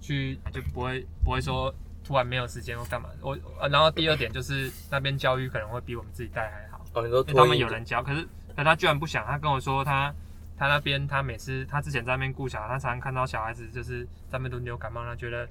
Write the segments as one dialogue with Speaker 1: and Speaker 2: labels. Speaker 1: 去就不会不会说突然没有时间或干嘛。我、呃然后第二点就是那边教育可能会比我们自己带还好，
Speaker 2: 哦，你说
Speaker 1: 因为
Speaker 2: 脱
Speaker 1: 他们
Speaker 2: 衣
Speaker 1: 有
Speaker 2: 的
Speaker 1: 人教，可是可他居然不想，他跟我说他。他那边，他每次他之前在那边顾小孩，他常常看到小孩子就是在那边轮流感冒，他觉得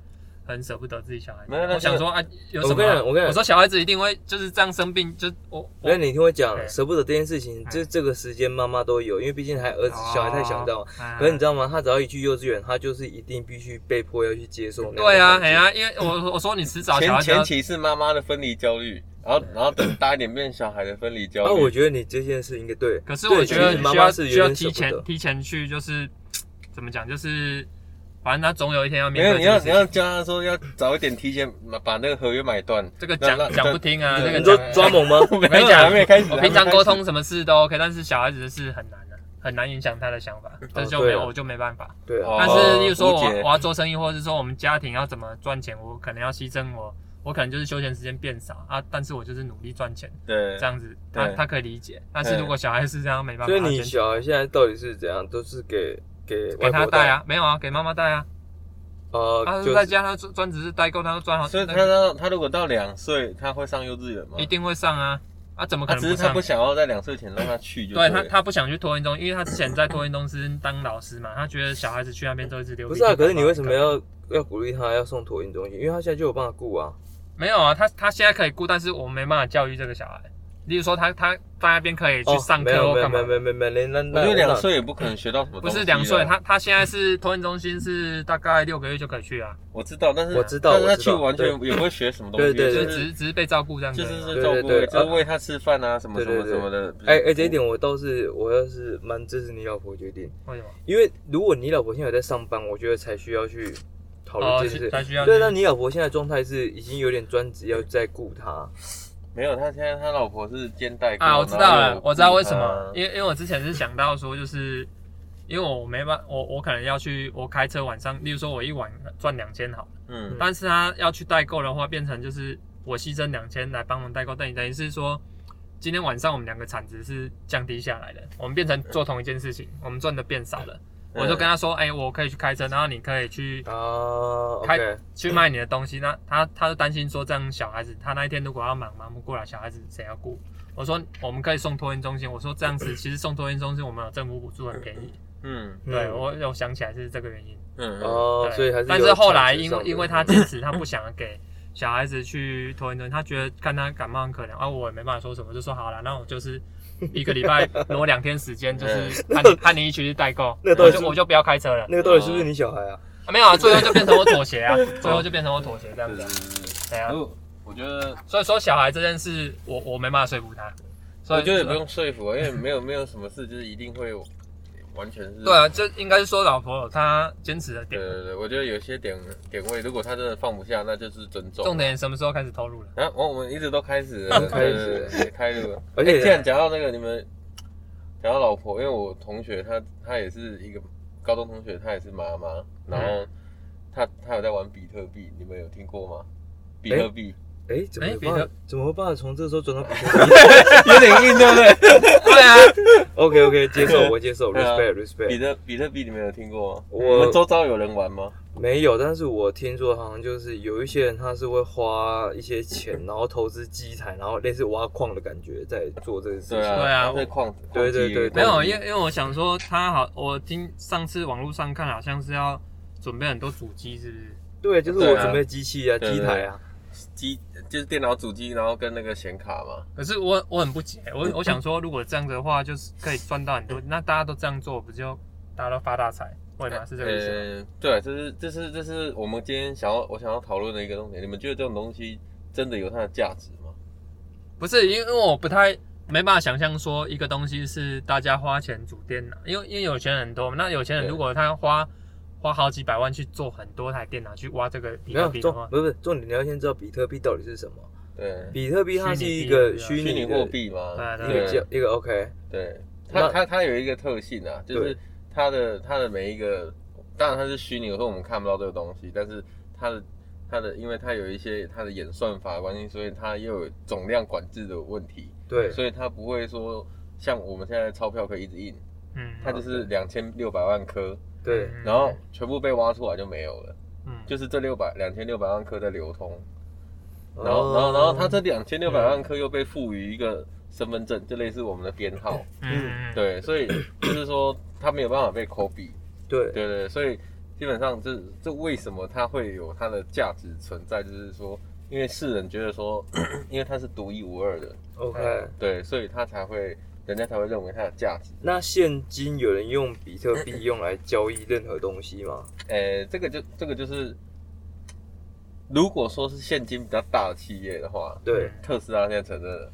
Speaker 1: 很舍不得自己小孩子。
Speaker 2: 没有那
Speaker 1: 我想说啊，有什么啊？
Speaker 2: 我跟你讲我跟你讲
Speaker 1: 我说小孩子一定会就是这样生病，就我
Speaker 2: 没
Speaker 1: 我
Speaker 2: 有，你听我讲，
Speaker 1: 哎
Speaker 2: 舍不得这件事情，
Speaker 1: 哎
Speaker 2: 这这个时间妈妈都有，因为毕竟还儿
Speaker 1: 哦
Speaker 2: 子小孩太小，你知道吗？
Speaker 1: 嗯
Speaker 2: 可是你知道吗？他只要一去幼稚园，他就是一定必须被迫要去接受那样的
Speaker 1: 对啊，
Speaker 2: 环境
Speaker 1: 哎呀、因为我我说你迟早小
Speaker 3: 前
Speaker 1: 孩子要
Speaker 3: 前期是妈妈的分离焦虑，然后然后等大一点变小孩的分离焦
Speaker 1: 哦
Speaker 2: 啊，我
Speaker 3: 虑。
Speaker 2: 觉得你这件事应该对。
Speaker 1: 可是
Speaker 2: 对
Speaker 1: 我觉得你
Speaker 2: 其实
Speaker 1: 需
Speaker 2: 妈
Speaker 1: 要
Speaker 2: 妈是
Speaker 1: 需
Speaker 2: 有
Speaker 1: 要
Speaker 2: 点舍
Speaker 1: 提
Speaker 2: 不
Speaker 1: 前
Speaker 2: 得。
Speaker 1: 提前去，就是怎么讲，就是反正他总有一天要
Speaker 3: 没
Speaker 1: 面
Speaker 3: 有，
Speaker 1: 对
Speaker 3: 你
Speaker 1: 这
Speaker 3: 要
Speaker 1: 个
Speaker 3: 你
Speaker 1: 事情。
Speaker 3: 要教他说要早一点提前把那个合约买 断。
Speaker 1: 这个
Speaker 3: 那
Speaker 1: 讲
Speaker 3: 那
Speaker 1: 讲不听啊，
Speaker 3: 那
Speaker 1: 这个
Speaker 2: 你说
Speaker 1: 讲
Speaker 2: 抓猛吗？
Speaker 3: 我
Speaker 1: 没讲
Speaker 3: 还没开始。
Speaker 1: 我
Speaker 3: 还没
Speaker 1: 平常
Speaker 3: 开始
Speaker 1: 沟通什么事都 OK，但是小孩子的事很难的、很难影响他的想法，这就没
Speaker 2: 对
Speaker 1: 有
Speaker 2: 啊
Speaker 1: 我就没办法。
Speaker 2: 对
Speaker 3: 哦
Speaker 2: 啊，
Speaker 1: 但是，例如说
Speaker 3: 误
Speaker 1: 我
Speaker 3: 解
Speaker 1: 我要做生意，或者是说我们家庭要怎么赚钱，我可能要牺牲我，我可能就是休闲时间变少啊，但是我就是努力赚钱，
Speaker 3: 对
Speaker 1: 这，样子他
Speaker 3: 对
Speaker 1: 他可以理解。但是如果小孩是这样，没办法。
Speaker 2: 所以
Speaker 1: 啊他
Speaker 2: 你
Speaker 1: 坚持
Speaker 2: 小孩现在到底是怎样？都是给给
Speaker 1: 给
Speaker 2: 外
Speaker 1: 他
Speaker 2: 婆
Speaker 1: 带？啊，没有啊，给妈妈带啊。他
Speaker 2: 呃，
Speaker 1: 是
Speaker 2: 就
Speaker 1: 在
Speaker 2: 是
Speaker 1: 家，他专专职是代购，他都赚好，
Speaker 3: 所以
Speaker 1: 那
Speaker 3: 他
Speaker 1: 个
Speaker 3: 到他如果到两岁，他会上幼稚园吗？
Speaker 1: 一定会上啊。啊，怎么可
Speaker 3: 他
Speaker 1: 能
Speaker 3: 只是他
Speaker 1: 上
Speaker 3: 不？想要在两岁前让他去就
Speaker 1: 对他，
Speaker 3: 了
Speaker 1: 他不想去托运中心，因为他之前在托运中心当老师嘛，他觉得小孩子去那边都一直流鼻
Speaker 2: 不
Speaker 1: 涕。
Speaker 2: 是啊？可是你为什
Speaker 1: 干
Speaker 2: 么
Speaker 1: 嘛
Speaker 2: 要要鼓励他要送托运中心？因为他现在就有办法顾啊。
Speaker 1: 没有啊？他他现在可以顾，但是我没办法教育这个小孩。例如说他，他在那边可以去
Speaker 2: 哦
Speaker 1: 上
Speaker 2: 没
Speaker 1: 课
Speaker 2: 有
Speaker 1: 或
Speaker 2: 没有
Speaker 1: 干
Speaker 2: 没
Speaker 1: 嘛
Speaker 2: 有？没有没有没有，连那
Speaker 3: 我觉
Speaker 2: 那
Speaker 3: 得两
Speaker 2: 那
Speaker 3: 岁也不可能学到什
Speaker 1: 不
Speaker 3: 么东西啊。
Speaker 1: 是两岁，他他现在是托运中心是大概六个月就可以去啊，
Speaker 3: 我知道，但是
Speaker 2: 我知道
Speaker 3: 但是他
Speaker 2: 我知
Speaker 3: 去
Speaker 2: 道
Speaker 3: 完全也不会学什么东西，
Speaker 2: 对
Speaker 1: 就
Speaker 2: 对
Speaker 1: 是
Speaker 3: 就
Speaker 1: 只
Speaker 3: 是
Speaker 1: 是只是被照顾这样子
Speaker 3: 就
Speaker 1: 而已啊
Speaker 3: 是
Speaker 1: 嘛。
Speaker 3: 说照顾，
Speaker 2: 对对对
Speaker 3: 就是喂他吃饭啊，什么
Speaker 2: 对
Speaker 3: 什
Speaker 2: 对
Speaker 3: 么什么的。
Speaker 2: 哎
Speaker 1: 嗯
Speaker 2: 哎，这一点我倒是我要是蛮支持你老婆决定，
Speaker 1: 为什么？
Speaker 2: 因为如果你老婆现在有在上班，我觉得才需要去讨论
Speaker 1: 哦
Speaker 2: 这件事。，
Speaker 1: 才需要
Speaker 2: 对，
Speaker 1: 去
Speaker 2: 那你老婆现在状态是已经有点专职要在顾他，
Speaker 3: 没有，他现在他老婆是肩带
Speaker 1: 啊，我知道了，我知道为什么，
Speaker 3: 么。
Speaker 1: 因为因为我之前是想到说，就是因为我没办，我我可能要去，我开车晚上，例如说我一晚赚两千好了，
Speaker 3: 嗯，
Speaker 1: 但是他要去代购的话，变成就是我牺牲两千来帮忙代购，等于等于是说，今天晚上我们两个产值是降低下来的，我们变成做同一件事情，我们赚的变少了，我就跟他说，哎、我可以去开车，然后你可以去
Speaker 2: 啊
Speaker 1: 开
Speaker 2: ，OK，
Speaker 1: 去卖你的东西，那他他就担心说这样小孩子，他那一天如果要忙忙不过来，小孩子谁要顾？我说我们可以送托运中心，我说这样子其实送托运中心我们有政府补助很便宜，
Speaker 3: 嗯
Speaker 1: 对我有想起来是这个原因。
Speaker 3: 嗯嗯
Speaker 2: 哦，
Speaker 1: 对
Speaker 2: 所以还是
Speaker 1: 但
Speaker 2: 有
Speaker 1: 是后来
Speaker 2: 产值
Speaker 1: 因
Speaker 2: 上
Speaker 1: 为
Speaker 2: 的嗯
Speaker 1: 因为他坚持他不想给小孩子去托运中心，他觉得看他感冒很可怜，啊我也没办法说什么，就说好了，那我就是一个礼拜挪两天时间， 就是和你和 你一起去代购，
Speaker 2: 嗯那到
Speaker 1: 我
Speaker 2: 底
Speaker 1: 就是我就不要开车了。
Speaker 2: 那个到底是不是你小孩啊？
Speaker 1: 啊没有啊，最后就变成我妥协 啊，
Speaker 2: 哦
Speaker 1: 最后就变成我妥协这样
Speaker 3: 是
Speaker 1: 子啊，
Speaker 3: 是是。
Speaker 1: 对啊。
Speaker 3: 然后我觉得，
Speaker 1: 所以说小孩这件事，我我没办法说服他。所以
Speaker 3: 我觉得也不用说服，因为没有没有什么事就是一定会完全是。
Speaker 1: 对啊，这应该是说老婆有她坚持的
Speaker 3: 对啊
Speaker 1: 点。
Speaker 3: 对对，我觉得有些点点位，如果他真的放不下，那就是尊重。
Speaker 1: 重点什么时候开始投入了？
Speaker 3: 啊，我我们一直都开始了
Speaker 2: 开始
Speaker 3: 对对对开路了。
Speaker 2: 而
Speaker 3: 而
Speaker 2: 且
Speaker 3: 且既然讲到那个你们讲到老婆，因为我同学她她也是一个高中同学，她也是妈妈，然后她她有在玩比特币，你们有听过吗？比特币、
Speaker 2: 哎，怎么
Speaker 1: 哎
Speaker 2: 有
Speaker 1: 别
Speaker 2: 办
Speaker 1: 的
Speaker 2: 法？怎么有办法从这时候转到比特币
Speaker 3: 有点硬，对不 对？
Speaker 1: 对啊，
Speaker 2: ？OK OK，接受我接受
Speaker 3: 对啊
Speaker 2: ，respect
Speaker 3: 比
Speaker 2: respect。
Speaker 3: 特比特币你们有听过吗？
Speaker 2: 我
Speaker 3: 你们周遭有人玩吗？
Speaker 2: 没有，但是我听说好像就是有一些人他是会花一些钱，然后投资机台，然后类似挖矿的感觉在做这个事情。
Speaker 3: 对啊，
Speaker 1: 对啊
Speaker 3: 在矿
Speaker 2: 对对对
Speaker 1: 没
Speaker 2: 对
Speaker 1: 有，因为因为我想说他好，我听上次网络上看好像是要准备很多主机，是不是？
Speaker 2: 对，就是
Speaker 3: 对
Speaker 2: 我
Speaker 3: 啊
Speaker 2: 准备机器啊、
Speaker 3: 对对
Speaker 2: 机台啊，
Speaker 3: 机就是电脑主机，然后跟那个显卡嘛。
Speaker 1: 可是我我很不解， 我我想说，如果这样子的话，就是可以赚到很多，那大家都这样做，不就大家都发大财，会吗？啊是这个意思吗？
Speaker 3: 呃，对，这是这是这是我们今天想要我想要讨论的一个东西。你们觉得这种东西真的有它的价值吗？
Speaker 1: 不是，因为因为我不太没办法想象说一个东西是大家花钱组电脑，因为因为有钱人很多嘛，那有钱人
Speaker 3: 对
Speaker 1: 如果他花花好几百万去做很多台电脑去挖这个比
Speaker 2: 没
Speaker 1: 特
Speaker 2: 有
Speaker 1: 币的
Speaker 2: 重
Speaker 1: 话，
Speaker 2: 不是不是重点，你要先知道比特币到底是什么。
Speaker 3: 对，
Speaker 2: 比特币它是一
Speaker 1: 嗯虚拟币啊
Speaker 2: 个虚
Speaker 3: 虚拟
Speaker 2: 拟
Speaker 3: 货
Speaker 2: 的
Speaker 3: 币嘛，
Speaker 1: 对啊
Speaker 2: 一个
Speaker 3: 对
Speaker 2: 叫一个 OK，
Speaker 3: 对，
Speaker 2: 那
Speaker 3: 它它它有一个特性啊，就是
Speaker 2: 对
Speaker 3: 它的它的每一个，当然它是虚拟，有时候我们看不到这个东西，但是它的它的，因为它有一些它的演算法的关系，所以它又有总量管制的问题，
Speaker 2: 对
Speaker 3: 所以它不会说像我们现在钞票可以一直印，
Speaker 1: 嗯，
Speaker 3: 它就是两千六百万颗，
Speaker 2: 对
Speaker 1: 嗯
Speaker 3: 然后全部被挖出来就没有了。
Speaker 1: 嗯，
Speaker 3: 就是这六百两千六百万颗在流通，嗯
Speaker 2: 哦
Speaker 3: 然后然后然后它这两千六
Speaker 2: 啊
Speaker 3: 百万颗又被赋予一个身份证，就类似我们的编号，
Speaker 1: 嗯，
Speaker 3: 对，所以 就是说它没有办法被 copy，
Speaker 2: 对
Speaker 3: 对对，所以基本上这这为什么它会有它的价值存在，就是说，因为世人觉得说， 因为它是独一无二的，
Speaker 2: ，OK。
Speaker 3: 对，所以它才会人家才会认为它的价值。
Speaker 2: 那现今有人用比特币用来交易任何东西吗？
Speaker 3: 呃，这个就这个就是，如果说是现金比较大的企业的话，
Speaker 2: 对，
Speaker 3: 特斯拉现在承认了，嗯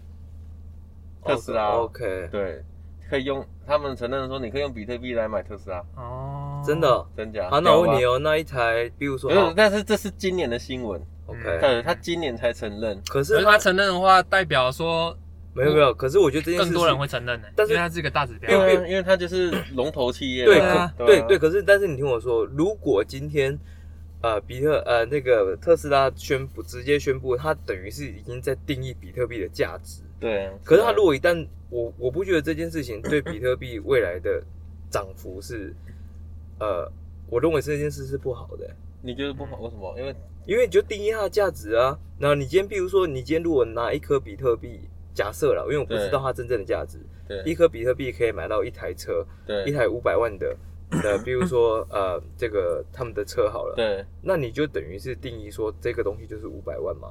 Speaker 3: 特斯拉
Speaker 2: 哦 OK，
Speaker 3: 对，可以用他们承认说你可以用比特币来买特斯拉，
Speaker 1: 哦，
Speaker 2: 真的。
Speaker 3: 真假？
Speaker 2: 好，那我
Speaker 3: 屌吧
Speaker 2: 问你，哦，那一台，比如说
Speaker 3: 没有，
Speaker 2: 好
Speaker 3: 但是这是今年的新闻，
Speaker 1: 嗯
Speaker 2: ，OK，
Speaker 3: 对，他今年才承认，
Speaker 2: 可
Speaker 1: 可
Speaker 2: 是
Speaker 1: 是他
Speaker 2: 它
Speaker 1: 承认的话，代表说
Speaker 2: 没有没有，可是我觉得这件事
Speaker 1: 更
Speaker 2: 情
Speaker 1: 多人会承认的，
Speaker 2: 但是
Speaker 1: 因为它是一个大指标
Speaker 2: 因。
Speaker 3: 对
Speaker 2: 为
Speaker 3: 啊，因为他就是龙头企业嘛，
Speaker 2: 对
Speaker 1: 对啊
Speaker 3: 可
Speaker 2: 对
Speaker 3: 啊
Speaker 2: 对，可是但是你听我说，如果今天呃比特呃那个特斯拉宣布直接宣布，它等于是已经在定义比特币的价值。
Speaker 3: 对啊，
Speaker 2: 可是它如
Speaker 3: 果
Speaker 2: 果一旦我我不觉得这件事情对比特币未来的涨幅是呃，我认为这件事是不好的、
Speaker 3: 你觉得不好，为什么？因为
Speaker 2: 因为你就定义它的价值啊。然后你今天，比如说你今天如果拿一颗比特币，假设了，因为我不知道它真正的价值，一
Speaker 3: 对
Speaker 2: 颗比特币可以买到一台车，一
Speaker 3: 对
Speaker 2: 台五百万的的，比如说呃，这个他们的车好了，
Speaker 3: 对，
Speaker 2: 那你就等于是定义说这个东西就是五百万嘛。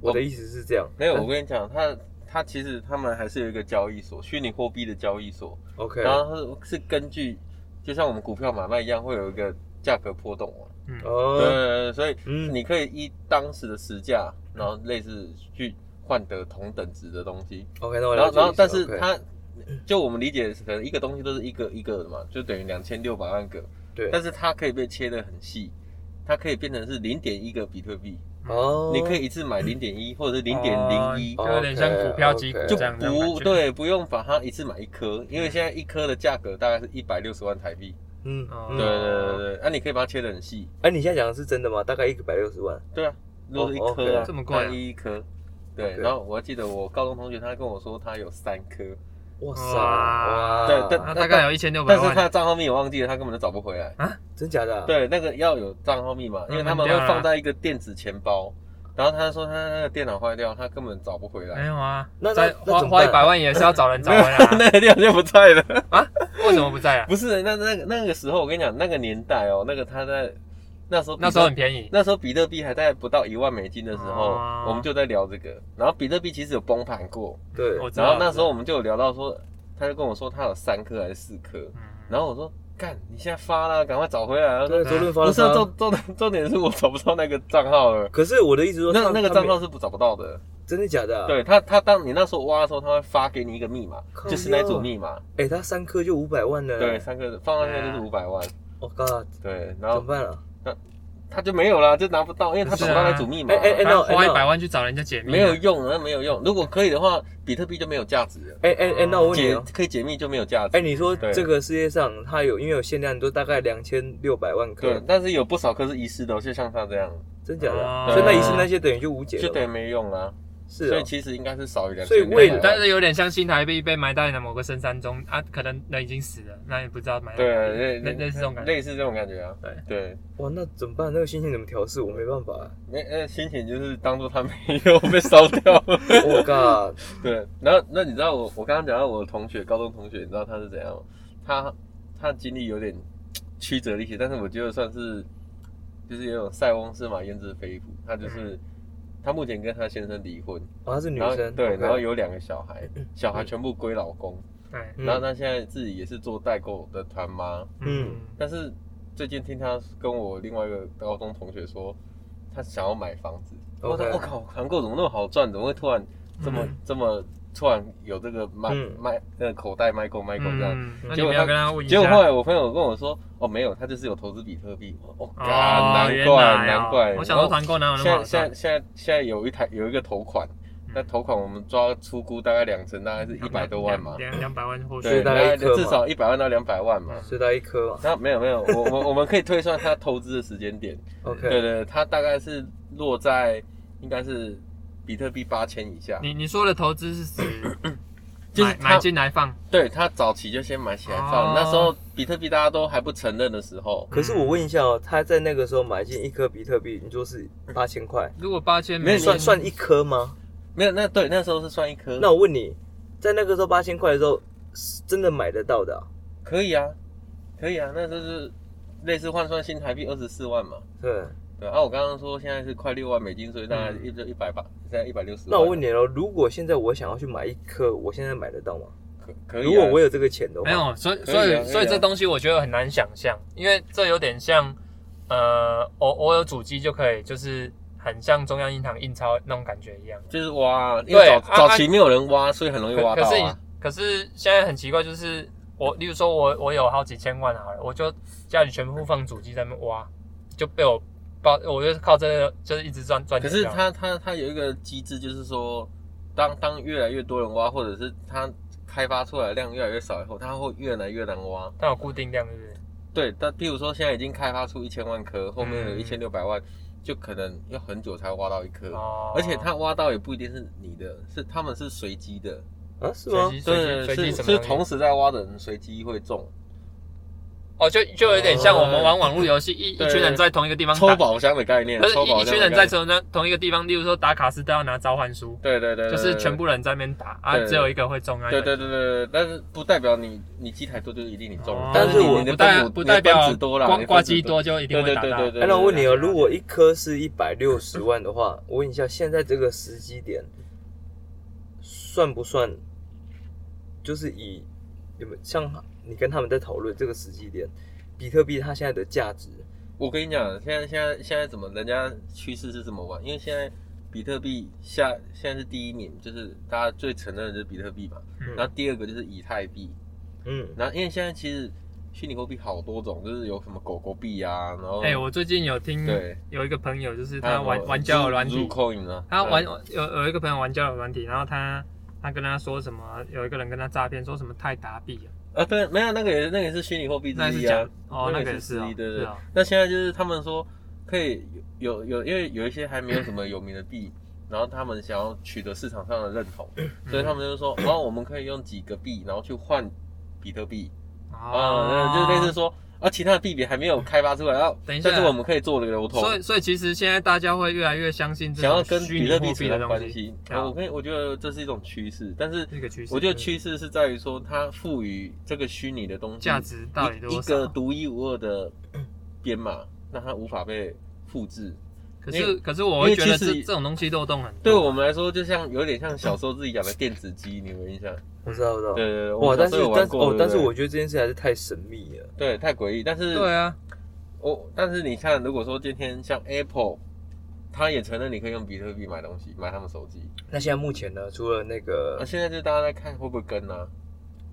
Speaker 3: 我
Speaker 2: 我的意思是这样，
Speaker 3: 没有，我跟你讲，他他其实他们还是有一个交易所，虚拟货币的交易所，
Speaker 2: OK，
Speaker 3: 然后它是是根据，就像我们股票买卖一样，会有一个价格波动嘛，
Speaker 1: 嗯，
Speaker 2: 哦，
Speaker 3: 对，所以
Speaker 2: 嗯，
Speaker 3: 你可以依当时的实价，然后类似去换得同等值的东西，
Speaker 2: OK，那我
Speaker 3: 然
Speaker 2: 了
Speaker 3: 后
Speaker 2: 解
Speaker 3: 然后
Speaker 2: 意思
Speaker 3: 但是
Speaker 2: OK
Speaker 3: 它。就我们理解，可能一个东西都是一个一个的嘛，就等于两千六百万个，
Speaker 2: 对，
Speaker 3: 但是它可以被切得很细，它可以变成是零点一个比特币，
Speaker 2: 哦，
Speaker 3: 你可以一次买零点一或者是零点零一，
Speaker 1: 哦就有点像股票级股
Speaker 2: OK，OK
Speaker 3: 就
Speaker 1: 这样的感
Speaker 3: 不
Speaker 1: 觉。
Speaker 3: 对，不用把它一次买一颗，因为现在一颗的价格大概是一百六十万台币。
Speaker 2: 嗯，
Speaker 1: 哦
Speaker 3: 对对对对，啊那、你可以把它切得很细。
Speaker 2: 哎，你现在讲的是真的吗？大概一百六十万，
Speaker 3: 对啊，如果是一颗
Speaker 2: 哦
Speaker 3: 啊，
Speaker 2: ，OK
Speaker 1: 这么贵啊
Speaker 3: 万一一颗。对，
Speaker 2: OK
Speaker 3: 然后我还记得我高中同学他跟我说他有三颗，
Speaker 2: 哇塞，
Speaker 1: 哇
Speaker 2: 哇，
Speaker 3: 对对
Speaker 1: 那大概有一千六百
Speaker 3: 但是他
Speaker 1: 万。
Speaker 3: 的账号密码忘记了，他根本就找不回来。
Speaker 2: 真假的啊？
Speaker 3: 对，那个要有账号密码，因为他
Speaker 1: 嗯
Speaker 3: 们会
Speaker 1: 啊
Speaker 3: 放在一个电子钱包。然后他说他那个电脑坏掉，他根本找不回
Speaker 1: 没
Speaker 3: 来，
Speaker 1: 有啊，
Speaker 2: 那那
Speaker 1: 再
Speaker 2: 那
Speaker 1: 花
Speaker 2: 怎么
Speaker 1: 花
Speaker 2: 办
Speaker 1: 一百万也是要找人找回来 啊。
Speaker 3: 那个电脑就不在了。
Speaker 1: 为什么不在啊？
Speaker 3: 不是，那那个那个时候，我跟你讲，那个年代哦，那个他在那时候比特，
Speaker 1: 那时候很便宜。
Speaker 3: 那时候比特币还在不到一万美金的时候，
Speaker 1: 哦
Speaker 3: 我们就在聊这个。然后比特币其实有崩盘过，
Speaker 2: 对
Speaker 1: 我知
Speaker 3: 然后
Speaker 1: 道。
Speaker 3: 那时候我们就有聊到说，他就跟我说他有三颗还是四颗，
Speaker 1: 嗯，
Speaker 3: 然后我说干，你现在发啦，赶快找回来啊！
Speaker 2: 对，周润发
Speaker 3: 不
Speaker 2: 的
Speaker 3: 是啊
Speaker 2: 他
Speaker 3: 重重点重点是我找不到那个账号了，
Speaker 2: 可是我的意思说，
Speaker 3: 那
Speaker 2: 他
Speaker 3: 那个
Speaker 2: 他
Speaker 3: 账
Speaker 2: 没
Speaker 3: 号是不找不到的。
Speaker 2: 真的假的啊？，
Speaker 3: 对他他当你那时候挖的时候，他会发给你一个密码，
Speaker 2: 靠
Speaker 3: 就是那组
Speaker 2: 腰
Speaker 3: 密码，
Speaker 2: 哎，他三颗就五百万了，
Speaker 3: 对，三个放上去就是
Speaker 1: 对啊
Speaker 3: 五百万，
Speaker 2: 我 God，
Speaker 3: 对，然
Speaker 2: 哎怎
Speaker 3: 后
Speaker 2: 么。办啊？
Speaker 3: 他就没有啦，就拿不到，因为他找不到那组密码，
Speaker 2: 是啊哎哎哎
Speaker 1: 反正花
Speaker 2: 那
Speaker 1: 一
Speaker 2: 我
Speaker 1: 百万去找人家解密啊，
Speaker 3: 没有用，那没有用。如果可以的话，比特币就没有价值了，
Speaker 2: 哎哎哎，那我问你
Speaker 3: 解
Speaker 2: 哦，
Speaker 3: 可以解密就没有价值。
Speaker 2: 哎，你说
Speaker 3: 对
Speaker 2: 这个世界上它有因为有限量，都大概两千六百万
Speaker 3: 对
Speaker 2: 颗，，
Speaker 3: 但是有不少颗是遗失的哦，就像他这样，
Speaker 2: 真假的啊？
Speaker 1: 哦
Speaker 2: 所以那一次那些等于就无解
Speaker 3: 就
Speaker 2: 了
Speaker 3: 等于
Speaker 2: 嘛，
Speaker 3: 没用啦。
Speaker 2: 是
Speaker 3: 所以
Speaker 2: 啊，
Speaker 3: 其实应该是少于两
Speaker 2: 所
Speaker 3: 千
Speaker 2: 以
Speaker 3: 六百万。
Speaker 2: 为了
Speaker 1: 但是有点像新台币被埋在了某个深山中，啊，可能人已经死了，那也不知道埋在哪里
Speaker 3: 对，类啊
Speaker 1: 类类似这种感觉。
Speaker 3: 类似这种感觉啊。
Speaker 1: 对
Speaker 3: 对，
Speaker 2: 哇，那怎么办？那个心情怎么调试？我没办 法啊，
Speaker 3: 那那心情就是当做他没有被烧掉。
Speaker 2: 我 God，
Speaker 3: 对，然后那你知道我我刚刚讲到我的同学，高中同学，你知道他是怎样吗？他他的经历有点曲折离奇，但是我觉得算是就是有种塞翁失马焉知非福，他就是。他目前跟他先生离婚，
Speaker 2: 啊，她嗯是女
Speaker 3: 然后
Speaker 2: 生，
Speaker 3: 对
Speaker 2: OK
Speaker 3: 然后有两个小孩，小孩全部归老公，
Speaker 1: 对，
Speaker 2: 嗯
Speaker 3: 然后他现在自己也是做代购的团妈，
Speaker 2: 嗯
Speaker 3: 但是最近听他跟我另外一个高中同学说，他想要买房子，我
Speaker 2: OK
Speaker 3: 说我哦靠，团购怎么那么好赚，怎么会突然这么、
Speaker 1: 嗯
Speaker 3: 这么突然有这个卖
Speaker 2: 嗯
Speaker 3: 卖那个口袋 Michael Michael 这样。
Speaker 1: 嗯，那
Speaker 3: 结
Speaker 1: 你
Speaker 3: 果
Speaker 1: 们
Speaker 3: 他
Speaker 1: 要跟他问一下。
Speaker 3: 结果后来我朋友跟我说，哦没有，他就是有投资比特币。我哦，
Speaker 1: 哦，
Speaker 3: 干难
Speaker 1: 原
Speaker 3: 怪
Speaker 1: 来哦
Speaker 3: 难怪。
Speaker 1: 我想说团购哪有那
Speaker 3: 现
Speaker 1: 么好嗯
Speaker 3: 在现
Speaker 1: 赚
Speaker 3: 在？现在现在有一台有一个头款，那头款我们抓出估大概两成，大概是一百多万嘛，
Speaker 1: 两两百万或许
Speaker 3: 对，
Speaker 2: 大
Speaker 3: 大
Speaker 2: 概
Speaker 3: 概
Speaker 2: 一颗嘛
Speaker 3: 至少一百万到两百万嘛。
Speaker 2: 所以她一颗嘛
Speaker 3: 那没有没有，我我我们可以推算他投资的时 间点，
Speaker 2: ，OK，
Speaker 3: 对对，他大概是落在应该是比特币八千以下，
Speaker 1: 你你说的投资是指
Speaker 3: 就是
Speaker 1: 买
Speaker 3: 他
Speaker 1: 买进来放，
Speaker 3: 对他早期就先买起来放，
Speaker 1: 哦
Speaker 3: 那时候比特币大家都还不承认的时候，
Speaker 2: 可是我问一下哦，他在那个时候买进一颗比特币，你说是八千块，
Speaker 1: 如果八千
Speaker 3: 没有
Speaker 2: 算算一颗吗？
Speaker 3: 没有那对那时候是算一颗，
Speaker 2: 那我问你，在那个时候八千块的时候，是真的买得到的啊、
Speaker 3: 可以啊，可以啊，那就是类似换算新台币二十四万嘛。
Speaker 2: 对。
Speaker 3: 对啊，我刚刚说现在是快六万美金，所以大概
Speaker 1: 嗯
Speaker 3: 一就一百八，现在一百六十。
Speaker 2: 那我问你哦，如果现在我想要去买一颗，我现在买得到吗？
Speaker 3: 可可以、啊？
Speaker 2: 如果我有这个钱的话，
Speaker 1: 没有，所以
Speaker 3: 可以啊
Speaker 1: 所
Speaker 3: 可以
Speaker 1: 以
Speaker 3: 啊
Speaker 1: 所以这东西我觉得很难想象，因为这有点像，呃，偶偶尔主机就可以，就是很像中央银行印钞那种感觉一样。
Speaker 3: 就是挖，因为
Speaker 1: 对
Speaker 3: 早、
Speaker 1: 啊
Speaker 3: 早期没有人挖，所以很容易挖
Speaker 1: 可
Speaker 3: 到
Speaker 1: 可是
Speaker 3: 啊。
Speaker 1: 可是现在很奇怪，就是我，例如说我我有好几千万好了，我就家里全部放主机在那边挖，就被我爆，我就是靠这个就是一直赚赚
Speaker 3: 可
Speaker 1: 钱。
Speaker 3: 是它它它有一个机制，就是说，当当越来越多人挖，或者是它开发出来的量越来越少以后，它会越来越难挖。
Speaker 1: 它有固定量，是不是？
Speaker 3: 对，但譬如说现在已经开发出一千万颗，后面有
Speaker 1: 嗯
Speaker 3: 一千六百万，就可能要很久才挖到一颗。
Speaker 1: 哦，
Speaker 3: 而且它挖到也不一定是你的，是他们是随机的，
Speaker 2: 啊，是吗
Speaker 1: 随？机随
Speaker 3: 对，
Speaker 1: 机随
Speaker 3: 是
Speaker 1: 机什么
Speaker 3: 是
Speaker 1: 东西
Speaker 3: 同时在挖的人随机会中，
Speaker 1: 哦，就就有点像我们
Speaker 3: 哦
Speaker 1: 玩网络游戏，一一
Speaker 3: 对
Speaker 1: 群人在同一个地方
Speaker 3: 抽
Speaker 1: 打，
Speaker 3: 宝箱的概念，
Speaker 1: 可是
Speaker 3: 抽
Speaker 1: 一
Speaker 3: 宝
Speaker 1: 一
Speaker 3: 箱的
Speaker 1: 群人
Speaker 3: 概
Speaker 1: 在同
Speaker 3: 念，
Speaker 1: 那同一个地方，例如说打卡是都要拿召唤书，
Speaker 3: 对对对，对
Speaker 1: 就是全部人在那边打啊，
Speaker 3: 对
Speaker 1: 只有一个会中啊。
Speaker 3: 对对对对对，但是不代表你你机台多就一定你中
Speaker 1: 哦，
Speaker 2: 但是
Speaker 3: 你
Speaker 2: 我
Speaker 3: 你的
Speaker 1: 不代
Speaker 3: 分母
Speaker 1: 不代
Speaker 3: 你的
Speaker 1: 表
Speaker 3: 分子多啦，
Speaker 1: 光
Speaker 3: 你的分子
Speaker 1: 挂机多，就一定
Speaker 3: 对
Speaker 1: 会
Speaker 3: 对
Speaker 1: 打
Speaker 3: 对
Speaker 1: 到。
Speaker 3: 对对。
Speaker 2: 哎，那我问你哦，
Speaker 1: 对对对
Speaker 2: 如果一颗是一百六十万的话，我问一下，现在这个时机点算不算？就是以有没有像你跟他们在讨论这个时机点，比特币它现在的价值，
Speaker 3: 我跟你讲，现在现在现在怎么人家趋势是怎么玩？因为现在比特币下现在是第一名，就是大家最承认的就是比特币嘛。
Speaker 1: 嗯
Speaker 3: 然后第二个就是以太币，
Speaker 2: 嗯，
Speaker 3: 然后因为现在其实虚拟货币好多种，就是有什么狗狗币啊，然后
Speaker 1: 哎、我最近有听
Speaker 3: 对
Speaker 1: 有一个朋友，就是
Speaker 3: 还有
Speaker 1: 他
Speaker 3: 什么
Speaker 1: 玩玩交友软体
Speaker 3: Zoo-，Zoocoin 啊，
Speaker 1: 他
Speaker 3: 对
Speaker 1: 玩有有一个朋友玩交友软体，然后他他跟他说什么，有一个人跟他诈骗，说什么泰达币啊，
Speaker 3: 啊，对，没有那个也是那个也是虚拟货币之
Speaker 1: 那是
Speaker 3: 一
Speaker 1: 假
Speaker 3: 啊
Speaker 1: 的，哦，那
Speaker 3: 那
Speaker 1: 个
Speaker 3: 个
Speaker 1: 也是
Speaker 3: 也是
Speaker 1: 哦，
Speaker 3: 之一对对
Speaker 1: 是哦，
Speaker 3: 那现在就是他们说可以有有有，因为有一些还没有什么有名的币，然后他们想要取得市场上的认同，
Speaker 1: 嗯
Speaker 3: 所以他们就说，哦，我们可以用几个币，然后去换比特币，啊、
Speaker 1: 哦
Speaker 3: 那就类似说，啊，其他的币别还没有开发出来，然后
Speaker 1: 等一下
Speaker 3: 但是我们可以做流通，
Speaker 1: 所以所以其实现在大家会越来越相信这
Speaker 3: 想要
Speaker 1: 种
Speaker 3: 跟
Speaker 1: 虚
Speaker 3: 比
Speaker 1: 拟
Speaker 3: 特
Speaker 1: 货
Speaker 3: 币
Speaker 1: 币
Speaker 3: 扯
Speaker 1: 的
Speaker 3: 上
Speaker 1: 东
Speaker 3: 关
Speaker 1: 西
Speaker 3: 系。，
Speaker 1: 对啊
Speaker 3: 我跟我觉得这是一种趋势，但是
Speaker 1: 这个趋势，
Speaker 3: 我觉得
Speaker 1: 嗯
Speaker 3: 趋势是在于说，它赋予这个虚拟的东西
Speaker 1: 价值到底
Speaker 3: 一
Speaker 1: 多
Speaker 3: 一个
Speaker 1: 少？
Speaker 3: 独一无二的编码，让它无法被复制。
Speaker 1: 可
Speaker 3: 因
Speaker 1: 是
Speaker 3: 为
Speaker 1: 可是我会觉得
Speaker 3: 因为其
Speaker 1: 这
Speaker 3: 实
Speaker 1: 这种东西漏洞很多。
Speaker 3: 对
Speaker 2: 哦
Speaker 3: 我们来说，就像有点像小时候自己养的电子鸡，你有没有印象？
Speaker 2: 我知道，我知道。
Speaker 3: 对对对，我
Speaker 2: 哇，
Speaker 3: 们小
Speaker 2: 但
Speaker 3: 时
Speaker 2: 是
Speaker 3: 候有玩
Speaker 2: 但是
Speaker 3: 过
Speaker 2: 哦，但是
Speaker 3: 对不
Speaker 2: 我
Speaker 3: 对
Speaker 2: 觉得这件事还是太神秘了。
Speaker 3: 对太诡异。但是
Speaker 1: 对啊，
Speaker 3: 我但是你看，如果说今天像 Apple，它也承认你可以用比特币买东西，买他们手机。
Speaker 2: 那现在目前呢，除了那个
Speaker 3: 那，现在就大家在看会不会跟啊？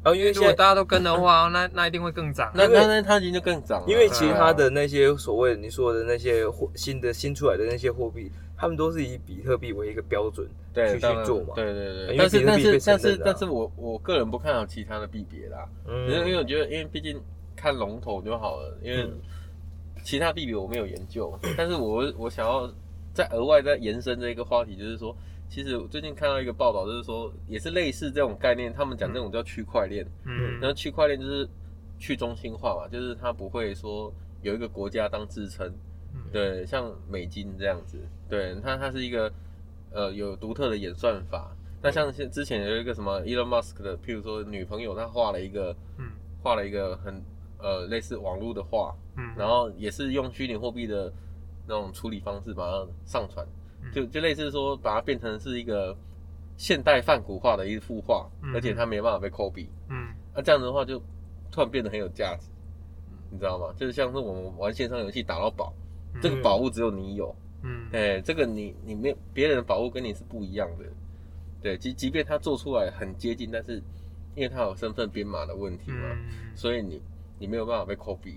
Speaker 2: 哦，因为
Speaker 1: 如
Speaker 2: 现
Speaker 1: 果
Speaker 2: 在
Speaker 1: 大家都跟的话，那那一定会更涨。
Speaker 3: 那
Speaker 2: 因为
Speaker 3: 那那它已经就更涨了，啊
Speaker 2: 因为其他的那些所谓你说的那些货新的新出来的那些货币，他们都是以比特币为一个标准。
Speaker 3: 对
Speaker 2: 去
Speaker 3: 当然
Speaker 2: 去做嘛
Speaker 3: 对对对。
Speaker 2: 因为比
Speaker 3: 但是
Speaker 2: 特
Speaker 3: 但
Speaker 2: 币被
Speaker 3: 是
Speaker 2: 承
Speaker 3: 但
Speaker 2: 认的啊
Speaker 3: 是但是我我个人不看好其他的币别啦，
Speaker 2: 嗯
Speaker 3: 因为因为我觉得，因为毕竟看龙头就好了，因为
Speaker 2: 嗯
Speaker 3: 其他币别我没有研究，但是我我想要再额外再延伸这个话题，就是说，其实我最近看到一个报道，就是说也是类似这种概念，他们讲这种叫区块链，
Speaker 1: 嗯
Speaker 3: 然后区块链就是去中心化嘛，就是它不会说有一个国家当支撑，
Speaker 1: 嗯
Speaker 3: 对，像美金这样子，对，它它是一个呃有独特的演算法。那像现之前有一个什么 Elon Musk 的，譬如说女朋友，她画了一个
Speaker 1: 嗯
Speaker 3: 画了一个很呃类似网络的画，
Speaker 1: 嗯，
Speaker 3: 然后也是用虚拟货币的那种处理方式把它上传，
Speaker 1: 嗯
Speaker 3: 就就类似说把它变成是一个现代泛古画的一幅画
Speaker 1: 嗯，
Speaker 3: 而且它没办法被 copy，
Speaker 1: 嗯
Speaker 3: 那这样子的话就突然变得很有价值，你知道吗？就是像是我们玩线上游戏打到宝，这个宝物只有你有，
Speaker 1: 嗯
Speaker 3: 哎、这个你你没有别人的宝物跟你是不一样的，对，即即便它做出来很接近，但是因为它有身份编码的问题嘛，啊
Speaker 1: 嗯
Speaker 3: 所以你你没有办法被 copy。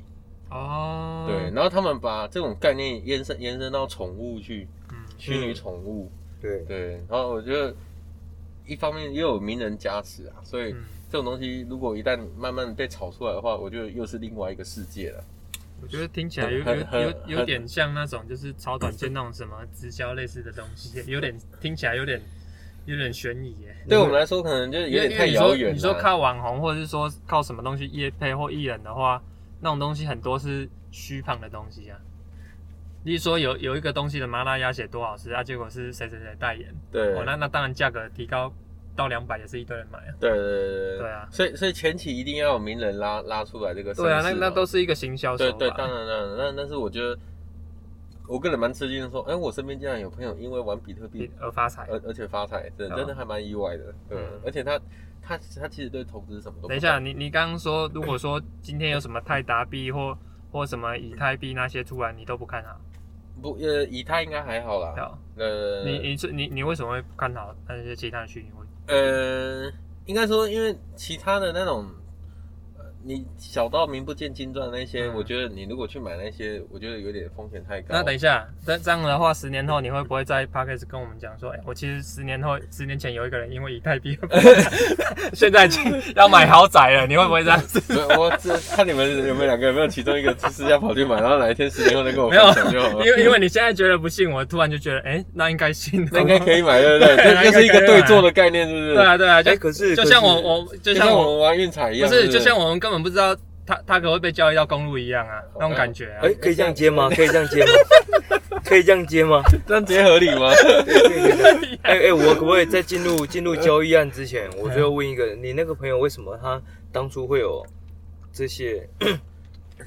Speaker 1: 哦，
Speaker 3: 对，然后他们把这种概念延伸延伸到宠物去，
Speaker 1: 嗯
Speaker 3: 虚拟宠物。
Speaker 2: 对，
Speaker 3: 对，然后我觉得一方面又有名人加持啊，所以
Speaker 1: 嗯
Speaker 3: 这种东西如果一旦慢慢被炒出来的话，我觉得又是另外一个世界
Speaker 1: 嗯
Speaker 3: 了。
Speaker 1: 我觉得听起来有有
Speaker 3: 很很
Speaker 1: 有有
Speaker 3: 很
Speaker 1: 点像那种就是炒短线那种什么直销类似的东西，有点听起来有点有点悬疑耶。
Speaker 3: 对我们来说可能就是有点
Speaker 1: 因
Speaker 3: 太
Speaker 1: 为
Speaker 3: 遥远了。
Speaker 1: 你说你说靠网红，或者是说靠什么东西业配或艺人的话，那种东西很多是虚胖的东西啊。例如说有有一个东西的麻辣鸭血多好吃啊，结果是谁谁谁代言，
Speaker 3: 对，
Speaker 1: 哦，那那当然价格提高到两百也是一堆人买啊。
Speaker 3: 对对对对
Speaker 1: 对啊
Speaker 3: 所以所以前期一定要有名人拉拉出来这个声势
Speaker 1: 对
Speaker 3: 嘛。
Speaker 1: 啊，那那都是一个行销手啊
Speaker 3: 对
Speaker 1: 法。
Speaker 3: 对，当然了，那但是我觉得我个人蛮吃惊的，说，哎，我身边竟然有朋友因为玩比特币
Speaker 1: 而发财。
Speaker 3: 而而且发财，真的
Speaker 1: 啊
Speaker 3: 真的还蛮意外的。对
Speaker 1: 嗯，
Speaker 3: 而且他他他其实对投资什么都不
Speaker 1: 等一下，你你刚刚说，如果说今天有什么泰达币或或什么以太币那些出来，你都不看好，
Speaker 3: 不呃，以他应该还好啦。
Speaker 1: 好，
Speaker 3: 呃，
Speaker 1: 你你是你你为什么会不看好那些其他的虚拟货币？
Speaker 3: 呃，应该说，因为其他的那种，呃，你小到名不见经传那些，
Speaker 1: 嗯
Speaker 3: 我觉得你如果去买那些，我觉得有点风险太高。
Speaker 1: 那等一下，这这样的话，十年后你会不会在 p a c k a g e 跟我们讲说，哎、我其实十年后、十年前有一个人因为以太 币，现在已经要买豪宅了，你会不会这样 子？
Speaker 3: 没有我这看你们有没有两个有没有其中一个私下跑去买，然后哪一天十年后再跟我
Speaker 1: 没
Speaker 3: 分
Speaker 1: 有
Speaker 3: 享就好了
Speaker 1: 因。为因为你现在觉得不信，我突然就觉得，哎、那应该信，
Speaker 3: 那应该可以买，对不对？
Speaker 1: 对
Speaker 3: 这就是一个
Speaker 1: 那应该可以
Speaker 3: 对坐的概念，是不是？
Speaker 1: 对啊对啊，就、
Speaker 2: 哎，可是
Speaker 1: 就像
Speaker 2: 可是
Speaker 1: 我我就
Speaker 3: 就
Speaker 1: 像
Speaker 3: 像我
Speaker 1: 我
Speaker 3: 们玩运彩一
Speaker 1: 不
Speaker 3: 样，
Speaker 1: 是
Speaker 3: 不
Speaker 1: 就像我们根本不知道他他可会被交易到公路一样啊，那
Speaker 3: 哦
Speaker 1: 种感觉啊。
Speaker 2: 哎，可以这样接吗？可以这样接吗？ 可以这样接吗？
Speaker 3: 这样直接合理吗？
Speaker 2: 哎哎，我可不可以在进入进入交易案之前，我就要问一个，你那个朋友为什么他当初会有这些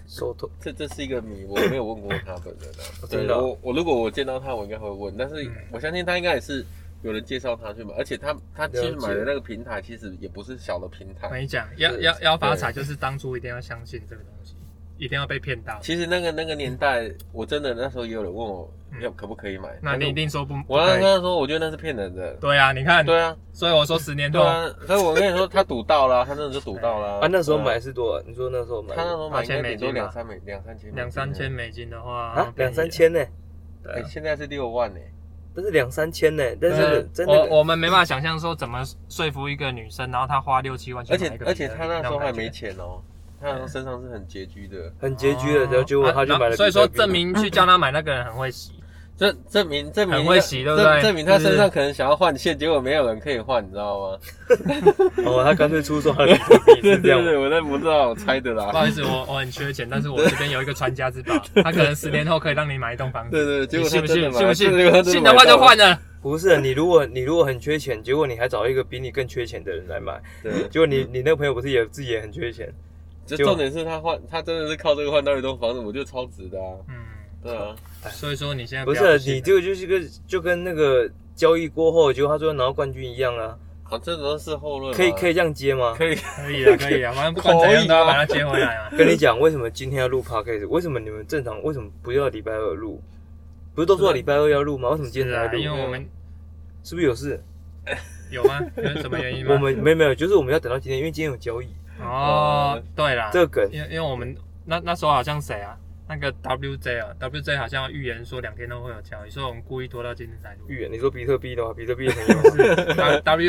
Speaker 2: 手头？
Speaker 3: 这这是一个谜，我没有问过他本人啊。对
Speaker 2: 真的哦
Speaker 3: 我我如果我见到他，我应该会问，但是
Speaker 1: 嗯
Speaker 3: 我相信他应该也是有人介绍他去买，而且他他其
Speaker 2: 了
Speaker 3: 实
Speaker 2: 解
Speaker 3: 买的那个平台其实也不是小的平
Speaker 1: 我跟
Speaker 3: 台，
Speaker 1: 你讲，要要要发财，就是当初一定要相信这个东西，一定要被骗到。
Speaker 3: 其实那个那个年代，我真的那时候也有人问我
Speaker 1: 嗯
Speaker 3: 要可不可以买，
Speaker 1: 那
Speaker 3: 但是
Speaker 1: 你一定说不不
Speaker 3: 我跟
Speaker 1: 可以。
Speaker 3: 他说，我觉得那是骗人的。
Speaker 1: 对啊，你看，
Speaker 3: 对啊，
Speaker 1: 所以我说十年
Speaker 3: 对
Speaker 1: 后，
Speaker 3: 啊，所以我跟你说，他赌到了，他真的就赌到了
Speaker 2: 啊，那时候
Speaker 3: 对
Speaker 2: 买是多少？你说那时候买啊
Speaker 3: 他那时候买
Speaker 1: 八
Speaker 3: 应
Speaker 1: 千
Speaker 3: 该
Speaker 1: 美
Speaker 3: 顶多
Speaker 1: 金吧
Speaker 3: 两三美两三千美金
Speaker 1: 两三千，美金的话，
Speaker 2: 啊，
Speaker 1: 便宜
Speaker 2: 两三。千呢？
Speaker 1: 对
Speaker 3: 哎，
Speaker 1: 啊，
Speaker 3: 现在是六万呢。
Speaker 2: 不是两三千呢，但
Speaker 1: 呃
Speaker 2: 是真
Speaker 3: 哦
Speaker 2: 的
Speaker 1: 我我们没办法想象说怎么说服一个女生，然后她花六七万去
Speaker 3: 而
Speaker 1: 买
Speaker 3: 且
Speaker 1: 一个
Speaker 3: 而且
Speaker 1: 比特
Speaker 3: 他
Speaker 1: 币
Speaker 3: 那时候
Speaker 1: 种
Speaker 3: 还
Speaker 1: 感觉
Speaker 3: 没钱哦，他那时候身上是很拮据的。
Speaker 2: 很拮据的，
Speaker 1: 哦
Speaker 2: 然后结果他就
Speaker 1: 啊
Speaker 2: 买
Speaker 1: 然后
Speaker 2: 了比特币。
Speaker 1: 所以说证明去叫他买那个人很会洗，
Speaker 3: 这证明证明
Speaker 1: 很会洗对不对
Speaker 3: 证证明
Speaker 1: 就
Speaker 3: 他
Speaker 1: 是
Speaker 3: 身上可能想要换线，结果没有人可以换，你知道吗？
Speaker 2: 哦，他干脆出售他的比特币 是这样吗。
Speaker 3: 对对，我那不知道，我猜的
Speaker 1: 不
Speaker 3: 啦。
Speaker 1: 好意思，我我很缺钱，但是我这边有一个传家之宝，他可能十年后可以让你买一栋房
Speaker 3: 对
Speaker 1: 子，
Speaker 3: 对，结
Speaker 1: 你
Speaker 3: 果
Speaker 1: 信
Speaker 3: 他
Speaker 1: 不
Speaker 3: 真
Speaker 1: 信？
Speaker 3: 的买
Speaker 1: 信不
Speaker 3: 对对他
Speaker 1: 信？
Speaker 3: 真
Speaker 1: 信
Speaker 3: 买
Speaker 1: 的话就
Speaker 3: 到了
Speaker 1: 换了。
Speaker 2: 不是，你如果你如果很缺钱，结果你还找一个比你更缺钱的人来买，
Speaker 3: 对，
Speaker 2: 结果你你那个朋友不是也自己也很缺钱？
Speaker 3: 就
Speaker 2: 就
Speaker 3: 重点是他换，他真的是靠这个换到一栋房子，我觉得超值的啊。
Speaker 1: 嗯，
Speaker 3: 对啊，
Speaker 1: 所以说你现在
Speaker 2: 不
Speaker 1: 要
Speaker 2: 是，啊
Speaker 1: 信
Speaker 2: 你这个就是个就跟那个交易过后，结果他最后拿到冠军一样啊，
Speaker 3: 啊，这都是后论啊。
Speaker 2: 可以可以这样接吗？
Speaker 3: 可以，
Speaker 1: 可以啊，可以啊，反正不管怎样都要把它接回来 啊。
Speaker 2: 跟你讲，为什么今天要录 podcast？为什么你们正常为什么不要礼拜二录？不是都说礼拜二要录吗？为什么今
Speaker 1: 是
Speaker 2: 天才
Speaker 1: 啊，
Speaker 2: 录？
Speaker 1: 因为我们
Speaker 2: 是不是有事？
Speaker 1: 有吗？有什么原因吗？
Speaker 2: 我们没有没有，就是我们要等到今天，因为今天有交易。
Speaker 1: 哦，对啦，
Speaker 2: 呃这个梗
Speaker 1: 因为因为我们那那时候好像谁啊？那个 WJ 啊，WJ 好像要预言说两天都会有交易，所以我们故意拖到今天才录。 啊
Speaker 2: 预言，你说比特币的话，比特币的朋 友，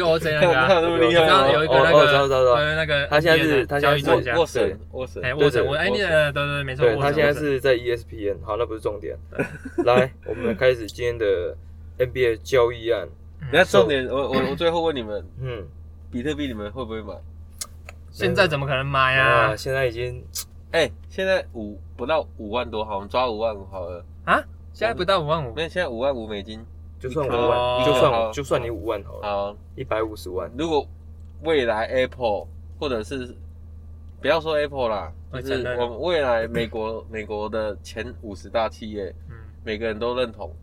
Speaker 1: WOJ 那个
Speaker 3: 看他
Speaker 1: 啊，
Speaker 3: 这么厉害
Speaker 1: 刚
Speaker 3: 吗
Speaker 1: 刚有一个那
Speaker 2: 哦哦知道知道知道
Speaker 1: 个，对那个
Speaker 2: 他现在是
Speaker 1: NBA 的
Speaker 2: 他现在
Speaker 1: 交易
Speaker 2: 是
Speaker 1: 专家
Speaker 3: 握，握神握神，
Speaker 1: 哎，
Speaker 2: 对
Speaker 1: 沃森，
Speaker 2: 对
Speaker 1: 我哎，
Speaker 3: 沃
Speaker 1: 你
Speaker 3: 森
Speaker 1: 呃对对对，没错，
Speaker 2: 对
Speaker 1: 沃
Speaker 2: 他
Speaker 1: 森
Speaker 2: 现在
Speaker 1: 沃森
Speaker 2: 是在 E ESPN。好，那不是重点。 来，我们开始今天的 NBA 交易案。
Speaker 1: 嗯
Speaker 3: 那重点，我我我最后问你们，
Speaker 2: 嗯
Speaker 3: 比特币你们会不会买？
Speaker 1: 现在怎么可能买
Speaker 2: 啊，
Speaker 1: 啊？
Speaker 2: 现在已经
Speaker 3: 哎、现在五不到五万多，好，我们抓五万五好了。
Speaker 1: 啊，现在不到五万五
Speaker 3: 没，有，现在五万五美金。
Speaker 2: 就算五
Speaker 1: 哦
Speaker 2: 万，就算
Speaker 3: 好
Speaker 2: 我就算你五万好了，
Speaker 3: 好，
Speaker 2: 一百五十万。
Speaker 3: 如果未来 Apple 或者是不要说 Apple 啦，
Speaker 1: 我
Speaker 3: 就是
Speaker 1: 承认
Speaker 3: 我们未来美国 美国的前五十大企业，
Speaker 1: 嗯，
Speaker 3: 每个人都认同，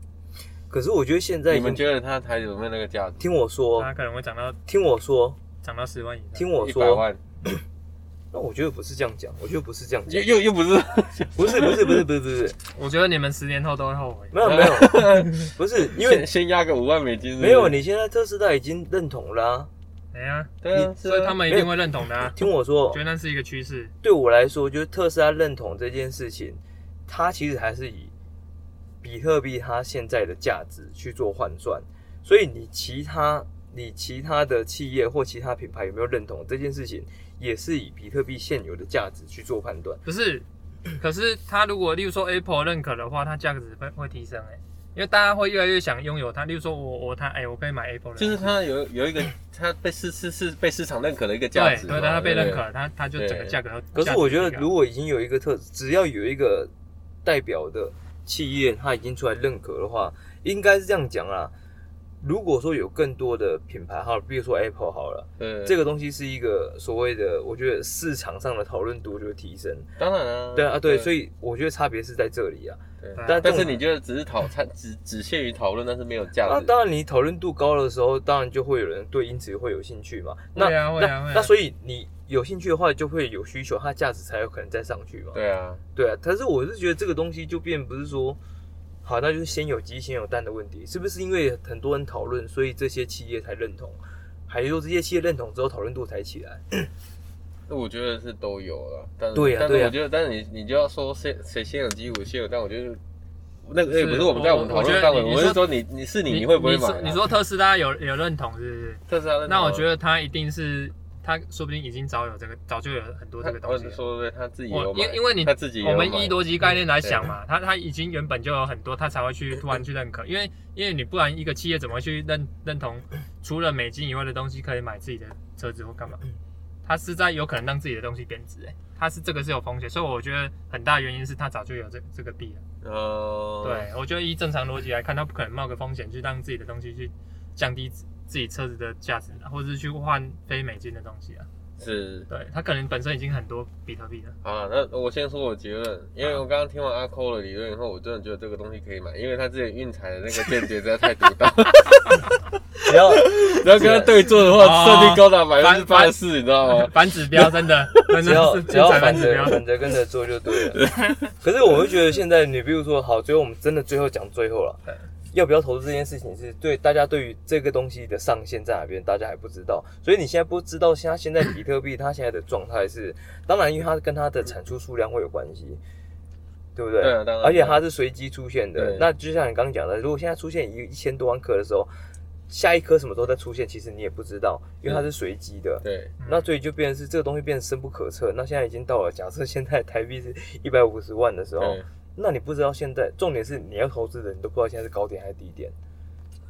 Speaker 2: 可是我觉得现在
Speaker 3: 你
Speaker 2: 已
Speaker 3: 们
Speaker 2: 经
Speaker 3: 觉得它还有没有那个价值？
Speaker 2: 听我说，
Speaker 1: 它可能会涨到
Speaker 2: 听我说，
Speaker 1: 涨到十万以上。
Speaker 2: 哦听我
Speaker 3: 一百
Speaker 2: 说。
Speaker 3: 万，
Speaker 2: 那我觉得不是这样讲，我觉得不是这样
Speaker 3: 又
Speaker 2: 讲，
Speaker 3: 又又不是，
Speaker 2: 不是不是不是不是不是，
Speaker 1: 我觉得你们十年后都会后悔。
Speaker 2: 没有 没有，不是因为
Speaker 3: 先先压个五万美金是不是
Speaker 2: 没有，你现在特斯拉已经认同啦、
Speaker 1: 哎呀，
Speaker 3: 对啊，
Speaker 1: 所以他们一定会认同的啊。
Speaker 2: 听我说
Speaker 1: 我觉，得那是一个趋势。
Speaker 2: 对我来说，就是特斯拉认同这件事情，它其实还是以比特币它现在的价值去做换算。所以你其他你其他的企业或其他品牌有没有认同这件事情，也是以比特币现有的价值去做判断。
Speaker 1: 不是，可是它如果例如说 Apple 认可的话，它价值会会提升哎、因为大家会越来越想拥有它。例如说我我它，哎、我可以买 Apple 的，
Speaker 3: 就是它有有一个，它被市市市被市场认可的一个价
Speaker 1: 对
Speaker 3: 值嘛，
Speaker 1: 对，它被
Speaker 3: 不
Speaker 1: 认可，了，它它就整个
Speaker 3: 对
Speaker 1: 价格要。
Speaker 2: 可
Speaker 1: 价
Speaker 2: 是
Speaker 1: 值
Speaker 2: 我觉得，
Speaker 1: 提高
Speaker 2: 如果已经有一个特质，只要有一个代表的企业，它已经出来认可的话，应该是这样讲啦。如果说有更多的品牌，好，比如说 Apple 好了，
Speaker 3: 对，
Speaker 2: 这
Speaker 3: 个
Speaker 2: 个东西是一个所谓的，我觉得市场上的讨论度就会提升。
Speaker 3: 当然啊，
Speaker 2: 对啊，对，所
Speaker 3: 以
Speaker 2: 以我觉得差别是在这里啊。
Speaker 1: 嗯但
Speaker 3: 但
Speaker 2: 这
Speaker 3: 是
Speaker 2: 种
Speaker 3: 你觉得只是讨参只只限于讨论，但是没有价
Speaker 2: 那
Speaker 3: 值，
Speaker 2: 啊当然，你讨论度高的时候，当然就会有人对因子会有兴趣嘛。那
Speaker 1: 会啊会啊会
Speaker 2: 那
Speaker 1: 啊
Speaker 2: 那所以你有兴趣的话，就会有需求，它价值才有可能再上去嘛。
Speaker 3: 对啊，
Speaker 2: 对啊，但是我是觉得这个东西就变不是说，好，那就是先有鸡先有蛋的问题，是不是因为很多人讨论，所以这些企业才认同，还是说这些企业认同之后讨论度才起来？
Speaker 3: 那我觉得是都有了，但是
Speaker 2: 对啊
Speaker 3: 但
Speaker 2: 对
Speaker 3: 是
Speaker 2: 啊
Speaker 3: 我觉得，但是你你就要说谁谁先有鸡，我先有蛋，我觉得那个那
Speaker 1: 是
Speaker 3: 个不是我们在
Speaker 1: 我
Speaker 3: 我们讨
Speaker 1: 我觉得
Speaker 3: 论范围，
Speaker 1: 你你
Speaker 3: 我是
Speaker 1: 说
Speaker 3: 说你你是你你会不会买
Speaker 1: 说
Speaker 3: 啊？
Speaker 1: 你说特斯拉有有认同是不是？
Speaker 3: 特斯拉的头啊，
Speaker 1: 那我觉得它一定是它说不定已经早有这个，早就有很多这个
Speaker 3: 他
Speaker 1: 东西
Speaker 3: 我
Speaker 1: 了。
Speaker 3: 说对他自己
Speaker 1: 我
Speaker 3: 有买，
Speaker 1: 因因为你
Speaker 3: 他自己也
Speaker 1: 我
Speaker 3: 有
Speaker 1: 们
Speaker 3: 买
Speaker 1: 依逻辑概念来想嘛，它它已经原本就有很多，它才会去突然去认可，因为因为你不然一个企业怎么会去认认同除了美金以外的东西可以买自己的车子或干嘛？它是在有可能让自己的东西贬值、欸，它是这个是有风险，所以我觉得很大原因是它早就有这这个币了。
Speaker 3: 呃，
Speaker 1: 对，我觉得依正常逻辑来看，他不可能冒个风险去让自己的东西去降低自自己车子的价值，或者是去换非美金的东西啊。
Speaker 3: 是
Speaker 1: 对，他可能本身已经很多比特币了。
Speaker 3: 啊。那我先说我结论，因为我刚刚听完阿扣的理论以后，我真的觉得这个东西可以买，因为他之前运彩的那个见解实在太独 到，
Speaker 2: 只要
Speaker 3: 然后跟他对坐的
Speaker 1: 哦
Speaker 3: 话，设定高达百分之
Speaker 1: 翻
Speaker 3: 八十四，你知道吗？
Speaker 1: 反指标真 的，真
Speaker 2: 只要
Speaker 1: 的是
Speaker 2: 只要
Speaker 1: 正
Speaker 2: 反
Speaker 1: 反指
Speaker 2: 着
Speaker 1: 标。
Speaker 2: 反着跟着做就对了。可是我会觉得现在你比如说好，最后我们真的最后讲最后了
Speaker 1: 对，
Speaker 2: 要不要投资这件事情是对大家对于这个东西的上限在哪边，大家还不知道，所以你现在不知道现在现在比特币它现在的状态是，当然因为它跟它的产出数量会有关系，对不对？
Speaker 3: 对啊当然
Speaker 2: 而且它是随机出现的
Speaker 3: 对，
Speaker 2: 那就像你刚刚讲的，如果现在出现一一千多万颗的时候。下一颗什么时候再出现，其实你也不知道，因为它是随机的。
Speaker 3: 对，
Speaker 2: 那所以就变成是这个东西变得深不可测。那现在已经到了，假设现在台币是一百五十万的时候
Speaker 1: 哦
Speaker 3: 对，，
Speaker 2: 那你不知道现在，重点是你要投资的，你都不知道现在是高点还是低点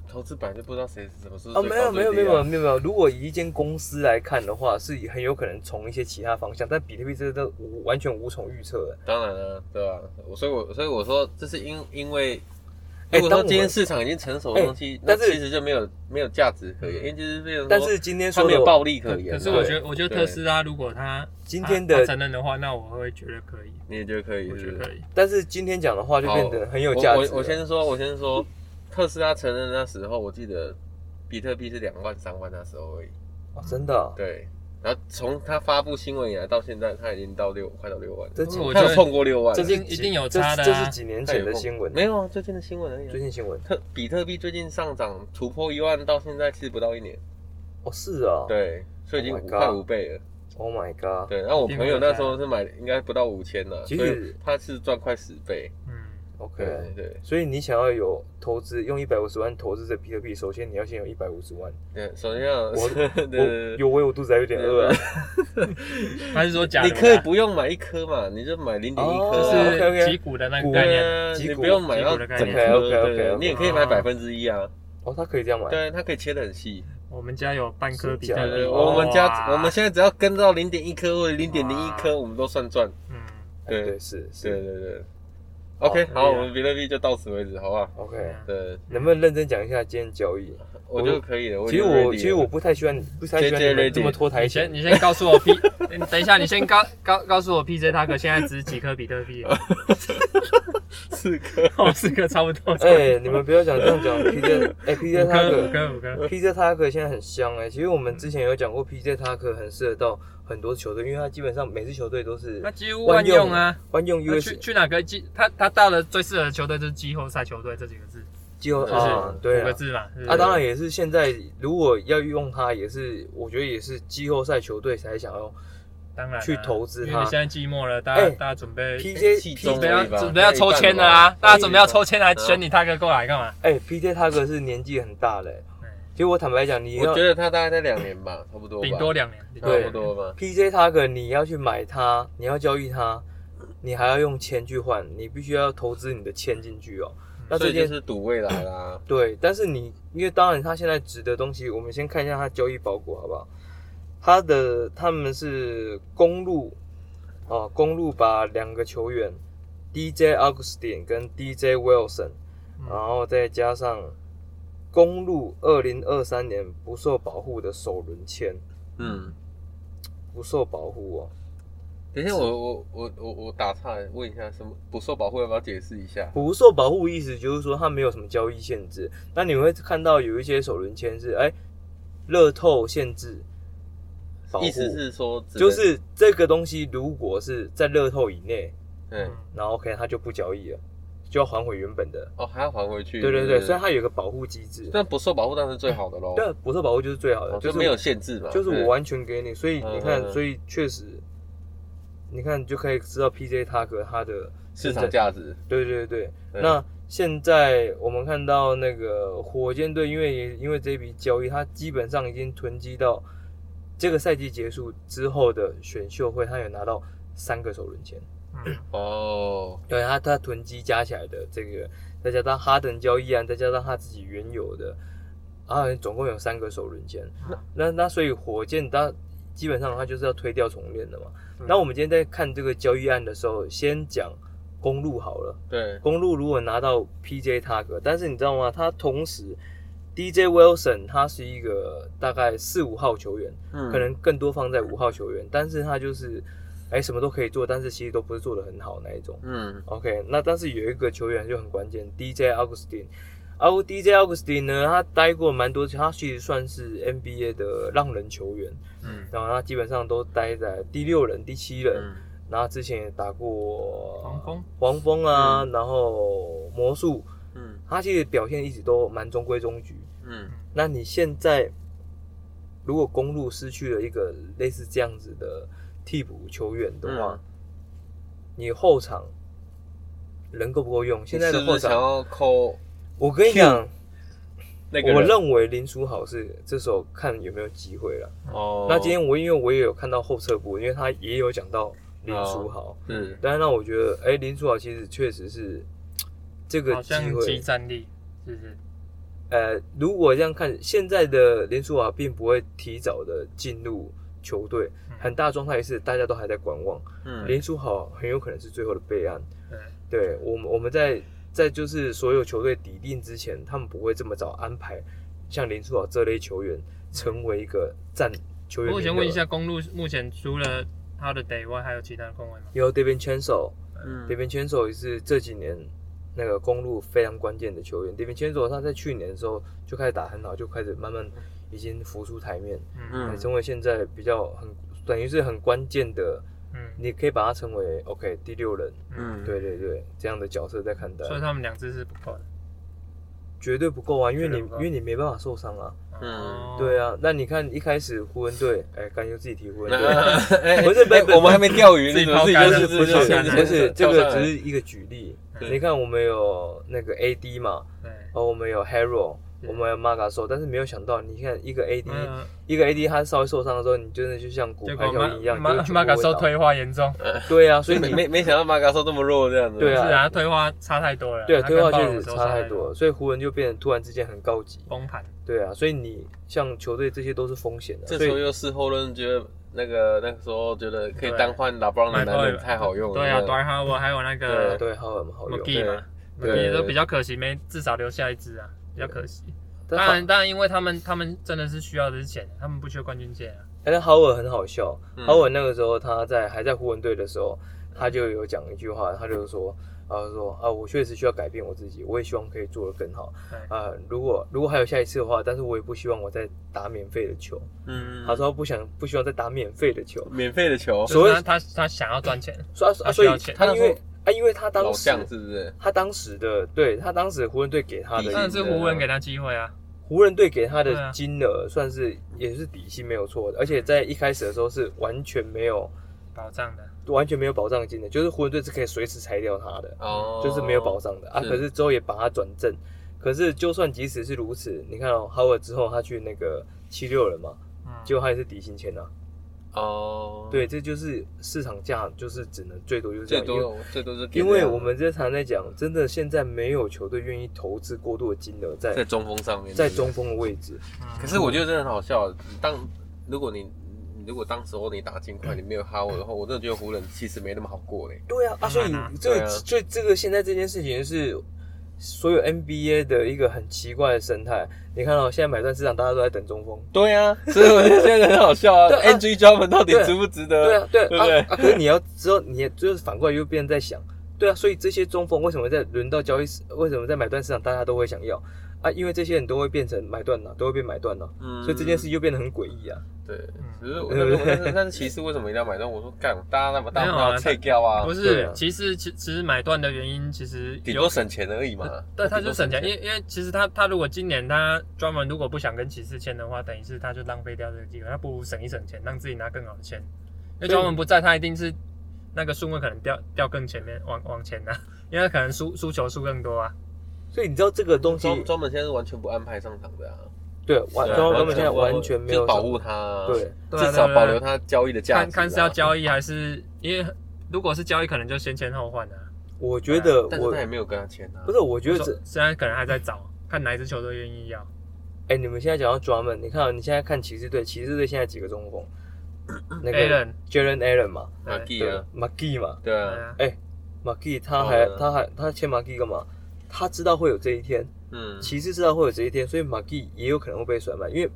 Speaker 3: 投资本来就不知道谁是什么是
Speaker 2: 啊？
Speaker 3: 最
Speaker 2: 没
Speaker 3: 高
Speaker 2: 有没有
Speaker 3: 最
Speaker 2: 没
Speaker 3: 低
Speaker 2: 有
Speaker 3: 啊。
Speaker 2: 没有没有，如果以一间公司来看的话，是很有可能从一些其他方向，但比特币这个都无完全无从预测的。
Speaker 3: 当然了，对吧？我所以我所以我说，这是因因为。
Speaker 2: 哎
Speaker 3: 如果说
Speaker 2: 当我哎
Speaker 3: 今天市场已经成熟的东西，那
Speaker 2: 但是嗯
Speaker 3: 其实就没有没有价值可言，因为就是变成说
Speaker 2: 但是今天
Speaker 3: 它
Speaker 2: 说
Speaker 3: 没
Speaker 2: 的
Speaker 3: 有，暴力可
Speaker 1: 可
Speaker 3: 言啊。
Speaker 1: 可是我
Speaker 2: 对
Speaker 1: 觉得，我觉得特斯拉如果他
Speaker 2: 今天
Speaker 3: 啊
Speaker 2: 的
Speaker 1: 承认的话，那我会觉得可以，
Speaker 3: 你也觉得可以，
Speaker 1: 我觉
Speaker 3: 是
Speaker 1: 得
Speaker 3: 不
Speaker 1: 可
Speaker 3: 是？
Speaker 1: 以。
Speaker 2: 但是今天讲的话就变得很有价值啊
Speaker 3: 我
Speaker 2: 了
Speaker 3: 我我先说，我先说，特斯拉承认那时候，我记得比特币是两万、三万那时候而已。
Speaker 2: 啊真的啊，
Speaker 3: 对，然后从它发布新闻以来到现在，它已经到六，快到六万了，
Speaker 2: 这几
Speaker 1: 我
Speaker 3: 它
Speaker 1: 觉
Speaker 3: 有
Speaker 1: 得
Speaker 3: 碰过六万了，
Speaker 1: 这
Speaker 2: 是
Speaker 1: 一定一定有
Speaker 2: 这
Speaker 1: 差
Speaker 2: 是
Speaker 1: 的
Speaker 2: 这
Speaker 1: 啊
Speaker 2: 是几年
Speaker 3: 它有
Speaker 2: 前的
Speaker 3: 碰
Speaker 2: 新闻，
Speaker 3: 没有啊，最近的新闻而已啊、
Speaker 2: 最近新闻
Speaker 3: 特比特币最近上涨突破一万，到现在其实不到一年，
Speaker 2: 哦是啊，
Speaker 3: 对，所以已经
Speaker 2: Oh my
Speaker 3: 五快
Speaker 2: God
Speaker 3: 五倍了。
Speaker 2: ，Oh my god，
Speaker 3: 对，然后我
Speaker 1: 一定会
Speaker 3: 朋友
Speaker 1: 有
Speaker 3: 那
Speaker 1: 差
Speaker 3: 时候是买应该不到五千了，
Speaker 2: 其
Speaker 3: 所以
Speaker 2: 实
Speaker 3: 他是赚快十倍。
Speaker 1: 嗯，
Speaker 2: o k
Speaker 3: 对对
Speaker 2: 所以你想要有投资，用一百五十万投资这比特币，首先你要先有一百五十万。
Speaker 3: 对，首先要
Speaker 2: 我
Speaker 3: 对对对
Speaker 2: 我有我有肚子还有点饿啊。
Speaker 1: 他是说假的
Speaker 3: 你
Speaker 1: 啦，
Speaker 3: 可以不用买一颗嘛，你就买零点一
Speaker 2: 哦
Speaker 3: 颗
Speaker 2: 不
Speaker 3: 啊，
Speaker 2: OK，OK
Speaker 1: 是几股的那个
Speaker 2: 股
Speaker 1: 概
Speaker 3: 对
Speaker 1: 念。
Speaker 3: 啊，
Speaker 2: 几
Speaker 3: 你
Speaker 2: 股
Speaker 3: 不用买到
Speaker 1: 几股的
Speaker 3: 整
Speaker 1: 概念
Speaker 3: 颗，
Speaker 2: ，OK，OK，OK，OK
Speaker 3: 对你也可以买
Speaker 1: 啊
Speaker 3: 百分之一啊，
Speaker 2: 哦，他可以这样买。
Speaker 3: 对，它可以切得很细。
Speaker 1: 我们家有半颗比
Speaker 2: 是假
Speaker 1: 特
Speaker 3: 对
Speaker 2: 的
Speaker 1: 币
Speaker 3: 对，，
Speaker 1: 哇
Speaker 3: 我们家我们现在只要跟到零点一颗或者零点零一颗，
Speaker 1: 哇
Speaker 3: 我们都算赚。
Speaker 1: 嗯，
Speaker 2: 哎
Speaker 3: 对
Speaker 2: 对是
Speaker 3: 对
Speaker 2: 是。
Speaker 3: 对对
Speaker 2: 好
Speaker 3: ，OK，
Speaker 1: 可以啊
Speaker 3: 好，我们比特币就到此为止，好不好？
Speaker 2: OK，
Speaker 3: 对，
Speaker 2: 能不能认真讲一下今天交易？
Speaker 3: 我就可以了。
Speaker 2: 其实
Speaker 3: 已经 ready
Speaker 2: 我
Speaker 3: 了
Speaker 2: 其实我不太喜欢不太喜欢你
Speaker 3: JJ
Speaker 2: 们这么拖台
Speaker 1: 你先
Speaker 2: 前。
Speaker 1: 你先告诉我 P，你 等一下，你先告告告诉我 PJ 他哥现在值几颗比特 币？
Speaker 3: 四颗，
Speaker 1: 哦，四颗差不多。
Speaker 2: 哎，你们不要讲这样 讲，PJ 哎 PJ
Speaker 1: 五
Speaker 2: 他
Speaker 1: 颗五
Speaker 2: 呃可
Speaker 1: 颗五颗，
Speaker 2: PJ 他可现在很香哎。其实我们之前有讲过，PJ 他可很适合到很多球队，因为他基本上每支球队都是
Speaker 1: 那几乎万用啊。
Speaker 2: 万用
Speaker 1: 那
Speaker 2: US
Speaker 1: 去去哪个季？他他到了最适合的球队就是季后赛球队这几个字，
Speaker 2: 季后
Speaker 3: 就是
Speaker 2: 啊，
Speaker 1: 哦五
Speaker 2: 对啊
Speaker 1: 个。字嘛。
Speaker 3: 嗯
Speaker 1: 是
Speaker 2: 啊，当然也是现在如果要用它，也是我觉得也是季后赛球队才想要。
Speaker 1: 当然啊
Speaker 2: 去投资它
Speaker 1: 因为你现在寂寞了，大家
Speaker 2: 哎
Speaker 1: 大家准备
Speaker 2: PJ
Speaker 3: 气哎
Speaker 1: 准
Speaker 2: PJ
Speaker 3: 中
Speaker 1: 备要
Speaker 3: 了吧
Speaker 1: 准备要抽签了啊！大家准备要抽签来
Speaker 2: 啊
Speaker 1: 选你他哥过来干嘛？
Speaker 2: 哎，PJ 他哥是年纪很大嘞、
Speaker 1: 嗯
Speaker 2: 其实我坦白讲， 你
Speaker 3: 我
Speaker 2: 要
Speaker 3: 觉得它大概在两年吧， 差不多吧，
Speaker 1: 顶多两年，顶
Speaker 3: 差
Speaker 1: 两
Speaker 3: 不
Speaker 1: 年
Speaker 3: 多吧。
Speaker 2: PJ 他哥你要去买它，你要交易它，你还要用钱去换，你必须要投资你的钱进去哦。
Speaker 1: 嗯
Speaker 2: 那
Speaker 3: 所
Speaker 2: 这
Speaker 3: 以就
Speaker 2: 件
Speaker 3: 是赌未来啦。
Speaker 2: 对，但是你因为当然它现在值的东西，我们先看一下它交易包裹好不好？它的他们是公路啊，公路把两个球员 DJ Augustin 跟 DJ Wilson，
Speaker 1: 嗯
Speaker 2: 然后再加上公路二零二三年不受保护的首轮签，
Speaker 3: 嗯，
Speaker 2: 不受保护哦，
Speaker 3: 等一下我我我我我打岔问一下，什么不受保护要不要解释一下？
Speaker 2: 不受保护意思就是说它没有什么交易限制。那你会看到有一些首轮签是哎，乐透限制。保护
Speaker 3: 意思是说只能，
Speaker 2: 就是这个东西，如果是在乐透以内，
Speaker 3: 对
Speaker 2: 然后 OK，它就不交易了，就要还回原本的。
Speaker 3: 哦，还要还回去。
Speaker 2: 对对对，所以它有一个保护机制。
Speaker 3: 但不受保护当然是最好的喽，
Speaker 2: 但不受保护就是最好的，
Speaker 3: 哦
Speaker 2: 就
Speaker 3: 就是没有嗯限制嘛，
Speaker 2: 就是
Speaker 3: 对
Speaker 2: 我完全给你，所以你
Speaker 3: 嗯嗯
Speaker 2: 看，
Speaker 3: 嗯
Speaker 2: 所以确实，你看你就可以知道 PJ 塔克他的
Speaker 3: 市场价值。嗯
Speaker 2: 对对对，
Speaker 3: 对
Speaker 2: 那现在我们看到那个火箭队，因为因为这笔交易，它基本上已经囤积到这个赛季结束之后的选秀会，他有拿到三个首轮签。
Speaker 1: 嗯
Speaker 3: 哦，
Speaker 2: 对他，他囤积加起来的这个，再加上哈登交易案，再加上他自己原有的，啊，总共有三个首轮签。那那所以火箭他基本上他就是要推掉重练的嘛。
Speaker 1: 对
Speaker 2: 那我们今天在看这个交易案的时候，先讲公路好了。
Speaker 3: 对，
Speaker 2: 公路如果拿到 PJ 塔克，但是你知道吗？他同时 DJ Wilson 他是一个大概四五号球员，
Speaker 3: 嗯
Speaker 2: 可能更多放在五号球员，但是他就是哎什么都可以做，但是其实都不是做的很好那一种。
Speaker 3: 嗯
Speaker 2: OK，那但是有一个球员就很关键，DJ Augustin。然后 DJ Augustin 呢，他待过蛮多，他其实算是 NBA 的浪人球员，
Speaker 3: 嗯
Speaker 2: 然后他基本上都待在第六人、第七人，
Speaker 3: 嗯
Speaker 2: 然后之前也打过
Speaker 1: 黄蜂、
Speaker 2: 黄蜂啊，然后魔术，
Speaker 3: 嗯
Speaker 2: 他其实表现一直都蛮中规中矩。
Speaker 3: 嗯
Speaker 2: 那你现在如果公路失去了一个类似这样子的替补球员的话，
Speaker 3: 嗯
Speaker 2: 你后场人够不够用？现在
Speaker 3: 你
Speaker 2: 的
Speaker 3: 是不
Speaker 2: 后
Speaker 3: 是
Speaker 2: 场，
Speaker 3: 想要抠
Speaker 2: 我跟你讲，
Speaker 3: 那个人
Speaker 2: 我认为林书豪是这时候看有没有机会了。
Speaker 3: 哦，
Speaker 2: 那今天我因为我也有看到后撤步，因为他也有讲到林书豪，
Speaker 3: 是
Speaker 2: 但是让我觉得，哎、林书豪其实确实是这个
Speaker 1: 嗯好
Speaker 2: 机
Speaker 1: 像
Speaker 2: 会
Speaker 1: 集战力，是不是？
Speaker 2: 呃，如果这样看，现在的林书豪并不会提早的进入球队，
Speaker 1: 嗯
Speaker 2: 很大状态是大家都还在观望，
Speaker 3: 嗯
Speaker 2: 林书豪很有可能是最后的备案。
Speaker 1: 对，
Speaker 2: 对我们，我们在在就是所有球队底定之前，他们不会这么早安排像林书豪这类球员成为一个战球员。
Speaker 1: 我想问一，下，公路目前除了 Holiday 外，还有其他的空位吗？
Speaker 2: 有 d a v i d c h a n c e l
Speaker 3: 嗯
Speaker 2: d a v i d c h a n c e l 也是这几年那个公路非常关键的球员。d a v i d c h a n c e l 他在去年的时候就开始打很好，就开始慢慢已经浮出台面。
Speaker 1: 嗯
Speaker 3: 嗯
Speaker 2: 成为现在比较很等于是很关键的，
Speaker 1: 嗯
Speaker 2: 你可以把它称为 OK 第六人，
Speaker 1: 嗯，
Speaker 2: 对对对，这样的角色在看待，
Speaker 1: 所以他们两只是不够的。
Speaker 2: 绝对不够啊，因为
Speaker 1: 绝
Speaker 2: 你
Speaker 1: 对不够
Speaker 2: 因为你没办法受伤啊，
Speaker 1: 哦
Speaker 2: 对，啊，那你看一开始湖人队，哎，感觉自己提湖人 队。
Speaker 3: 哎
Speaker 2: 不是不是不是
Speaker 3: 我们还没钓鱼，
Speaker 1: 自己
Speaker 3: 你怎么
Speaker 1: 抛
Speaker 3: 自己
Speaker 1: 竿
Speaker 2: 不
Speaker 1: 了
Speaker 2: 是
Speaker 3: 就
Speaker 2: 不
Speaker 3: 是
Speaker 2: 是
Speaker 1: 跳
Speaker 3: 就是
Speaker 1: 下
Speaker 3: 就
Speaker 1: 来
Speaker 2: 不 是，这
Speaker 3: 跳上
Speaker 2: 个
Speaker 3: 来嗯
Speaker 2: 只是一个举例。
Speaker 1: 对
Speaker 2: 你看，我们有那个 AD 嘛，
Speaker 1: 对，
Speaker 2: 然后我们有 Hero，
Speaker 1: 对
Speaker 3: 嗯
Speaker 2: 我们有 m a g a s o 但是没有想到，你看一个 AD，
Speaker 1: 嗯，
Speaker 2: 一个 AD 他稍微受伤的时候，你真的就像骨
Speaker 1: 结
Speaker 2: 牌
Speaker 1: 果
Speaker 2: 效应一样，
Speaker 1: 马
Speaker 2: 就
Speaker 1: 马
Speaker 2: 是
Speaker 1: 马
Speaker 2: 全
Speaker 1: 卡
Speaker 2: 部
Speaker 1: 受
Speaker 2: 会倒
Speaker 1: 退化严重，
Speaker 2: 对啊，所
Speaker 3: 所
Speaker 2: 以
Speaker 3: 以没
Speaker 2: 你
Speaker 3: 没没想到马嘎索这么弱这样子。
Speaker 2: 对
Speaker 1: 是
Speaker 2: 啊
Speaker 1: 啊，退化差太多了。
Speaker 2: 对，
Speaker 1: 他
Speaker 2: 对话
Speaker 1: 跟暴
Speaker 2: 确
Speaker 1: 龙
Speaker 2: 实
Speaker 1: 的时候
Speaker 2: 差太多，了，所以湖人就变得突然之间很高级。
Speaker 1: 崩盘。
Speaker 2: 对啊，所以你像球队这些都是风险的，
Speaker 3: 这
Speaker 2: 所
Speaker 3: 时候
Speaker 2: 以
Speaker 3: 又事后论，觉得那个那个时候觉得可以
Speaker 1: 对
Speaker 3: 单换拉布朗的男人太好用了。
Speaker 1: 对啊，
Speaker 3: 这样
Speaker 1: 短哈我还有那
Speaker 3: 呃
Speaker 1: 个
Speaker 2: 对好很好用。
Speaker 1: McGee 嘛
Speaker 3: 对
Speaker 1: 也
Speaker 3: 对
Speaker 1: 都比较可惜，没至少留下一只啊，比较可惜。当
Speaker 2: 但好
Speaker 1: 然，当然，因为他们他们真的是需要的是钱，他们不缺冠军戒啊。
Speaker 2: 哎但豪尔很好笑，
Speaker 3: 嗯
Speaker 2: 豪尔那个时候他在还在湖人队的时候，他就有讲一句话，他就说。然后说啊，我确实需要改变我自己，我也希望可以做得更好。
Speaker 1: 对，
Speaker 2: 啊，如果如果还有下一次的话，但是我也不希望我再打免费的球。
Speaker 3: 嗯，
Speaker 2: 他说不想不希望再打免费的球，
Speaker 3: 免费的球，
Speaker 2: 所以
Speaker 1: 就是他他他想要赚钱，
Speaker 2: 所以
Speaker 1: 他需
Speaker 2: 所以
Speaker 1: 要钱
Speaker 2: 他因
Speaker 3: 他那
Speaker 2: 为
Speaker 3: 时
Speaker 2: 啊，因为他当
Speaker 3: 老
Speaker 2: 时
Speaker 3: 将是不是？
Speaker 2: 他当时的对他当时湖人队给他
Speaker 3: 对
Speaker 1: 当然
Speaker 2: 的
Speaker 1: 是湖人给他机会啊。
Speaker 2: 湖人队给他
Speaker 1: 对啊
Speaker 2: 的金额算是也是底薪没有错的，而且在一开始的时候是完全没有
Speaker 1: 保障的，
Speaker 2: 完全没有保障金的，就是湖人队是可以随时裁掉他的，
Speaker 3: 哦，
Speaker 2: 就是没有保障的啊。
Speaker 3: 是
Speaker 2: 可是之后也把他转正，可是就算即使是如此，你看哦，哈维尔之后他去那个七六人嘛，
Speaker 1: 嗯，
Speaker 2: 结果他也是底薪签啊。
Speaker 3: 哦，
Speaker 2: 对，这就是市场价，就是只能最多就是这样。
Speaker 3: 最
Speaker 2: 因为
Speaker 3: 多最多是给
Speaker 2: 因为
Speaker 3: 那样
Speaker 2: 我们这常在讲，真的现在没有球队愿意投资过度的金额在
Speaker 3: 在中锋上面，
Speaker 2: 在
Speaker 3: 对不对
Speaker 2: 中锋的位置。
Speaker 1: 嗯
Speaker 3: 可是我觉得真的很好笑，当如果你你如果当时候你打金块，你没有哈沃的话，我真的觉得湖人其实没那么好过嘞。
Speaker 2: 对啊，啊，所以
Speaker 1: 当然啊
Speaker 2: 这个、
Speaker 3: 对啊
Speaker 2: 所以这个现在这件事情是所有 NBA 的一个很奇怪的生态。你看哦到、现在买断市场大家都在等中锋。
Speaker 3: 对啊，所以我觉得现在很好笑啊
Speaker 2: 对啊
Speaker 3: n g 专门到底
Speaker 2: 对啊
Speaker 3: 值不值得？
Speaker 2: 对啊，对
Speaker 3: 对
Speaker 2: 啊，
Speaker 3: 不对
Speaker 2: 啊啊！可是你要知道，你也就是反过来又变成在想，对啊，所以这些中锋为什么在轮到交易市，为什么在买断市场大家都会想要啊？因为这些人都会变成买断了、都会被买断了、
Speaker 3: 嗯
Speaker 2: 所以这件事就变得很诡异啊。
Speaker 3: 对，
Speaker 1: 嗯
Speaker 3: 只是我但是但是但是骑士为什么一定要买断？我说干，大家那么大
Speaker 1: 没有
Speaker 3: 不
Speaker 1: 啊
Speaker 3: 要退掉啊
Speaker 1: 不，
Speaker 2: 对
Speaker 1: 是
Speaker 2: 啊，
Speaker 1: 其实其其实买断的原因其实
Speaker 3: 顶
Speaker 1: 有
Speaker 3: 多，省钱而已嘛。
Speaker 1: 对，他就
Speaker 3: 顶多
Speaker 1: 省钱，因为因为其实他他如果今年他专门如果不想跟骑士签的话，等于是他就浪费掉这个机会，他不如省一省钱，让自己拿更好的签。因为专门不在，他一定是那个顺位可能掉掉更前面，往往前呐、啊 因为他可能输输球输更多啊。
Speaker 2: 所以你知道这个东西，
Speaker 3: 专专门现在是完全不安排上场的啊，
Speaker 2: 啊对，完，
Speaker 3: 对啊
Speaker 2: 然后
Speaker 3: 完
Speaker 2: 他
Speaker 3: 全
Speaker 2: 们现在
Speaker 3: 不
Speaker 2: 完全没
Speaker 3: 就
Speaker 2: 有
Speaker 3: 是保护他啊，
Speaker 2: 对，
Speaker 1: 对啊
Speaker 3: 至少
Speaker 1: 对啊
Speaker 3: 保留他交易的价值啊。
Speaker 1: 看看是要交易还是因为如果是交易，可能就先签后换啊。
Speaker 2: 我觉得
Speaker 3: 但
Speaker 2: 我
Speaker 3: 是他也没有跟他签啊。
Speaker 2: 不是，我觉得
Speaker 1: 我
Speaker 2: 这
Speaker 1: 说虽然可能还在找，看哪一支球队愿意要。
Speaker 2: 哎、你们现在讲到专门，你看、啊、你现在看骑士队，骑士队现在几个中锋？那个嗯
Speaker 1: Allen
Speaker 2: Jalen Allen 嘛，
Speaker 3: 马
Speaker 1: 对
Speaker 3: 季
Speaker 2: 对
Speaker 3: 啊
Speaker 2: 吧，，McGee 嘛
Speaker 3: 对
Speaker 1: 对
Speaker 3: 啊，
Speaker 1: 啊，
Speaker 2: ，McGee 他
Speaker 3: 哦
Speaker 2: 还
Speaker 3: 对
Speaker 2: 他还他签 McGee 干嘛？他知道会有这一天，
Speaker 3: 嗯，
Speaker 2: 骑士知道会有这一天，所以 McGee 也有可能会被甩卖，因为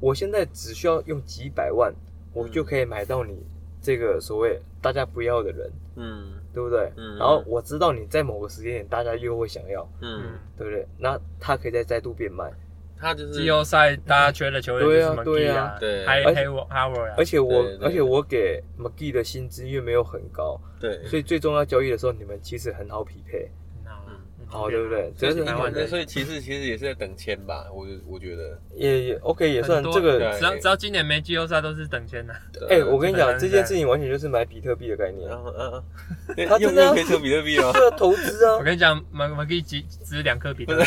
Speaker 2: 我现在只需要用几百万，
Speaker 3: 嗯
Speaker 2: 我就可以买到你这个所谓大家不要的人，
Speaker 3: 嗯
Speaker 2: 对不对？
Speaker 3: 嗯
Speaker 2: 然后我知道你在某个时间点大家又会想要，
Speaker 1: 嗯
Speaker 3: 嗯，，
Speaker 2: 对不对？那他可以再再度变卖。
Speaker 3: 他就是
Speaker 1: 季后赛大家缺的球员就是 m
Speaker 2: 对
Speaker 1: c
Speaker 2: 啊
Speaker 1: 啊，
Speaker 3: 对啊对
Speaker 1: 还
Speaker 2: 而
Speaker 1: 还有 Howard 啊
Speaker 2: 而，且我
Speaker 3: 对，对
Speaker 2: 而且我给 McGee 的薪资因为没有很高，
Speaker 3: 对，
Speaker 2: 所以最终要交易的时候，你们其实很好匹配，
Speaker 1: 很好啊
Speaker 3: 嗯
Speaker 1: 很
Speaker 2: 好
Speaker 1: 变
Speaker 2: 哦对不对？这
Speaker 3: 所以
Speaker 2: 是
Speaker 3: 你
Speaker 1: 台湾
Speaker 3: 看，
Speaker 1: 人
Speaker 3: 所以骑士其实也是在等签吧，我就我觉得。
Speaker 2: 也也 OK，也算
Speaker 1: 很多
Speaker 2: 这
Speaker 3: 对啊
Speaker 2: 个。
Speaker 1: 只要只要今年没季后赛都是等签啊的，
Speaker 2: 哎、我跟你讲，
Speaker 1: 基本上
Speaker 2: 这
Speaker 1: 是
Speaker 2: 件事情完全就是买比特币的概
Speaker 1: 哦
Speaker 2: 念，
Speaker 3: 嗯嗯嗯，
Speaker 2: 他
Speaker 3: 又
Speaker 2: 真
Speaker 3: 没
Speaker 2: 的
Speaker 3: 有
Speaker 2: 要
Speaker 3: 可以扯比特币吗？
Speaker 2: 这个投资 啊
Speaker 1: 我，跟你讲，马马可以只只两颗比特 币，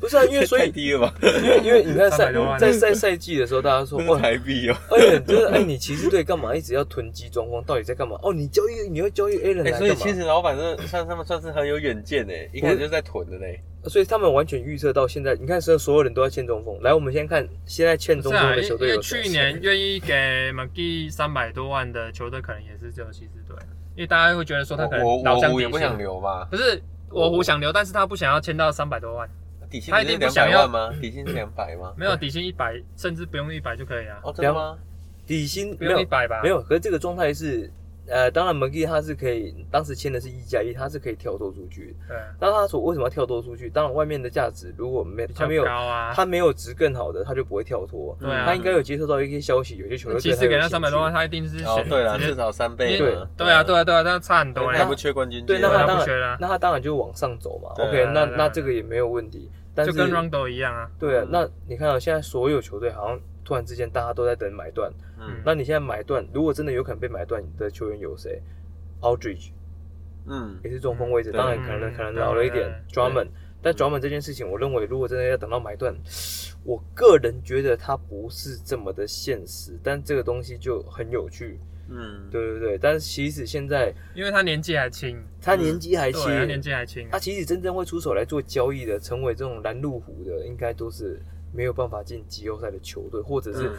Speaker 2: 不是啊，因为 所
Speaker 3: 太
Speaker 2: 以
Speaker 3: 低了吧？
Speaker 2: 因为因为你看赛
Speaker 1: 300多万
Speaker 2: 在赛赛季的时候，大家说
Speaker 3: 这
Speaker 2: 哇
Speaker 3: 是，台币哦。
Speaker 2: 哎、就是哎、你骑士队干嘛一直要囤积中锋？到底在干嘛？哦，你交易你要交易 a l a n
Speaker 3: 哎，
Speaker 2: 来
Speaker 3: 所以
Speaker 2: 干
Speaker 3: 其
Speaker 2: 嘛？
Speaker 3: 实老板真的算他们算是很有远见哎，一开始就在囤的嘞。
Speaker 2: 所以他们完全预测到现在，你看，所有所有人都在欠中锋。来，我们先看现在欠中
Speaker 1: 是
Speaker 2: 锋
Speaker 1: 啊，
Speaker 2: 的
Speaker 1: 因
Speaker 2: 球
Speaker 1: 因
Speaker 2: 队
Speaker 1: 为
Speaker 2: 有谁
Speaker 1: 去年愿意给 m c 三百多万的球队，可能也是只有骑士队，啊因为大家会觉得说他可能
Speaker 3: 我
Speaker 1: 老
Speaker 3: 我
Speaker 1: 将
Speaker 3: 我也
Speaker 1: 底
Speaker 3: 不想
Speaker 1: 薪，
Speaker 3: 留嘛，
Speaker 1: 不是我我想留，但是他不想要签到三百多万，
Speaker 3: 底薪
Speaker 1: 他
Speaker 3: 不
Speaker 1: 一
Speaker 3: 是
Speaker 1: 定
Speaker 3: 两
Speaker 1: 不想
Speaker 3: 百
Speaker 1: 要
Speaker 3: 万吗？底薪是两百吗？
Speaker 1: 没有底薪一百，甚至不用一百就可以啊，
Speaker 3: 哦，真的吗？
Speaker 2: 底薪
Speaker 1: 不
Speaker 2: 没有
Speaker 1: 用一百吧？
Speaker 2: 没有，可是这个状态是，呃，当然 m c g 他是可以，当时签的是一加一，他是可以跳脱出去。
Speaker 1: 对啊，
Speaker 2: 那他所为什么要跳脱出去？当然，外面的价值如果没
Speaker 1: 比
Speaker 2: 他
Speaker 1: 较
Speaker 2: 没有
Speaker 1: 高啊。
Speaker 2: 他没有值更好的，他就不会跳脱。
Speaker 1: 对啊
Speaker 2: 他应该有接收到一些消息，有些球队
Speaker 1: 骑士
Speaker 2: 对
Speaker 1: 给
Speaker 2: 有
Speaker 1: 他
Speaker 2: 兴
Speaker 1: 三百多万，
Speaker 2: 趣，
Speaker 1: 他一定是
Speaker 3: 哦
Speaker 1: 选，
Speaker 3: 对了，
Speaker 1: 直接
Speaker 3: 至少三倍
Speaker 1: 因为
Speaker 3: 嘛。
Speaker 1: 对啊，对啊，对啊，那差很多
Speaker 3: 他
Speaker 1: 嘞
Speaker 3: 不。缺冠军，
Speaker 2: 对那
Speaker 1: 他
Speaker 2: 他
Speaker 1: 啊不
Speaker 2: 当然
Speaker 1: 缺啦，
Speaker 2: 那他当然就往上走嘛。
Speaker 3: 对啊
Speaker 2: OK，那
Speaker 1: 对啊
Speaker 2: 那这个也没有问题。但
Speaker 1: 就是跟 Rondo 一样啊。
Speaker 2: 对啊，那你看啊，现在所有球队好像突然之间大家都在等买断。
Speaker 3: 嗯
Speaker 2: 那你现在买断，如果真的有可能被买断你的球员有谁？Aldridge，
Speaker 3: 嗯，
Speaker 2: 也是中锋位置，
Speaker 3: 对
Speaker 2: 当然可能
Speaker 1: 嗯
Speaker 2: 可能老了一点
Speaker 1: 对
Speaker 2: Drummond，但 Drummond 这件事情，我认为如果真的要等到买断，我个人觉得它不是这么的现实，但这个东西就很有趣，
Speaker 3: 嗯，
Speaker 2: 对对对。但是其实现在
Speaker 1: 因为他年纪还轻，
Speaker 2: 他年纪还轻，
Speaker 1: 嗯对，他年纪还轻啊
Speaker 2: 他。其实真正会出手来做交易的，成为这种拦路虎的，应该都是没有办法进季后赛的球队，或者
Speaker 1: 嗯
Speaker 2: 是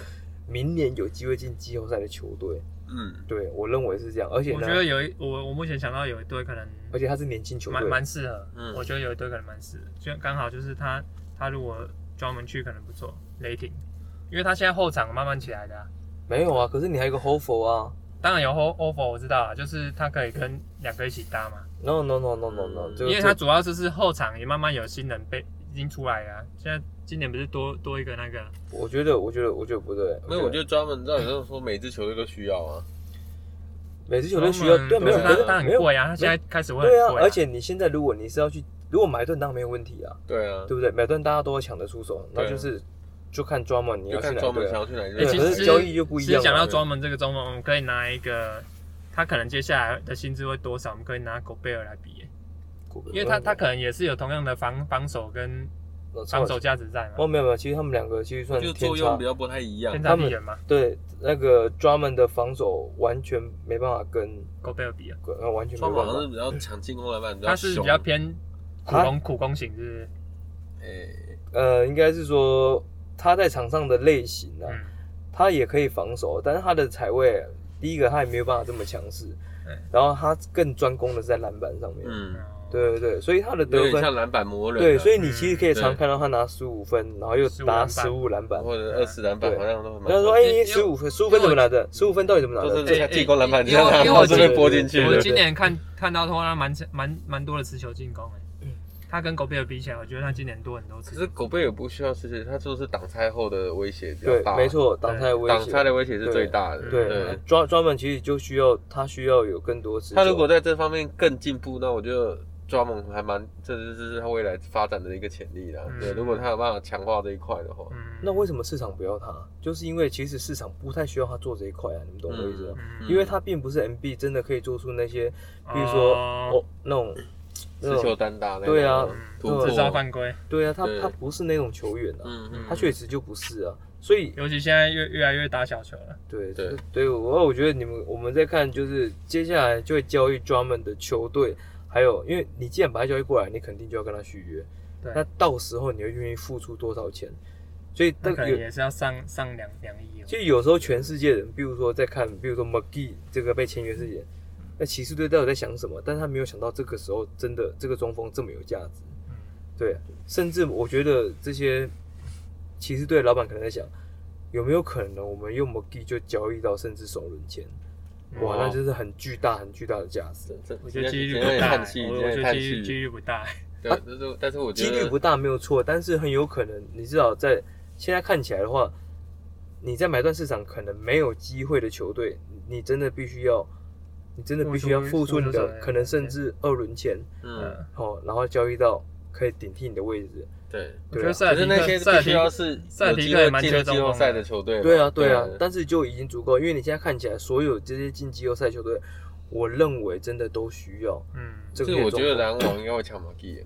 Speaker 2: 明年有机会进季后赛的球队。
Speaker 3: 嗯，
Speaker 2: 对我认为是这样，而且
Speaker 1: 我
Speaker 2: 呢
Speaker 1: 觉，得有一我我目前想到有一队可能
Speaker 2: 啊而且他是年轻球
Speaker 1: 蛮
Speaker 2: 队，
Speaker 1: 蛮适合
Speaker 3: 嗯，
Speaker 1: 我觉得有一队可能蛮适合，就刚好就是他他如果专门去可能不错，雷霆，因为他现在后场慢慢起来的啊。
Speaker 2: 没有啊。可是你还有一个 Hofo 啊。
Speaker 1: 当然有 o f f e r 我知道啊，就是他可以跟两个一起搭嘛，
Speaker 2: No no no no no no，这
Speaker 1: 嗯因
Speaker 2: 个
Speaker 1: 为他主要就是后场也慢慢有新人被已经出来了啊，现在今年不是多多一个那个
Speaker 2: 我觉得，我觉得，我觉得不对。
Speaker 3: 那我就专门照你这么说，每支球队都需要啊。
Speaker 2: 每支球队需要，
Speaker 1: 他
Speaker 2: 对，
Speaker 1: 们
Speaker 2: 没有，
Speaker 1: 可
Speaker 2: 可
Speaker 1: 是
Speaker 2: 是
Speaker 1: 他
Speaker 2: 没
Speaker 1: 很
Speaker 2: 有，
Speaker 1: 贵啊，他现在开始会很
Speaker 2: 对
Speaker 1: 贵、
Speaker 2: 啊。而且你现在，如果你是要去，如果买断当然没有问题啊，
Speaker 3: 对啊，
Speaker 2: 对不对？买断大家都要抢得出手，
Speaker 3: 对啊
Speaker 2: 那就是就看专门你
Speaker 3: 就
Speaker 2: 要去
Speaker 3: 看
Speaker 2: 哪
Speaker 3: 专门
Speaker 2: 队
Speaker 3: 想
Speaker 2: 啊。
Speaker 3: 要去哪一
Speaker 2: 对，
Speaker 1: 哎
Speaker 3: 队。
Speaker 1: 其
Speaker 2: 可
Speaker 1: 实
Speaker 2: 是交易又不一
Speaker 1: 其
Speaker 2: 样
Speaker 1: 实
Speaker 2: 啊。
Speaker 1: 讲到专门这个中锋，我们可以拿一个，他可能接下来的薪资会多
Speaker 2: 嗯
Speaker 1: 少，我们可以拿狗贝尔来比耶，因为他他可能也是有同样的防防守跟
Speaker 2: 呃
Speaker 1: 防
Speaker 2: 超
Speaker 1: 守价值在嘛
Speaker 2: 哦，，没有没有，其实他们两个其实算
Speaker 3: 就
Speaker 2: 天
Speaker 3: 作
Speaker 2: 差
Speaker 3: 用比。较不太一样
Speaker 1: 天。
Speaker 2: 他
Speaker 1: 差
Speaker 2: 们
Speaker 1: 地远嘛，
Speaker 2: 对，那个 Drummond 的防守完全没办法跟，
Speaker 1: 狗贝尔比啊，
Speaker 2: 呃，完全
Speaker 3: 川
Speaker 2: 没
Speaker 3: 普
Speaker 2: 办
Speaker 3: 好像是
Speaker 2: 法。
Speaker 3: 比较抢进攻篮板，比
Speaker 1: 他
Speaker 3: 较
Speaker 1: 是
Speaker 3: 凶
Speaker 1: 比较偏苦
Speaker 2: 啊
Speaker 1: 攻苦攻型，是
Speaker 3: 诶
Speaker 2: 呃，应该是说他在场上的类型
Speaker 1: 不
Speaker 2: 啊
Speaker 1: 是？，嗯，
Speaker 2: 他也可以防守，但是他的踩位，第一个他也没有办法这么强势
Speaker 1: 对，
Speaker 2: 然后他更专攻的是在篮板上面。
Speaker 3: 嗯，
Speaker 2: 对对对，所以他的
Speaker 3: 有
Speaker 2: 得
Speaker 3: 点
Speaker 2: 分，
Speaker 3: 像篮板魔人啊，
Speaker 2: 对，所以你
Speaker 1: 嗯
Speaker 2: 其实可以常
Speaker 3: 对
Speaker 2: 看到他拿十五分，然后又
Speaker 1: 15
Speaker 2: 拿
Speaker 1: 篮板
Speaker 2: 十五篮板。
Speaker 3: 或者二十篮板
Speaker 2: 对
Speaker 3: 好像都蛮。
Speaker 2: 然后说，哎，你十五分，十五分
Speaker 1: 因为我
Speaker 2: 怎么拿的？十五分到底怎么拿
Speaker 3: 都是
Speaker 2: 的？
Speaker 3: 这
Speaker 2: 对
Speaker 3: 样进攻篮板，
Speaker 1: 因为我
Speaker 3: 然
Speaker 1: 因为我
Speaker 3: 后这边拨进去
Speaker 1: 我
Speaker 3: 的。
Speaker 1: 今年看看到他蛮蛮蛮多的持球进攻诶、他跟狗贝尔比起来，我觉得他今年多很多
Speaker 3: 可
Speaker 1: 次。
Speaker 3: 是狗贝尔不需要失血，他就是挡拆后的威胁比较
Speaker 2: 对
Speaker 3: 大。，
Speaker 2: 没，错，挡拆的威
Speaker 3: 挡
Speaker 2: 胁
Speaker 3: 拆。的威胁是最大的。
Speaker 1: 对
Speaker 2: 对，专专门其实就需要他需要有更多持球。
Speaker 3: 他如果在这方面更进步，那我觉得抓猛还蛮，这这这是他未来发展的一个潜力啦。
Speaker 1: 嗯
Speaker 3: 对，如果他有办法强化这一块的话，
Speaker 1: 嗯，
Speaker 2: 那为什么市场不要他？就是因为其实市场不太需要他做这一块啊，你们懂我意思吗？
Speaker 1: 嗯
Speaker 2: 因为他并不是 MB 真的可以做出那些，比如说
Speaker 1: 哦
Speaker 2: 哦那种
Speaker 1: 嗯
Speaker 2: 那
Speaker 3: 持球
Speaker 2: 种
Speaker 3: 单打那种
Speaker 2: 对啊
Speaker 3: 突破
Speaker 1: 制造犯规，
Speaker 2: 对啊，他
Speaker 3: 对
Speaker 2: 他不是那种球员啊，
Speaker 3: 嗯嗯，
Speaker 2: 他确实就不是啊，所以
Speaker 1: 尤其现在越越来越打小球了。
Speaker 2: 对
Speaker 3: 对
Speaker 2: 对，我我觉得你们我们在看就是接下来就会交易专门的球队，还有因为你既然把他交易过来，你肯定就要跟他续约，
Speaker 1: 对，
Speaker 2: 那到时候你会愿意付出多少钱？所以
Speaker 1: 那
Speaker 2: 但
Speaker 1: 可能
Speaker 2: 有
Speaker 1: 也是要上上两两亿哦。
Speaker 2: 就有时候全世界人，比如说在看，比如说 McGee 这个被签约事件，那骑士队到底在想什么？但是他没有想到这个时候真的这个中锋这么有价值，
Speaker 1: 嗯
Speaker 2: 对，甚至我觉得这些骑士队的老板可能在想，有没有可能我们用 McGee 就交易到甚至首轮签？
Speaker 1: 嗯
Speaker 2: 哇，
Speaker 3: 哇
Speaker 2: 那真是很巨大很巨大的价值，
Speaker 3: 这
Speaker 1: 我觉得几率
Speaker 3: 有
Speaker 1: 不
Speaker 3: 点
Speaker 1: 大，
Speaker 3: 叹气，
Speaker 1: 我我
Speaker 3: 有
Speaker 1: 觉
Speaker 3: 点
Speaker 1: 得
Speaker 3: 叹
Speaker 1: 几率几
Speaker 3: 气。
Speaker 1: 率啊不大。
Speaker 3: 对，但是但是我觉
Speaker 2: 几
Speaker 3: 得
Speaker 2: 率不大没有错，但是很有可能，你至少在现在看起来的话，你在买断市场可能没有机会的球队，你你真的必须要，你真的必须要付
Speaker 1: 付出
Speaker 2: 出你
Speaker 1: 付出什
Speaker 2: 的
Speaker 1: 么
Speaker 2: 可能甚至二轮钱，
Speaker 3: 嗯，
Speaker 1: 嗯，
Speaker 2: 哦，然后交易到可以顶替你的位置。
Speaker 3: 对。
Speaker 1: 我觉
Speaker 2: 对啊
Speaker 1: 得塞
Speaker 3: 可
Speaker 1: 尔
Speaker 3: 是
Speaker 1: 提
Speaker 3: 那些
Speaker 1: 克塞
Speaker 3: 必
Speaker 1: 尔
Speaker 3: 须
Speaker 1: 提
Speaker 3: 要
Speaker 1: 克
Speaker 3: 是
Speaker 1: 塞
Speaker 3: 有
Speaker 1: 尔提
Speaker 3: 机
Speaker 1: 克也
Speaker 3: 会
Speaker 1: 蛮
Speaker 3: 进
Speaker 1: 缺
Speaker 3: 入
Speaker 1: 中
Speaker 3: 季后
Speaker 1: 锋
Speaker 3: 赛
Speaker 1: 的
Speaker 3: 的球队嘛。
Speaker 2: 对啊，对啊
Speaker 3: 对，
Speaker 2: 但是就已经足够，因为你现在看起来所有这些进季后赛球队，我认为真的都需要
Speaker 1: 嗯，
Speaker 2: 这个啊
Speaker 3: 是
Speaker 2: 月
Speaker 3: 我觉得
Speaker 2: 中锋
Speaker 3: 篮网应该会抢 m c g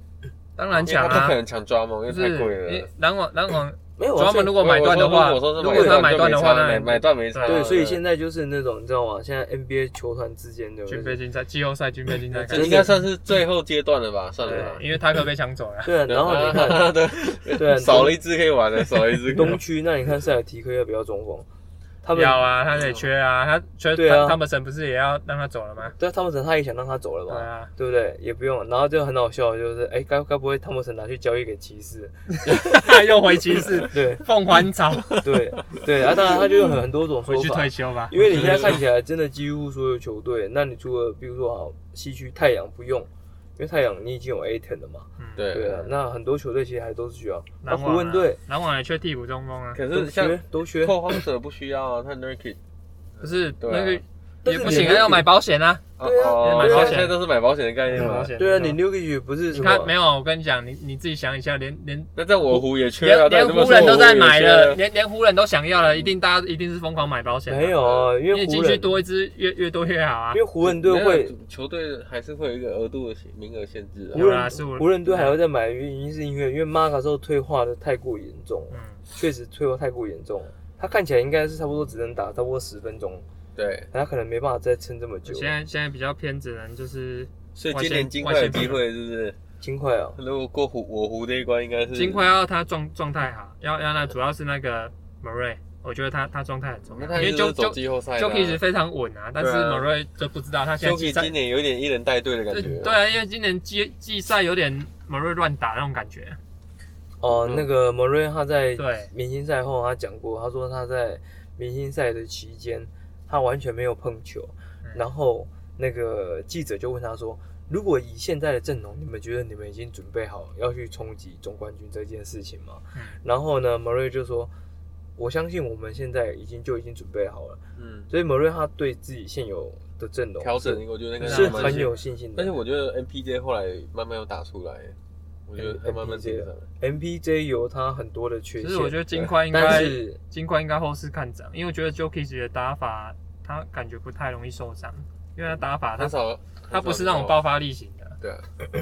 Speaker 1: 当然
Speaker 3: 因为
Speaker 1: 抢
Speaker 3: 他不
Speaker 1: 啊
Speaker 3: 可，能抢抓猛，因为
Speaker 1: 就
Speaker 3: 太
Speaker 1: 是
Speaker 3: 贵
Speaker 1: 诶
Speaker 3: 了。
Speaker 1: 篮网篮网
Speaker 2: 没有啊，
Speaker 1: 专
Speaker 2: 所
Speaker 1: 门
Speaker 2: 以
Speaker 1: 如果买断的话，
Speaker 3: 我说
Speaker 1: 如
Speaker 3: 如
Speaker 1: 果
Speaker 3: 果
Speaker 1: 他
Speaker 3: 他
Speaker 1: 买
Speaker 3: 买
Speaker 1: 断的
Speaker 3: 断的
Speaker 1: 话，
Speaker 3: 话，
Speaker 1: 当
Speaker 3: 那
Speaker 1: 然
Speaker 3: 买断没差。
Speaker 2: 对，所以
Speaker 3: 哦对
Speaker 2: 现在就是那种你知道吗？现在 NBA 球团之间的
Speaker 1: 军备竞赛、季后赛军备竞赛开
Speaker 3: 这
Speaker 1: 始，
Speaker 3: 应该算嗯是啊最后阶段了吧？算了吧
Speaker 1: 对，。因为塔克被抢走了，
Speaker 2: 对啊，然后你看，
Speaker 3: 对
Speaker 2: 对啊
Speaker 3: 少了一只可以玩的，少了一只。
Speaker 2: 东区，那你看塞尔提克要不要中锋？他们
Speaker 1: 要啊，他得缺
Speaker 3: 嗯
Speaker 1: 啊，他缺
Speaker 2: 对啊
Speaker 1: 汤汤姆森不是也要让他走了吗？
Speaker 2: 对啊，汤姆森他也想让他走了
Speaker 1: 对
Speaker 2: 嘛，
Speaker 1: 啊，
Speaker 2: 对不对？也不用，然后就很好笑，就是哎，该该不会汤姆森拿去交易给骑士？
Speaker 1: 又回骑士，
Speaker 2: 对
Speaker 1: 凤凰巢
Speaker 2: 对对啊，当然他就有很多种
Speaker 1: 回
Speaker 2: 说
Speaker 1: 去
Speaker 2: 法
Speaker 1: 退，休吧。
Speaker 2: 因为你现在看起来真的几乎所有球队，那你除了比如说好西区太阳不用，因为太阳你已经有 Aton 了嘛，
Speaker 1: 嗯，
Speaker 3: 对
Speaker 2: 对啊，那很多球队其实还都是需要，那
Speaker 1: 篮
Speaker 2: 湖
Speaker 1: 网
Speaker 2: 人
Speaker 1: 啊
Speaker 2: 队
Speaker 1: 篮网也缺替补中锋啊，
Speaker 3: 可
Speaker 2: 都
Speaker 3: 是像
Speaker 2: 缺都缺，
Speaker 3: 拓荒者不需要啊，他 Nurkic
Speaker 1: 可是
Speaker 3: 对啊
Speaker 1: 那个
Speaker 2: 但
Speaker 1: 也
Speaker 2: 是
Speaker 1: 不
Speaker 2: 你
Speaker 1: 行啊，
Speaker 2: Nurkic-
Speaker 1: 要买保险啊，
Speaker 3: 哦
Speaker 2: 对啊
Speaker 3: 哦
Speaker 1: 买保险
Speaker 3: 现在都是买保险的概念
Speaker 1: 买保
Speaker 3: 嘛。
Speaker 1: 险。
Speaker 2: 对啊，你 n u k i 不是什
Speaker 1: 你
Speaker 2: 么
Speaker 1: 看没有？我跟你讲，你你自己想一下，连连
Speaker 3: 那在我湖也缺啊，
Speaker 1: 连连
Speaker 3: 但是
Speaker 1: 湖人都在买了，
Speaker 3: 我湖也缺啊。
Speaker 1: 连连湖人都想要了，一定大家一定是疯狂买保险啊。
Speaker 2: 没有啊，因
Speaker 1: 因
Speaker 2: 为
Speaker 1: 为
Speaker 2: 湖
Speaker 1: 进去
Speaker 2: 人
Speaker 1: 多一支越越多越好啊
Speaker 2: 因为。湖人队会
Speaker 3: 没有球队还是会有一个额度的名额限制啊
Speaker 2: 湖
Speaker 1: 有。啦
Speaker 2: 人
Speaker 1: 是我
Speaker 2: 湖人队还要再买，原因是因为因为马卡时候退化的太过严重，
Speaker 1: 嗯，
Speaker 2: 确实退化太过严重了。他看起来应该是差不多只能打差不多十分钟，
Speaker 3: 对，
Speaker 2: 他可能没办法再撑这么久。
Speaker 1: 现在现在比较偏，只能就是
Speaker 3: 所以今年金块有机会是不是？
Speaker 2: 金块啊，
Speaker 3: 如果过湖我湖这一关应该是
Speaker 1: 金块。啊要他状状态好，要要那主要是那个 Murray，我觉得他他状态很重要，
Speaker 3: 那
Speaker 1: 因为
Speaker 3: 他就
Speaker 1: 就是就
Speaker 3: 走季后赛的啊。
Speaker 1: 就一直非常稳啊，但是
Speaker 3: 对啊
Speaker 1: Murray 就不知道他现在
Speaker 3: Jokic
Speaker 1: 季赛
Speaker 3: 今年啊有一点一人带队的感觉。
Speaker 1: 对啊，因为今年季季赛有点 Murray 乱打那种感觉，
Speaker 2: 哦、
Speaker 3: 嗯
Speaker 2: 那个莫瑞他在
Speaker 1: 对
Speaker 2: 明星赛后他讲过，他说他在明星赛的期间他完全没有碰球，
Speaker 1: 嗯
Speaker 2: 然后那个记者就问他说。如果以现在的阵容，你们觉得你们已经准备好要去冲击总冠军这件事情吗？
Speaker 1: 嗯
Speaker 2: 然后呢，莫瑞就说：“我相信我们现在已经就已经准备好了。
Speaker 3: 嗯”，
Speaker 2: 所以莫瑞他对自己现有的阵容
Speaker 3: 调整
Speaker 2: 是
Speaker 3: 一个，我觉得那个
Speaker 2: 是
Speaker 3: 还蛮
Speaker 2: 很有信心
Speaker 3: 但是
Speaker 2: 的。
Speaker 3: 我觉得 MPJ 后来慢慢又打出来，我觉
Speaker 2: 哎
Speaker 3: 得他慢慢接
Speaker 2: 啊
Speaker 3: 上来。
Speaker 2: MPJ 有他很多的缺
Speaker 1: 其
Speaker 2: 陷，
Speaker 1: 实我觉得金块应
Speaker 2: 但
Speaker 1: 该
Speaker 2: 是
Speaker 1: 金块应该后市看涨，因为我觉得 Jokic 的打法他感觉不太容易受伤，因为他打法
Speaker 3: 很
Speaker 1: 他
Speaker 3: 啊少，
Speaker 1: 他不是那种爆发力型的，
Speaker 3: 对啊，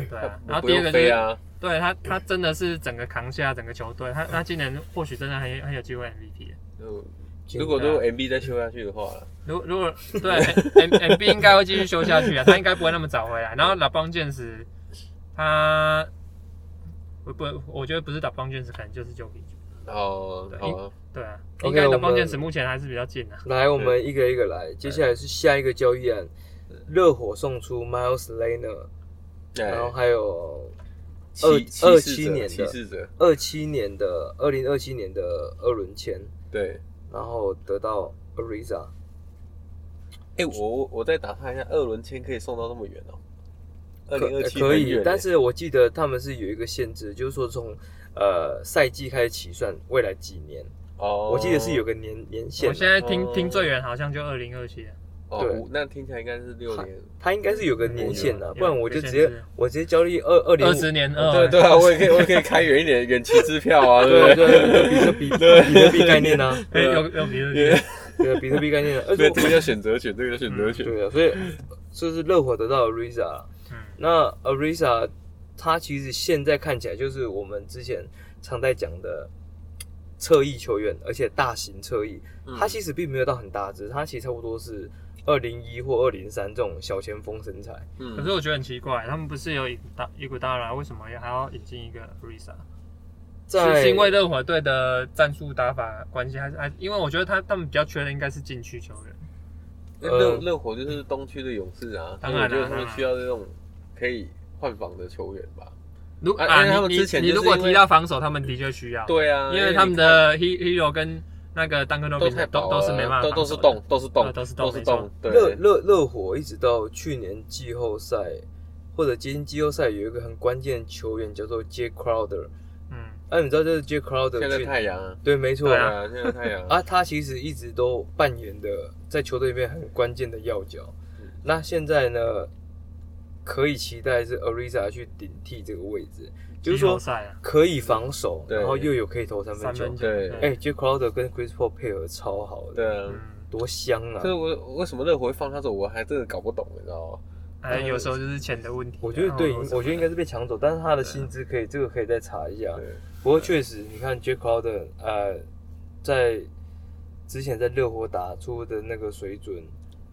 Speaker 1: 对啊。然后
Speaker 3: 不
Speaker 1: 第二
Speaker 3: 用
Speaker 1: 个就
Speaker 3: 飞
Speaker 1: 是，
Speaker 3: 啊，
Speaker 1: 对他他真的是整个扛下整个球队，他他今年或许真的很有很有机会 MVP 的。
Speaker 3: 就如果都 MB 再修下去的话啦，
Speaker 1: 如如果对 M M B 应该会继续修下去啊，他应该不会那么早回来。然后老邦健士，他不不，我觉得不是打邦健士，可能就是 j o k i
Speaker 3: 哦，
Speaker 1: 对
Speaker 3: 好啊，
Speaker 1: 对啊，
Speaker 2: OK，
Speaker 1: 应该打
Speaker 2: 我们
Speaker 1: 邦健士目前还是比较近的、啊。
Speaker 2: 来，我们一个一个来。接下来是下一个交易案，热火送出 Miles Laner，然后
Speaker 3: 哎，
Speaker 2: 还有
Speaker 3: 骑
Speaker 2: 二
Speaker 3: 骑士
Speaker 2: 二
Speaker 3: 者
Speaker 2: 七年的
Speaker 3: 骑士者，
Speaker 2: 二七年的二零二七年的二轮签，
Speaker 3: 对，
Speaker 2: 然后得到 Ariza。
Speaker 3: 哎，我我我再打探一下，二轮签可以送到那么远哦，二零二
Speaker 2: 可呃
Speaker 3: 七
Speaker 2: 可以，但是我记得他们是有一个限制，就是说从呃赛季开始起算，未来几年，
Speaker 3: 哦，
Speaker 2: 我记得是有个年年限啊
Speaker 1: 我
Speaker 2: 的，
Speaker 1: 现在听
Speaker 3: 哦
Speaker 1: 听最远好像就二零二七，
Speaker 3: 哦，
Speaker 2: 对
Speaker 3: 五那听起来应该是六年，
Speaker 2: 它应该是有个年限的，不然我就直接
Speaker 1: 有有有限制
Speaker 2: 我直接交易二二零
Speaker 1: 二十年二
Speaker 3: 对对啊，我也可以我也可以开远一点，远期支票啊，对
Speaker 2: 对
Speaker 3: 不对？
Speaker 2: 对，比特币比特币概念啊，
Speaker 1: 哎有有 比
Speaker 3: 因
Speaker 1: 这
Speaker 3: 为
Speaker 2: 对比特币概念啊，而
Speaker 3: 对
Speaker 2: 且
Speaker 3: 这个叫选择权，这个叫选择 权，
Speaker 2: 对啊，所以就是热火得到 Ariza，
Speaker 1: 嗯
Speaker 2: 那 Ariza 他其实现在看起来就是我们之前常在讲的侧翼球员，而且大型侧翼，
Speaker 3: 嗯
Speaker 2: 他其实并没有到很大只，他其实差不多是二零一或二零三这种小前锋身材。
Speaker 3: 嗯
Speaker 1: 可是我觉得很奇怪，他们不是有一大一股大来，为什么还要引进一个 Risa？
Speaker 2: 在
Speaker 1: 是是因为热火队的战术打法关系，还是还因为我觉得他他们比较缺的应该是禁区球员。
Speaker 3: 那热热火就是东区的勇士啊，
Speaker 1: 呃
Speaker 3: 所
Speaker 1: 嗯当
Speaker 3: 以我
Speaker 1: 然啦
Speaker 3: 觉得他们
Speaker 1: 当然
Speaker 3: 需要这种可以换防的球员吧。
Speaker 1: 如
Speaker 3: 啊
Speaker 1: 啊
Speaker 3: 因为他们
Speaker 1: 你
Speaker 3: 之前
Speaker 1: 你
Speaker 3: 就
Speaker 1: 你
Speaker 3: 是
Speaker 1: 如果
Speaker 3: 因为
Speaker 1: 提到防守，他们的确需要，，
Speaker 3: 对啊，
Speaker 1: 因为他们的 He Hero 跟那个丹克罗
Speaker 3: 都
Speaker 1: 宾
Speaker 3: 太
Speaker 1: 都
Speaker 3: 薄
Speaker 1: 都
Speaker 3: 了
Speaker 1: 是没办法防守
Speaker 3: 都
Speaker 1: 的，
Speaker 3: 都是洞，都是洞，
Speaker 1: 啊都是洞
Speaker 3: 都是洞。
Speaker 2: 热
Speaker 3: 对，
Speaker 2: 热热火一直到去年季后赛或者接近季后赛有一个很关键的球员叫做 J Crowder，
Speaker 1: 嗯，
Speaker 2: 那、你知道这是 J Crowder
Speaker 3: 现在
Speaker 2: 去
Speaker 3: 太阳啊，
Speaker 2: 对，没错
Speaker 1: 对啊
Speaker 3: 啊，现在太阳
Speaker 2: 啊，他其实一直都扮演的在球队里面很关键的要角
Speaker 3: 嗯。
Speaker 2: 那现在呢，可以期待是 Ariza 去顶替这个位置，就是
Speaker 1: 季后
Speaker 2: 说
Speaker 1: 赛啊，
Speaker 2: 可以防守，
Speaker 3: 对
Speaker 2: 然后又有可以投三分
Speaker 1: 三
Speaker 2: 球
Speaker 1: 分。球，
Speaker 3: 对
Speaker 2: 哎、j a Crowder 跟 Chris Paul 配合超好的，
Speaker 3: 对啊
Speaker 1: 嗯。，
Speaker 2: 多香啊
Speaker 3: 所！以我为什么热火会放他走，我还真的搞不懂，你知道吗？
Speaker 1: 哎，有时候就是钱的问题啊。
Speaker 2: 我觉得对，
Speaker 1: 或者什么
Speaker 2: 我觉得应该是被抢走，但是他的薪资可以，这个可以再查一下。
Speaker 3: 对，
Speaker 2: 不过确实，你看 J Crowder，呃，在之前在热火打出的那个水准，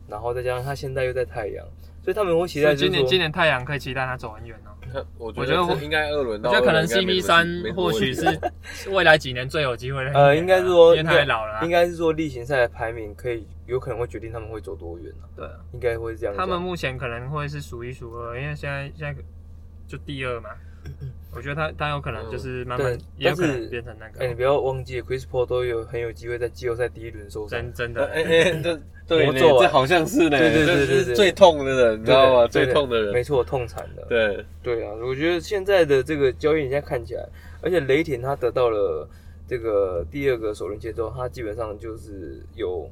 Speaker 2: 然后再加上他现在又在太阳，所以他们会期
Speaker 1: 所
Speaker 2: 待
Speaker 1: 以
Speaker 2: 就是
Speaker 1: 今年今
Speaker 2: 说，
Speaker 1: 年太阳可以期待他走很远哦。
Speaker 3: 他我觉
Speaker 1: 我觉得
Speaker 3: 得
Speaker 1: 我
Speaker 3: 这应该二轮
Speaker 1: 我
Speaker 3: 到
Speaker 1: 觉得可能
Speaker 3: 二轮应该
Speaker 1: CP
Speaker 3: 没什么
Speaker 1: 三或许
Speaker 3: 问题啊
Speaker 1: 是未来几年最有机会的一年啊。
Speaker 2: 呃，应该是说，
Speaker 1: 因为太老了啊，
Speaker 2: 应该是说例行赛的排名可以有可能会决定他们会走多远啊，
Speaker 1: 对啊。
Speaker 2: 应该会这样讲。
Speaker 1: 他们目前可能会是数一数二，因为现在现在就第二嘛。我觉得他他有可能就是慢慢
Speaker 2: 对，
Speaker 1: 也有可
Speaker 2: 但是
Speaker 1: 能变成那
Speaker 2: 哎、你
Speaker 1: 个
Speaker 2: 不要忘记，Chris Paul 都有很有机会在季后赛第一轮受伤。
Speaker 1: 真真
Speaker 3: 哎哎
Speaker 1: 的。
Speaker 3: 哎，这对
Speaker 2: 魔
Speaker 3: 呢，
Speaker 2: 咒啊
Speaker 3: 这好像是呢，
Speaker 2: 对对对对
Speaker 3: 这
Speaker 2: 对
Speaker 3: 是最痛的人，你知道吗？
Speaker 2: 对
Speaker 3: 最
Speaker 2: 的
Speaker 3: 痛的
Speaker 2: 没
Speaker 3: 人，
Speaker 2: 错，痛惨的。
Speaker 3: 对，
Speaker 2: 对啊，我觉得现在的这个交易，你现在看起来，而且雷霆他得到了这个第二个首轮签之后，他基本上就是有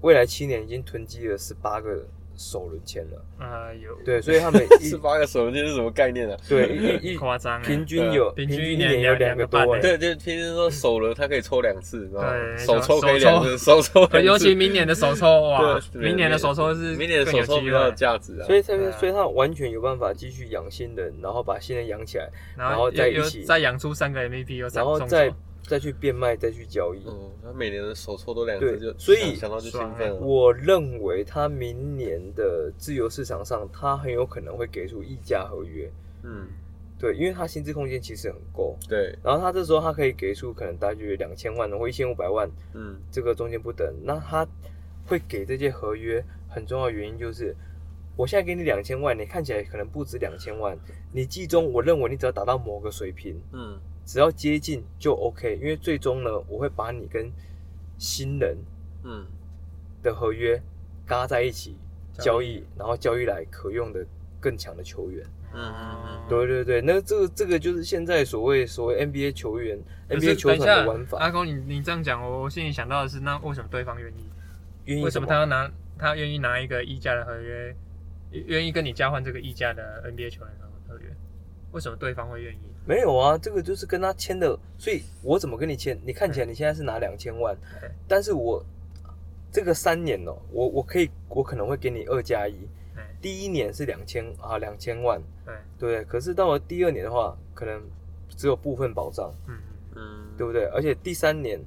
Speaker 2: 未来七年已经囤积了十八个首轮签了。
Speaker 1: 呃，有
Speaker 2: 对，所以他们
Speaker 3: 十
Speaker 2: 一
Speaker 3: 八个手轮签是什么概念啊？
Speaker 2: 对一一
Speaker 1: 夸张欸，
Speaker 2: 平均有
Speaker 1: 对
Speaker 2: 平
Speaker 1: 啊
Speaker 2: 均一
Speaker 1: 平均一年
Speaker 2: 有
Speaker 1: 两
Speaker 2: 两个
Speaker 1: 个
Speaker 2: 多
Speaker 1: 半
Speaker 2: 哎
Speaker 1: 欸
Speaker 3: 对，就平时说手轮它可以抽两次，你知道吗？
Speaker 1: 对
Speaker 3: 手抽可以
Speaker 1: 手抽呃
Speaker 3: 两次，手抽可以两次，
Speaker 1: 尤其明年的手抽哇
Speaker 3: 对，
Speaker 1: 明年的手抽是
Speaker 3: 明年的
Speaker 1: 更
Speaker 3: 手
Speaker 1: 有
Speaker 3: 抽
Speaker 1: 机
Speaker 3: 比较有
Speaker 1: 会，
Speaker 3: 价值啊。
Speaker 2: 所以他
Speaker 1: 对
Speaker 2: 们
Speaker 1: 啊
Speaker 2: 所以他完全有办法继续养新人，然后把新人养起来，
Speaker 1: 然
Speaker 2: 然后
Speaker 1: 后
Speaker 2: 再
Speaker 1: 又
Speaker 2: 一
Speaker 1: 又
Speaker 2: 起
Speaker 1: 再养出三个 MVP 又三
Speaker 2: 然后
Speaker 1: 中
Speaker 2: 再
Speaker 1: 手，
Speaker 2: 再去变卖，再去交易。
Speaker 3: 嗯，他每年的手抽都两次，
Speaker 2: 对
Speaker 3: 就
Speaker 2: 所以
Speaker 3: 想想到就兴奋了。
Speaker 2: 我认为他明年的自由市场上，他很有可能会给出溢价合约。
Speaker 3: 嗯，
Speaker 2: 对，因为他薪资空间其实很够，
Speaker 3: 对，
Speaker 2: 然后他这时候他可以给出可能大约两千万或一千五百万，
Speaker 3: 嗯，
Speaker 2: 这个中间不等。那他会给这些合约很重要的原因就是，我现在给你两千万，你看起来可能不止两千万，你季中我认为你只要达到某个水平，
Speaker 3: 嗯，
Speaker 2: 只要接近就 OK，因为最终呢，我会把你跟新人
Speaker 3: 嗯，
Speaker 2: 的合约搭在一起交
Speaker 1: 交
Speaker 2: 易，然后交易来可用的更强的球员。
Speaker 3: 嗯嗯嗯
Speaker 2: 对对对，那这个这个就是现在所谓所谓 NBA 球员
Speaker 1: 可是
Speaker 2: NBA 球
Speaker 1: 等一
Speaker 2: 团
Speaker 1: 下啊
Speaker 2: 的玩，法，
Speaker 1: 阿公，你你这样讲，我我心里想到的是，那为什么对方愿意？
Speaker 2: 原因
Speaker 1: 为
Speaker 2: 什
Speaker 1: 什
Speaker 2: 么
Speaker 1: 么他要拿他愿意拿一个溢价的合约，愿意跟你交换这个溢价的 NBA 球员合合约？为什么对方会愿意？
Speaker 2: 没有啊？这个就是跟他签的，所以我怎么跟你签？你看起来你现在是拿两千万
Speaker 1: 嗯，
Speaker 2: 但是我这个三年哦，我我可以我可能会给你二加一
Speaker 1: 嗯，
Speaker 2: 第一年是两千啊两千万，
Speaker 1: 对
Speaker 2: 对，可是到了第二年的话，可能只有部分保障，
Speaker 1: 嗯
Speaker 3: 嗯，
Speaker 2: 对不对？而且第三年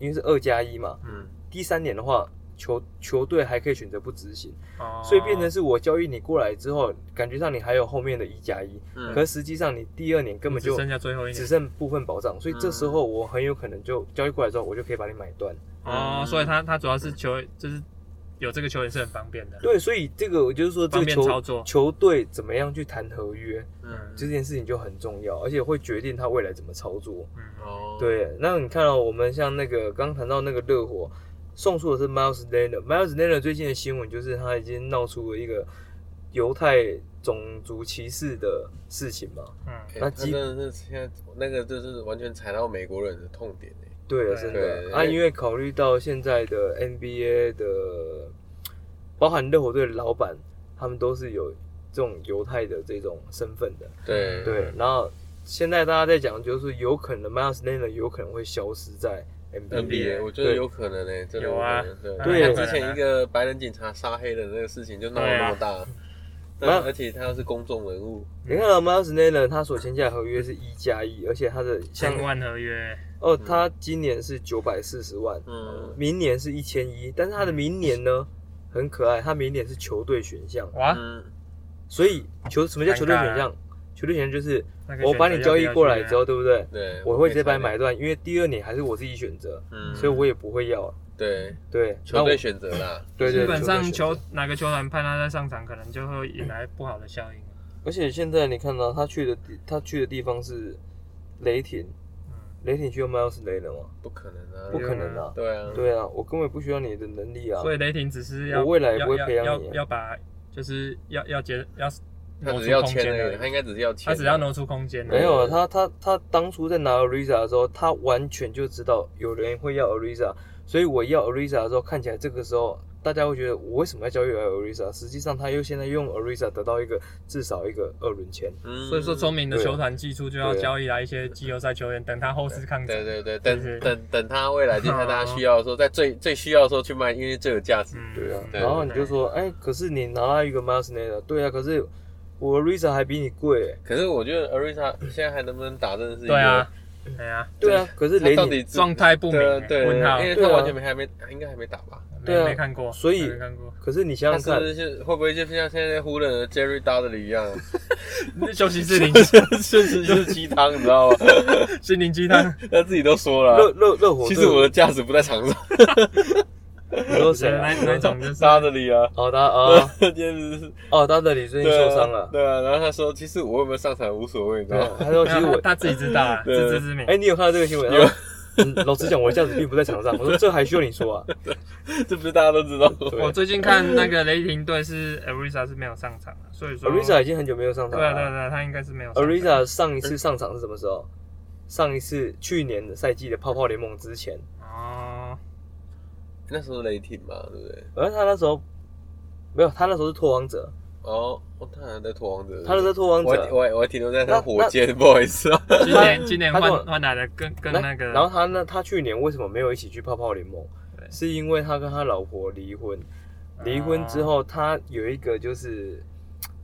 Speaker 2: 因为是二加一嘛，
Speaker 1: 嗯，
Speaker 2: 第三年的话，球球队还可以选择不执行，
Speaker 1: 哦，
Speaker 2: 所以变成是我交易你过来之后，感觉上你还有后面的一加一，
Speaker 3: 嗯
Speaker 2: 可实际上你第二年根本
Speaker 1: 只
Speaker 2: 就
Speaker 1: 剩下最后一嗯
Speaker 2: 只
Speaker 1: 年
Speaker 2: 剩部分保障，所以这时候我很有可能就交易过来之后，我就可以把你买断。
Speaker 1: 哦，
Speaker 3: 嗯
Speaker 1: 所以他他主要是球就是有这个球员是很方便的，
Speaker 2: 对，所以这个我就是说，这
Speaker 1: 方
Speaker 2: 个
Speaker 1: 便操
Speaker 2: 球
Speaker 1: 作，
Speaker 2: 球队怎么样去谈合约，
Speaker 3: 嗯
Speaker 2: 这件事情就很重要，而且会决定他未来怎么操作。
Speaker 1: 嗯，
Speaker 3: 哦，
Speaker 2: 对，那你看到、我们像那个刚谈到那个热火，送出的是 Miles Turner，Miles Turner 最近的新闻就是他已经闹出了一个犹太种族歧视的事情嘛。
Speaker 1: 嗯，
Speaker 3: 哎，
Speaker 2: 那
Speaker 3: 那
Speaker 2: 基
Speaker 3: 真的是现在那个就是完全踩到美国人的痛点哎，
Speaker 2: 对，
Speaker 1: 对
Speaker 2: 真的
Speaker 3: 对
Speaker 2: 啊，因为考虑到现在的 NBA 的，包含热火队的老板，他们都是有这种犹太的这种身份的。
Speaker 3: 对
Speaker 2: 对，，然后现在大家在讲，就是有可能 Miles t a n e r 有可能会消失在 NBA，,
Speaker 3: NBA，我觉得有可能呢、欸真的
Speaker 1: 有啊
Speaker 3: 可能
Speaker 2: 对
Speaker 3: 对，
Speaker 2: 有可能
Speaker 3: 像
Speaker 1: 啊
Speaker 3: 之前一个白人警察杀黑的那个事情就闹得
Speaker 1: 对啊
Speaker 3: 那么大，
Speaker 2: 然
Speaker 3: 但
Speaker 2: 后
Speaker 3: 而且他又是公众人物，
Speaker 2: 你看到 Miles t a n e r 他所签下的合约是一加一，而且他的像
Speaker 1: 千万合约，
Speaker 2: 哦，他今年是九百四十万，
Speaker 3: 嗯
Speaker 2: 明年是一千一，但是他的明年呢很可爱，他明年是球队选项，
Speaker 1: 哇，
Speaker 3: 嗯
Speaker 2: 所以球什么叫球队选
Speaker 1: 尴尬啊
Speaker 2: 项？球队选项就是
Speaker 1: 那个
Speaker 2: 我把
Speaker 1: 选
Speaker 2: 你
Speaker 1: 择要
Speaker 2: 交
Speaker 1: 不
Speaker 2: 易
Speaker 1: 要
Speaker 2: 过
Speaker 1: 去
Speaker 2: 来
Speaker 1: 啊
Speaker 2: 之后，，对不对？
Speaker 3: 对，
Speaker 2: 我会直
Speaker 3: 可
Speaker 2: 接
Speaker 3: 以
Speaker 2: 把
Speaker 3: 猜
Speaker 2: 你买断，因为第二年还是我自己选择，
Speaker 3: 嗯，
Speaker 2: 所以我也不会要。啊
Speaker 3: 对
Speaker 2: 对，
Speaker 3: 球队
Speaker 2: 那我
Speaker 3: 选择啦，
Speaker 2: 对对，
Speaker 1: 基本
Speaker 2: 队
Speaker 1: 上
Speaker 2: 选择
Speaker 1: 球哪个球员派他在上场，可能就会引来不好的效应。
Speaker 2: 而且现在你看到他去的地，他去的地方是雷霆，
Speaker 1: 嗯，
Speaker 2: 雷霆需要 Miles t a n e r 吗？
Speaker 3: 不可能啊，
Speaker 2: 不可能啊！
Speaker 3: 对啊，
Speaker 2: 对啊，我根本不需要你的能力啊。
Speaker 1: 所以雷霆只是要
Speaker 2: 我未来也
Speaker 1: 要
Speaker 2: 不会培养
Speaker 1: 要
Speaker 2: 你啊
Speaker 1: 要要把就是要要节要
Speaker 3: 他
Speaker 1: 挪
Speaker 3: 只
Speaker 1: 出
Speaker 3: 是要
Speaker 1: 空
Speaker 3: 签
Speaker 1: 间
Speaker 3: 而已，
Speaker 1: 而
Speaker 3: 他
Speaker 1: 已，
Speaker 3: 应该只是要签，啊
Speaker 1: 他只要挪出空间而已，
Speaker 2: 没有啊，他他他当初在拿 Ariza 的时候，他完全就知道有人会要 Ariza，所以我要 Ariza 的时候，看起来这个时候大家会觉得我为什么要交易 Ariza？实际上他又现在用 Ariza 得到一个至少一个二轮签，
Speaker 3: 嗯，
Speaker 1: 所以说聪明的
Speaker 2: 对啊
Speaker 1: 球团季初就要
Speaker 2: 对啊
Speaker 1: 交易来一些季后赛球员，等他后市抗
Speaker 3: 对
Speaker 1: 战。
Speaker 3: 对对，
Speaker 1: 就是
Speaker 3: 等等等他未来接下来大家需要的时候，在最最需要的时候去卖，因为最有价值。
Speaker 1: 嗯，
Speaker 2: 对啊。
Speaker 3: 对
Speaker 2: 然后你就说，哎，可是你拿到一个 Miles n a n 对啊，可是我 Ariza 还比你贵、欸，
Speaker 3: 可是我觉得 Arisa 现在还能不能打，真的是一个
Speaker 1: 对啊，对啊，
Speaker 2: 对啊，可是
Speaker 3: 他
Speaker 2: 雷
Speaker 3: 到
Speaker 2: 霆
Speaker 3: 底
Speaker 1: 状态不明
Speaker 3: 对
Speaker 1: 欸
Speaker 3: 对，
Speaker 1: 问号
Speaker 3: 因为
Speaker 2: 对
Speaker 3: 他
Speaker 2: 啊
Speaker 3: 完全没还没应该还没打吧？
Speaker 1: 没
Speaker 2: 对啊
Speaker 1: 没看过，
Speaker 2: 所以
Speaker 1: 没看过。
Speaker 2: 可是你想
Speaker 3: 他
Speaker 2: 想
Speaker 3: 是
Speaker 2: 看
Speaker 3: 不，是会不会就像现在湖人的 Jerry Dudley 一 样，
Speaker 1: 那休息室灵
Speaker 3: 就是就是鸡汤，你知 道吗？
Speaker 1: 心灵鸡汤，
Speaker 3: 他自己都说了
Speaker 2: 热
Speaker 3: 啊，
Speaker 2: 热热火队，
Speaker 3: 其实我的价值不在场上
Speaker 2: 你说谁啊？
Speaker 1: 哪哪种就是
Speaker 3: Dudley 啊，
Speaker 2: 哦，他啊，
Speaker 3: 今天只是
Speaker 2: 哦，他这里最近
Speaker 3: 对啊
Speaker 2: 受伤了。
Speaker 3: 对啊，然后他说，其实我有没有上场无所谓，你知
Speaker 2: 对
Speaker 3: 道
Speaker 2: 啊
Speaker 3: 吗？
Speaker 2: 他说：“其实
Speaker 1: 没有
Speaker 2: 我
Speaker 1: 他他自己知道 啊，
Speaker 3: 对
Speaker 1: 自知之明
Speaker 2: 哎、。你有看到这个新闻？
Speaker 3: 有
Speaker 2: 然后嗯老实讲，我的价值并不在场上。我说这还需要你说啊？
Speaker 3: 这不是大家都知道吗？
Speaker 2: 对
Speaker 1: 我最近看那个雷霆队是 Arisa 是没有上场的，所以说
Speaker 2: Ariza 已经很久没有上场
Speaker 1: 对啊对啊
Speaker 2: 了。
Speaker 1: 对啊，他应该是没有上场。
Speaker 2: Ariza 上一次上场是什么时候？上一次去年的赛季的泡泡联盟之前，
Speaker 1: 哦，
Speaker 3: 那时候雷霆嘛，对不对？
Speaker 2: 而他那时候没有，他那时候是拓荒者，
Speaker 3: 哦，哦他还在拓荒者，
Speaker 2: 他那时候拓荒
Speaker 3: 我还
Speaker 2: 者，
Speaker 3: 我还我还停留在
Speaker 2: 啊那
Speaker 3: 他火箭，不好意思啊。
Speaker 1: 今年今年
Speaker 2: 他
Speaker 1: 换
Speaker 2: 跟我
Speaker 1: 换来了更更
Speaker 2: 来
Speaker 1: 那个，
Speaker 2: 然后他那他去年为什么没有一起去泡泡联盟？
Speaker 1: 对
Speaker 2: 是因为他跟他老婆离婚，
Speaker 1: 啊
Speaker 2: 离婚之后他有一个就是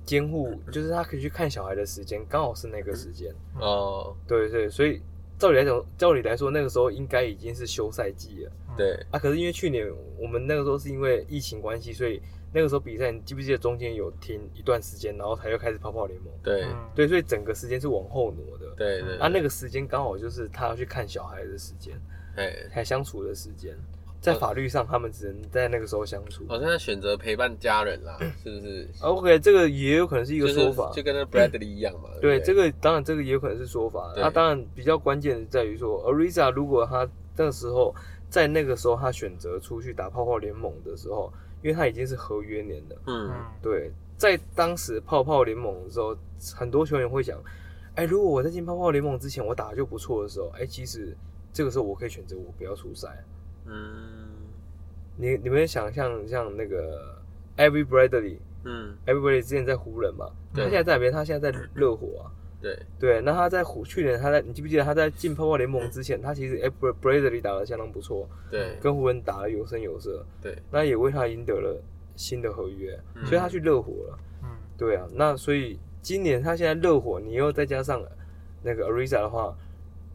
Speaker 2: 监护，就是他可以去看小孩的时间，刚好是那个时间。
Speaker 3: 哦，
Speaker 2: 对对，所以照理来讲，照理来说，那个时候应该已经是休赛季了
Speaker 1: 嗯，
Speaker 3: 对，
Speaker 2: 啊。可是因为去年我们那个时候是因为疫情关系，所以那个时候比赛，你记不记得中间有停一段时间，然后才又开始跑跑联盟？
Speaker 3: 对，
Speaker 1: 嗯
Speaker 2: 对，所以整个时间是往后挪的。
Speaker 3: 对对。
Speaker 2: 啊，那个时间刚好就是他要去看小孩的时间，
Speaker 3: 哎，
Speaker 2: 还相处的时间，在法律上他们只能在那个时候相处。
Speaker 3: 呃
Speaker 2: 啊
Speaker 3: 好像哦选择陪伴家人啦，是不是？
Speaker 2: OK，这个也有可嗯能是一
Speaker 3: 一
Speaker 2: 个说法。
Speaker 3: 就跟那 Bradley 一样嘛。
Speaker 2: 对，
Speaker 3: 不
Speaker 2: 这个当然这个也有可能是说法。
Speaker 3: 对
Speaker 2: 那、当然比较关键的在于说，Ariza 如果他那时候在那个时候他选择出去打泡泡联盟的时候，因为他已经是合约年了，
Speaker 3: 嗯，
Speaker 1: 嗯
Speaker 2: 对，在当时泡泡联盟的时候，很多球员会想，哎，如果我在进泡泡联盟之前我打得就不错的时候，哎，其实这个时候我可以选择我不要出赛。
Speaker 3: 嗯
Speaker 2: 你你们想象像那个 Every Bradley，Every
Speaker 3: 嗯，
Speaker 2: Bradley 之前在湖人嘛，他
Speaker 1: 对
Speaker 2: 现在在哪边？他现在在热火啊。
Speaker 3: 对，
Speaker 2: 对，那他在虎去年他在你记不记得他在进泡泡联盟之前，他其实 a p r i Bradley 打得相当不错，
Speaker 3: 对，
Speaker 2: 跟湖人打得有声有色，
Speaker 3: 对，
Speaker 2: 那也为他赢得了新的合约，
Speaker 3: 嗯
Speaker 2: 所以他去热火了。
Speaker 1: 嗯
Speaker 2: 对啊，那所以今年它现在热火，你又再加上那个 Ariza 的话，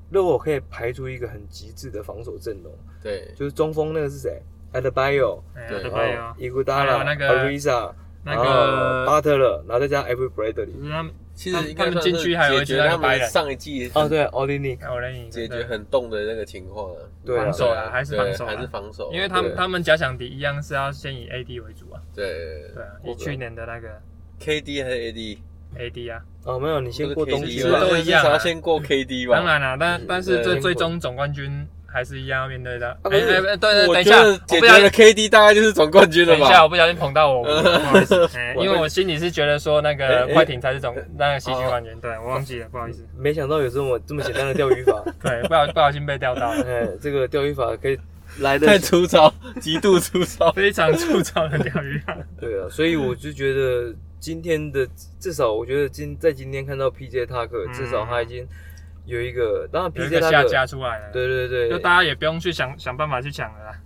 Speaker 2: 热火可以排出一个很极致的防守阵容，
Speaker 3: 对，
Speaker 2: 就是中锋那个是谁？Adebayo，
Speaker 1: 哎
Speaker 3: 对
Speaker 1: 对
Speaker 2: 然
Speaker 1: 吧？
Speaker 2: 后
Speaker 1: 呀，
Speaker 2: Iguodala，
Speaker 1: 还有那个
Speaker 2: Ariza，
Speaker 1: 那
Speaker 2: 然后
Speaker 1: 个
Speaker 2: Butler，然后再加 Avery Bradley。
Speaker 1: 就是他们
Speaker 3: 其实应
Speaker 1: 他
Speaker 3: 该
Speaker 1: 们
Speaker 3: 算是
Speaker 1: 禁区还有一
Speaker 3: 解
Speaker 1: 只
Speaker 3: 决
Speaker 1: 那个
Speaker 3: 他
Speaker 1: 白
Speaker 3: 们
Speaker 1: 人
Speaker 3: 上一季
Speaker 2: 哦，对，Oli n i
Speaker 1: 还有人影
Speaker 3: 解决很动的那个情况啊，
Speaker 2: 对啊
Speaker 1: 防守啊，还是防
Speaker 3: 对
Speaker 1: 守啊，
Speaker 3: 还是防守啊，
Speaker 1: 因为他们
Speaker 2: 对
Speaker 1: 他们假想敌一样是要先以 AD 为主啊，
Speaker 3: 对
Speaker 1: 对啊，
Speaker 2: 我
Speaker 1: 以
Speaker 2: 知道
Speaker 1: 去年的那个
Speaker 3: KD 还是 AD，
Speaker 1: AD 啊，
Speaker 2: 哦，没有，你先过冬
Speaker 1: 其
Speaker 2: 季
Speaker 1: 实
Speaker 2: 吧。
Speaker 1: 都一样啊嗯
Speaker 3: 想要先过 KD 吧。
Speaker 1: 当然啦、但但是
Speaker 3: 对
Speaker 1: 这最终总冠军还是一样要面对的。
Speaker 2: 啊不
Speaker 1: 哎
Speaker 2: 是
Speaker 1: 哎，哎对对，等
Speaker 3: 我
Speaker 1: 一
Speaker 3: 觉
Speaker 1: 下，
Speaker 3: 得
Speaker 1: 我
Speaker 3: 解
Speaker 1: 不
Speaker 3: 决
Speaker 1: 小心
Speaker 3: 了 KD 大概就是总冠军了
Speaker 1: 等一下，
Speaker 3: 吧
Speaker 1: 我？不小心捧到我，我不好意 思，哎因为我心里是觉得说那个
Speaker 2: 哎哎哦
Speaker 1: 快艇才是总那个西区冠军，对我忘记了，不好意 思，
Speaker 2: 没想到有这么这么简单的钓鱼法，
Speaker 1: 对，不小不小心被钓到了，
Speaker 2: 哎，这个钓鱼法可以来的
Speaker 3: 太粗糙，极度粗糙。
Speaker 1: 非常粗糙的钓鱼 啊，
Speaker 2: 对啊，所以我就觉得今天的至少，我觉得今在今天看到 PJ 塔克，
Speaker 1: 嗯
Speaker 2: 至少他已经有一个，当然
Speaker 1: 有一
Speaker 2: PJ
Speaker 1: 个
Speaker 2: 塔
Speaker 1: 下
Speaker 2: 克，
Speaker 1: 家出来了，
Speaker 2: 对对
Speaker 1: 就
Speaker 2: 对，
Speaker 1: 大家也不用去想想办法去抢了啦。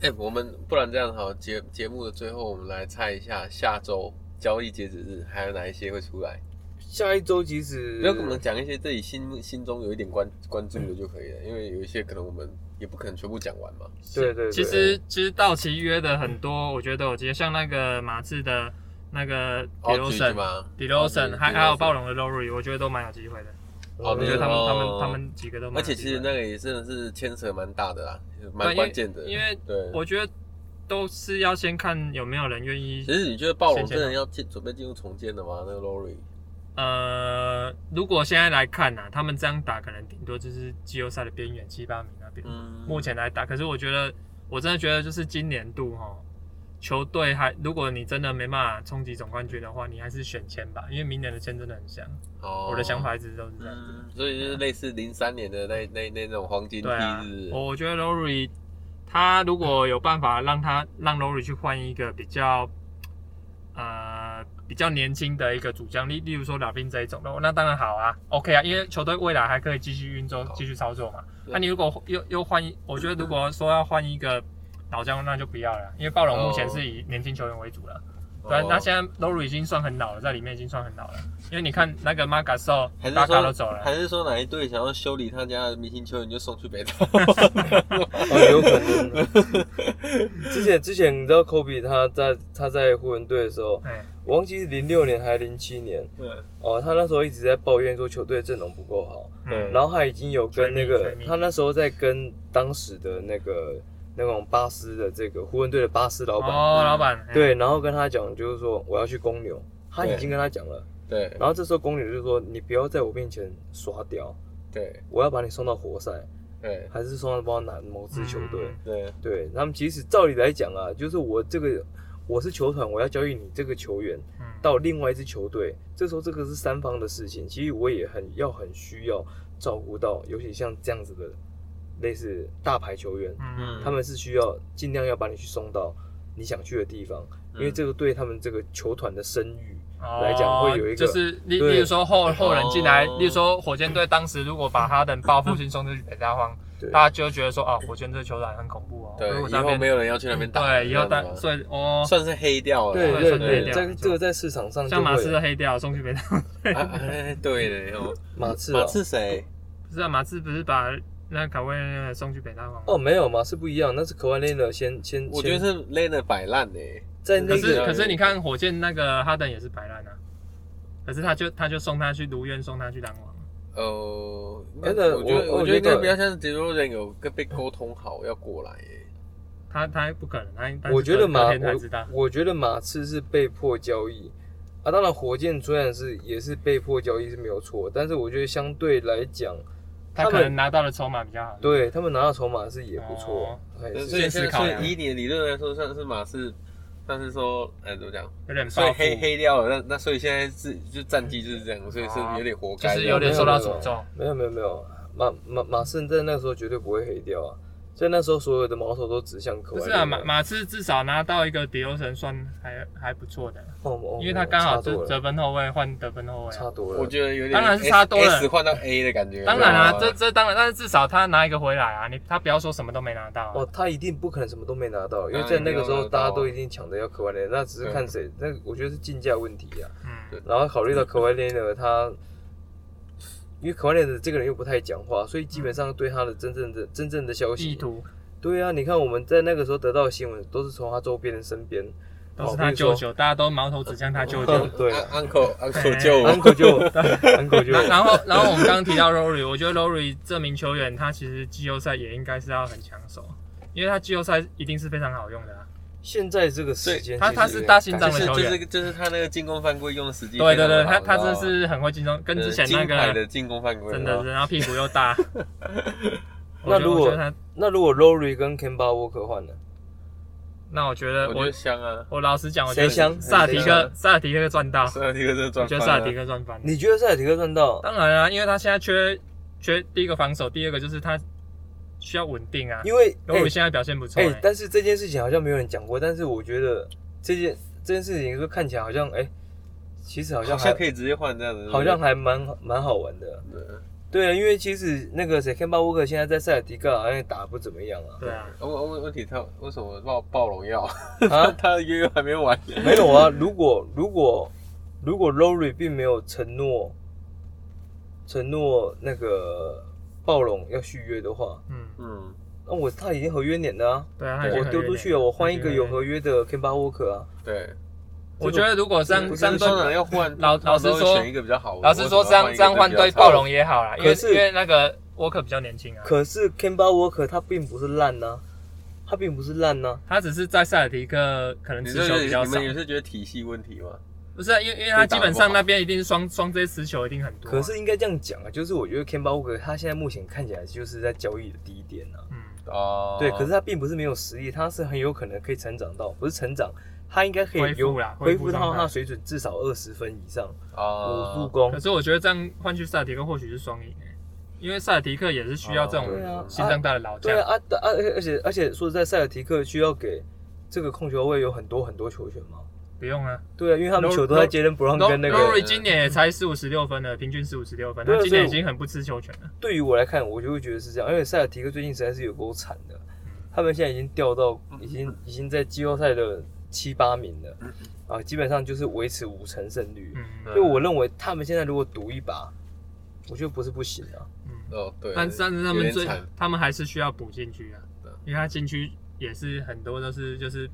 Speaker 3: 哎、我们不然这样好，节节目的最后，我们来猜一下下周交易截止日还有哪一些会出来？
Speaker 2: 下一周即使
Speaker 1: 嗯
Speaker 3: 不要跟我们讲一些自己心心中有一点关关注的就可以
Speaker 1: 嗯
Speaker 3: 了，因为有一些可能我们也不可能全部讲完嘛。
Speaker 2: 对对对，
Speaker 1: 其实其实到期约的很多，我觉得都有接，像那个马刺的那个迪
Speaker 3: 哦，
Speaker 1: 罗
Speaker 3: 自己
Speaker 1: 森、
Speaker 3: 吗？
Speaker 1: 迪罗森，
Speaker 3: 哦
Speaker 1: 还
Speaker 3: 对
Speaker 1: 还有暴龙的 Lowry，我觉得都蛮有机会的。
Speaker 2: 嗯
Speaker 3: 哦
Speaker 1: 我觉得他们
Speaker 3: 哦
Speaker 1: 他们他们几个都蛮有
Speaker 3: 而
Speaker 1: 机会
Speaker 3: 且
Speaker 1: 的，
Speaker 3: 其实那个也真的是牵扯蛮大的啦，
Speaker 1: 对
Speaker 3: 蛮
Speaker 1: 因为
Speaker 3: 关键的。
Speaker 1: 因为
Speaker 3: 对，
Speaker 1: 我觉得都是要先看有没有人愿意
Speaker 3: 其。实你觉得暴龙
Speaker 1: 先前
Speaker 3: 真的要进准备进入重建的吗？那个 Lowry
Speaker 1: 呃，如果现在来看呢、啊，他们这样打可能顶多就是季后赛的边缘七八名啊那边。
Speaker 3: 嗯
Speaker 1: 目前来打，可是我觉得我真的觉得就是今年度哈、球队还如果你真的没办法冲击总冠军的话，你还是选签吧，因为明年的签真的很香。
Speaker 3: 哦
Speaker 1: 我的想法一直都是这样子。
Speaker 3: 嗯，所以就是类似零三年的那那那那种黄金期
Speaker 1: 对啊
Speaker 3: 日，，
Speaker 1: 我我觉得 Lowry 他如果有办法让他让 Lowry 去换一个比较呃比较年轻的一个主将，例例如说老兵这一种的，那当然好啊，OK 啊，因为球队未来还可以继续运作、继续操作嘛。
Speaker 3: 对
Speaker 1: 那你如果又又换一，我觉得如果说要换一个老将，那就不要了，因为暴龙目前是以年轻球员为主了。
Speaker 3: 哦
Speaker 1: 对啊，那现在 Lowry 已经算很老了，在里面已经算很老了，因为你看那个 m a g a s o
Speaker 3: 还是
Speaker 1: 大家
Speaker 3: 说
Speaker 1: 都走了，
Speaker 3: 还是说哪一队想要修理他家的明星球员就送去 北岛？
Speaker 2: 哦有可能。之前之前你知道 Kobe 他在他在湖人队的时候，
Speaker 1: 哎，
Speaker 2: 我忘记是零六年还是零七年哦，他那时候一直在抱怨说球队阵容不够好，
Speaker 1: 嗯，
Speaker 2: 然后他已经有跟那
Speaker 1: 水
Speaker 2: 个
Speaker 1: 蜜水蜜
Speaker 2: 他那时候在跟当时的那个那种巴斯的这个湖人队的巴斯老板，
Speaker 1: 哦，老板，哎
Speaker 2: 对，然后跟他讲就是说我要去公牛，他已经跟他讲了，
Speaker 3: 对
Speaker 2: 然后这时候公牛就说你不要在我面前耍屌，
Speaker 3: 对
Speaker 2: 我要把你送到活塞，
Speaker 3: 对
Speaker 2: 还是送到帮哪某支球队？
Speaker 1: 嗯
Speaker 3: 对，
Speaker 2: 对他们其实照理来讲啊，就是我这个我是球团，我要交易你这个球员
Speaker 1: 嗯
Speaker 2: 到另外一支球队，这时候这个是三方的事情，其实我也很要很需要照顾到，尤其像这样子的类似大牌球员，
Speaker 1: 嗯
Speaker 2: 他们是需要尽量要把你去送到你想去的地方，
Speaker 1: 嗯
Speaker 2: 因
Speaker 3: 嗯
Speaker 2: 为这个对他们这个球团的声誉，来讲会有一个
Speaker 1: 哦就是例
Speaker 2: 对
Speaker 1: 例如说后后人进来，
Speaker 3: 哦
Speaker 1: 例如说火箭队当时如果把哈登报复性送出去给大荒，
Speaker 2: 对
Speaker 1: 大家就会觉得说啊，火箭这球团很恐怖哦，
Speaker 3: 对
Speaker 1: 如果，
Speaker 3: 以
Speaker 1: 在那
Speaker 3: 后
Speaker 1: 边
Speaker 3: 没有人要去那边打，
Speaker 1: 对，以后大
Speaker 3: 这样子吗
Speaker 1: 所以哦，
Speaker 3: 算是黑掉了，
Speaker 2: 对
Speaker 1: 对
Speaker 2: 对
Speaker 1: 算对
Speaker 2: 对，
Speaker 1: 对
Speaker 2: 这个
Speaker 1: 没错
Speaker 2: 这个在市场上就
Speaker 1: 像马
Speaker 2: 会
Speaker 1: 刺的黑掉送去北大，
Speaker 3: 啊哎对的哦，
Speaker 2: 马刺
Speaker 3: 马
Speaker 2: 啊
Speaker 3: 刺谁？
Speaker 1: 不是啊，马刺不是把那卡威勒送去北大荒吗？
Speaker 2: 哦，没有马刺不一样，那是 k a w h i Leonard 先先，
Speaker 3: 我觉得
Speaker 2: 先
Speaker 3: 是 l e n a 摆烂呢，
Speaker 2: 在
Speaker 1: 可
Speaker 2: 那
Speaker 1: 是
Speaker 2: 个
Speaker 1: 可是你看火箭那个哈登也是摆烂啊，可是他就他就送他去如愿送他去篮网，
Speaker 3: 呃，
Speaker 2: 真的
Speaker 3: 我觉得
Speaker 2: 我
Speaker 3: 我觉得应该
Speaker 2: 我觉得
Speaker 3: 比较像 d e r o n 有跟被沟通好要过来耶，
Speaker 1: 他他不可能，他他是
Speaker 2: 我觉得马
Speaker 1: 隔天才知道，
Speaker 2: 我，我觉得马刺是被迫交易啊。当然，火箭虽然是也是被迫交易是没有错，但是我觉得相对来讲，
Speaker 1: 他
Speaker 2: 他
Speaker 1: 可
Speaker 2: 们
Speaker 1: 能拿到的筹码比较好。
Speaker 2: 对他们拿到筹码是也不错
Speaker 1: 哦，
Speaker 2: 哎
Speaker 3: 对
Speaker 2: 是
Speaker 3: 所以
Speaker 1: 先
Speaker 3: 现
Speaker 1: 思
Speaker 3: 在
Speaker 1: 考
Speaker 3: 所
Speaker 1: 呀
Speaker 3: 以以你的理论来说，算是马刺，但是说，哎，怎么讲？
Speaker 1: 有点
Speaker 3: 所
Speaker 1: 报
Speaker 3: 以
Speaker 1: 复，
Speaker 3: 黑黑掉了，那那所以现在是就战绩就是这样，所以是有点活
Speaker 1: 哦就
Speaker 3: 该，
Speaker 1: 是有点受到诅
Speaker 2: 没
Speaker 1: 咒。
Speaker 2: 没有没有没有，马马马刺在那个时候绝对不会黑掉啊。所以那时候所有的矛头都指向科
Speaker 1: 不
Speaker 2: 怀
Speaker 1: 是
Speaker 2: 利嘛。
Speaker 1: 啊，马马刺至少拿到一个迪欧神算还还不错的，
Speaker 2: 哦，哦
Speaker 1: 因为他刚好
Speaker 2: 差多
Speaker 1: 折
Speaker 2: 了
Speaker 1: 折分后卫换得分后卫啊、
Speaker 2: 差多了。
Speaker 3: 我觉得有点
Speaker 1: 当然是差多了
Speaker 3: S- S 换到 A 的感觉。
Speaker 1: 当然啊，
Speaker 3: 你知
Speaker 1: 这
Speaker 3: 道吗
Speaker 1: 这当然，但是至少他拿一个回来啊，你他不要说什么都没拿到、啊
Speaker 2: 哦，，他一定不可能什么都没拿到，因为
Speaker 3: 当然
Speaker 2: 在那个时
Speaker 3: 没有
Speaker 2: 候
Speaker 3: 拿到啊
Speaker 2: 大家都一定抢着要科怀利，那只是看谁。那我觉得是竞价问题啊。
Speaker 1: 嗯，
Speaker 2: 然后考虑到科怀利呢，他因为科怀利的这个人又不太讲话，所以基本上对他的真正的真正的消
Speaker 1: 意
Speaker 2: 息，
Speaker 1: 图
Speaker 2: 对啊，你看我们在那个时候得到的新闻都是从他周边人身边，哦
Speaker 1: 都是他舅舅，大家都矛头指向他舅 舅。
Speaker 2: 对
Speaker 3: 啊 uncle
Speaker 1: 哎
Speaker 3: uncle 救我，
Speaker 2: ，uncle 就 uncle 就
Speaker 1: 然然后，然后我们刚刚提到 Rory，我觉得 Rory 这名球员他其实季后赛也应该是要很抢手，因为他季后赛一定是非常好用的、啊。
Speaker 2: 现在这个时间，
Speaker 1: 他
Speaker 2: 其实
Speaker 1: 他是大心脏
Speaker 3: 就
Speaker 1: 的
Speaker 3: 是
Speaker 1: 球
Speaker 3: 就
Speaker 1: 员
Speaker 3: 是就是他那个进攻犯规用的时机
Speaker 1: 对
Speaker 3: 非
Speaker 1: 对
Speaker 3: 常好。
Speaker 1: 对，他
Speaker 3: 你
Speaker 1: 他
Speaker 3: 知
Speaker 1: 真
Speaker 3: 道吗
Speaker 1: 是很会进攻，跟之前那
Speaker 3: 金牌
Speaker 1: 个
Speaker 3: 的进攻犯规，啊
Speaker 1: 真的是，然后屁股又 大。
Speaker 2: 那如果
Speaker 1: 我觉得我觉得他，
Speaker 2: 那如果 Rory 跟 Kemba Walker 换了，
Speaker 1: 那我觉得
Speaker 3: 我觉
Speaker 1: 我
Speaker 3: 得香啊，
Speaker 1: 我老实讲，我觉得
Speaker 2: 谁香
Speaker 1: 萨尔提
Speaker 2: 谁
Speaker 1: 克
Speaker 2: 香
Speaker 1: 萨尔提克赚 到，
Speaker 3: 塞尔提克这
Speaker 1: 我
Speaker 3: 转
Speaker 1: 觉得
Speaker 3: 翻了，
Speaker 1: 萨尔提克赚翻。
Speaker 2: 你觉得塞尔提克赚到？
Speaker 1: 当然啊，因为他现在缺缺第一个防守，第二个就是他需要稳定啊。
Speaker 2: 因为
Speaker 1: 罗
Speaker 2: 哎
Speaker 1: 鲁现在表现不错、
Speaker 2: 哎、
Speaker 1: 欸
Speaker 2: 但是这件事情好像没有人讲过，但是我觉得这件这件事情说看起来好像哎、其实好像
Speaker 3: 好
Speaker 2: 还
Speaker 3: 像可以直接换这样子，
Speaker 2: 好像还蛮蛮好玩的。对啊，因为其实那个谁 k e m b a Walker 现在在塞尔迪克好像也打不怎么样 啊。
Speaker 1: 对啊，
Speaker 3: 问呃问问题，他为什么暴暴龙要？
Speaker 2: 啊，
Speaker 3: 他的约约还没完，
Speaker 2: 没有啊。如果如果如果 Rory 并没有承诺承诺那个暴龙要续约的话，
Speaker 1: 嗯，
Speaker 3: 嗯，
Speaker 2: 那我他已经合约年了啊，
Speaker 1: 对啊，他已经
Speaker 2: 我
Speaker 1: 很
Speaker 2: 丢出去哦了，我换一个有合
Speaker 1: 约。
Speaker 2: 约的 k e m b a Walker 啊。
Speaker 3: 对，
Speaker 1: 我觉得如果
Speaker 2: 这
Speaker 1: 三
Speaker 2: 个
Speaker 1: 三
Speaker 3: 队
Speaker 1: 队，
Speaker 3: 要换，
Speaker 1: 老
Speaker 3: 他们都
Speaker 1: 老实说
Speaker 3: 选一个比较好的，
Speaker 1: 老实说，
Speaker 3: 为什么要
Speaker 1: 三
Speaker 3: 一个
Speaker 1: 三换对
Speaker 3: 比较差
Speaker 1: 暴
Speaker 3: 的
Speaker 1: 龙也好啦，因为
Speaker 2: 可是
Speaker 1: 因为那个沃克比较年轻啊，
Speaker 2: 可是 Kemba Walker 他并不是烂呐、他并不是烂啊呐、
Speaker 1: 他只是在塞尔提克可能
Speaker 3: 你
Speaker 1: 持球比
Speaker 3: 这
Speaker 1: 较
Speaker 3: 你
Speaker 1: 少
Speaker 3: 们，也是觉得体系问题吗？
Speaker 1: 不是啊、因为因为他基本上那边一定是双双 J 持球一定很多啊、
Speaker 2: 可是应该这样讲啊，就是我觉得 Kemba Walker 他现在目前看起来就是在交易的低点啊。
Speaker 1: 嗯，
Speaker 3: 哦，
Speaker 2: 对，可是他并不是没有实力，他是很有可能可以成长到，不是成长，他应该可
Speaker 1: 恢
Speaker 2: 以
Speaker 1: 复
Speaker 2: 有
Speaker 1: 啦恢
Speaker 2: 恢
Speaker 1: 复
Speaker 2: 复
Speaker 1: 状
Speaker 2: 到
Speaker 1: 态
Speaker 2: 他的水准至少二十分以上，
Speaker 3: 啊
Speaker 2: 五助攻
Speaker 1: 可。是我觉得这样换去塞尔提克或许是双赢、欸，因为塞尔提克也是需要这
Speaker 2: 对
Speaker 1: 种
Speaker 2: 啊
Speaker 1: 心脏大的老将
Speaker 2: 对。啊，啊啊，而且而且说实在，塞尔提克需要给这个控球位有很多很多球权吗？
Speaker 1: 不用啊
Speaker 2: 对啊，因为他们
Speaker 1: No-
Speaker 2: 球都在杰伦布朗
Speaker 1: r
Speaker 2: 跟那个
Speaker 1: Rory 今年也才十五十六分了，平均十五十六分，
Speaker 2: 对
Speaker 1: 他
Speaker 2: 啊
Speaker 1: 今年已
Speaker 2: 所以我
Speaker 1: 经很不吃球权了。
Speaker 2: 对于我来看，我就会觉得是这样，因为塞尔提克最近实在是有够惨的，他们现在已经掉到已经已经在季后赛的七八名了，啊，基本上就是维持五成胜率。
Speaker 1: 嗯
Speaker 3: 对啊
Speaker 2: 所以我认为他们现在如果赌一把，我觉得不是不行啊。
Speaker 1: 嗯，
Speaker 3: 哦，对，
Speaker 1: 但但是他们
Speaker 3: 有点
Speaker 1: 最
Speaker 3: 惨
Speaker 1: 他们还是需要补进去啊
Speaker 3: 对，
Speaker 1: 因为他禁区也是很多都是就是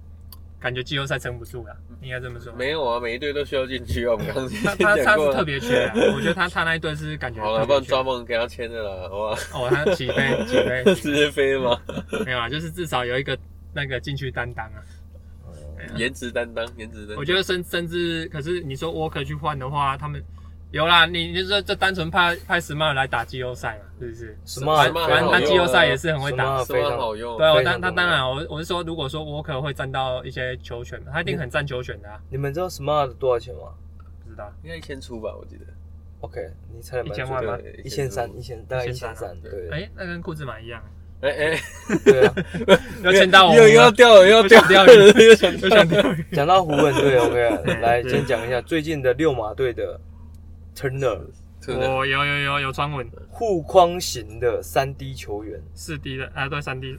Speaker 1: 感觉季后赛撑不住了，啊应该这么说。
Speaker 3: 嗯没有啊，每一队都需要进去啊，我们刚
Speaker 1: 他他
Speaker 3: 刚 已经
Speaker 1: 他
Speaker 3: 讲
Speaker 1: 是
Speaker 3: 过
Speaker 1: 特
Speaker 3: 了。
Speaker 1: 别缺啊，我觉得他他那一队是感觉
Speaker 3: 好了，
Speaker 1: 特
Speaker 3: 不
Speaker 1: 别
Speaker 3: 然
Speaker 1: 缺
Speaker 3: 抓。梦给他签的啦，好吧？
Speaker 1: 哦，他起飞起飞
Speaker 3: 直接飞吗？
Speaker 1: 没有啊，就是至少有一个那个禁区担当啊。
Speaker 3: 颜值担当，颜值担当。
Speaker 1: 我觉得甚甚至，可是你说沃克去换的话，他们有啦，你你这这单纯派派 smart 来打季后赛嘛，是不是？
Speaker 2: 什么啊
Speaker 3: 什么啊
Speaker 1: 反正他
Speaker 3: 好
Speaker 1: 季
Speaker 3: 用
Speaker 1: 后
Speaker 3: 啊
Speaker 1: 赛也是很会打。
Speaker 2: Smart
Speaker 3: 是蛮好用。
Speaker 1: 对啊，
Speaker 2: 非
Speaker 1: 但
Speaker 2: 常
Speaker 1: 他
Speaker 2: 重要
Speaker 1: 当然，我我是说，如果说沃克会占到一些球权，他一
Speaker 3: 嗯
Speaker 1: 定很占球权的啊，
Speaker 2: 你们知道 Smart 多少钱吗
Speaker 1: 不知道。
Speaker 3: 应该一千出吧，我记得。
Speaker 2: ？OK，你猜的蛮
Speaker 1: 1000
Speaker 2: 准
Speaker 1: 万吗
Speaker 2: 的，
Speaker 3: 对
Speaker 2: 一千三，一千大概一千
Speaker 1: 1300
Speaker 2: 三，啊对
Speaker 1: 哎，那跟裤子买一样，啊
Speaker 3: 哎哎，
Speaker 2: 对啊。
Speaker 1: 要签到我
Speaker 3: 又又要掉了，又要掉
Speaker 1: 掉
Speaker 3: 了，又想
Speaker 1: 就想钓鱼。
Speaker 2: 讲到湖人队，OK，来 啊
Speaker 1: 对
Speaker 2: 先讲一下最近的六马队的 Turner
Speaker 3: 真的
Speaker 1: 我哦有有有有传闻，
Speaker 2: 护框型的三 D 球员。
Speaker 1: 四 D 的啊，对，三 D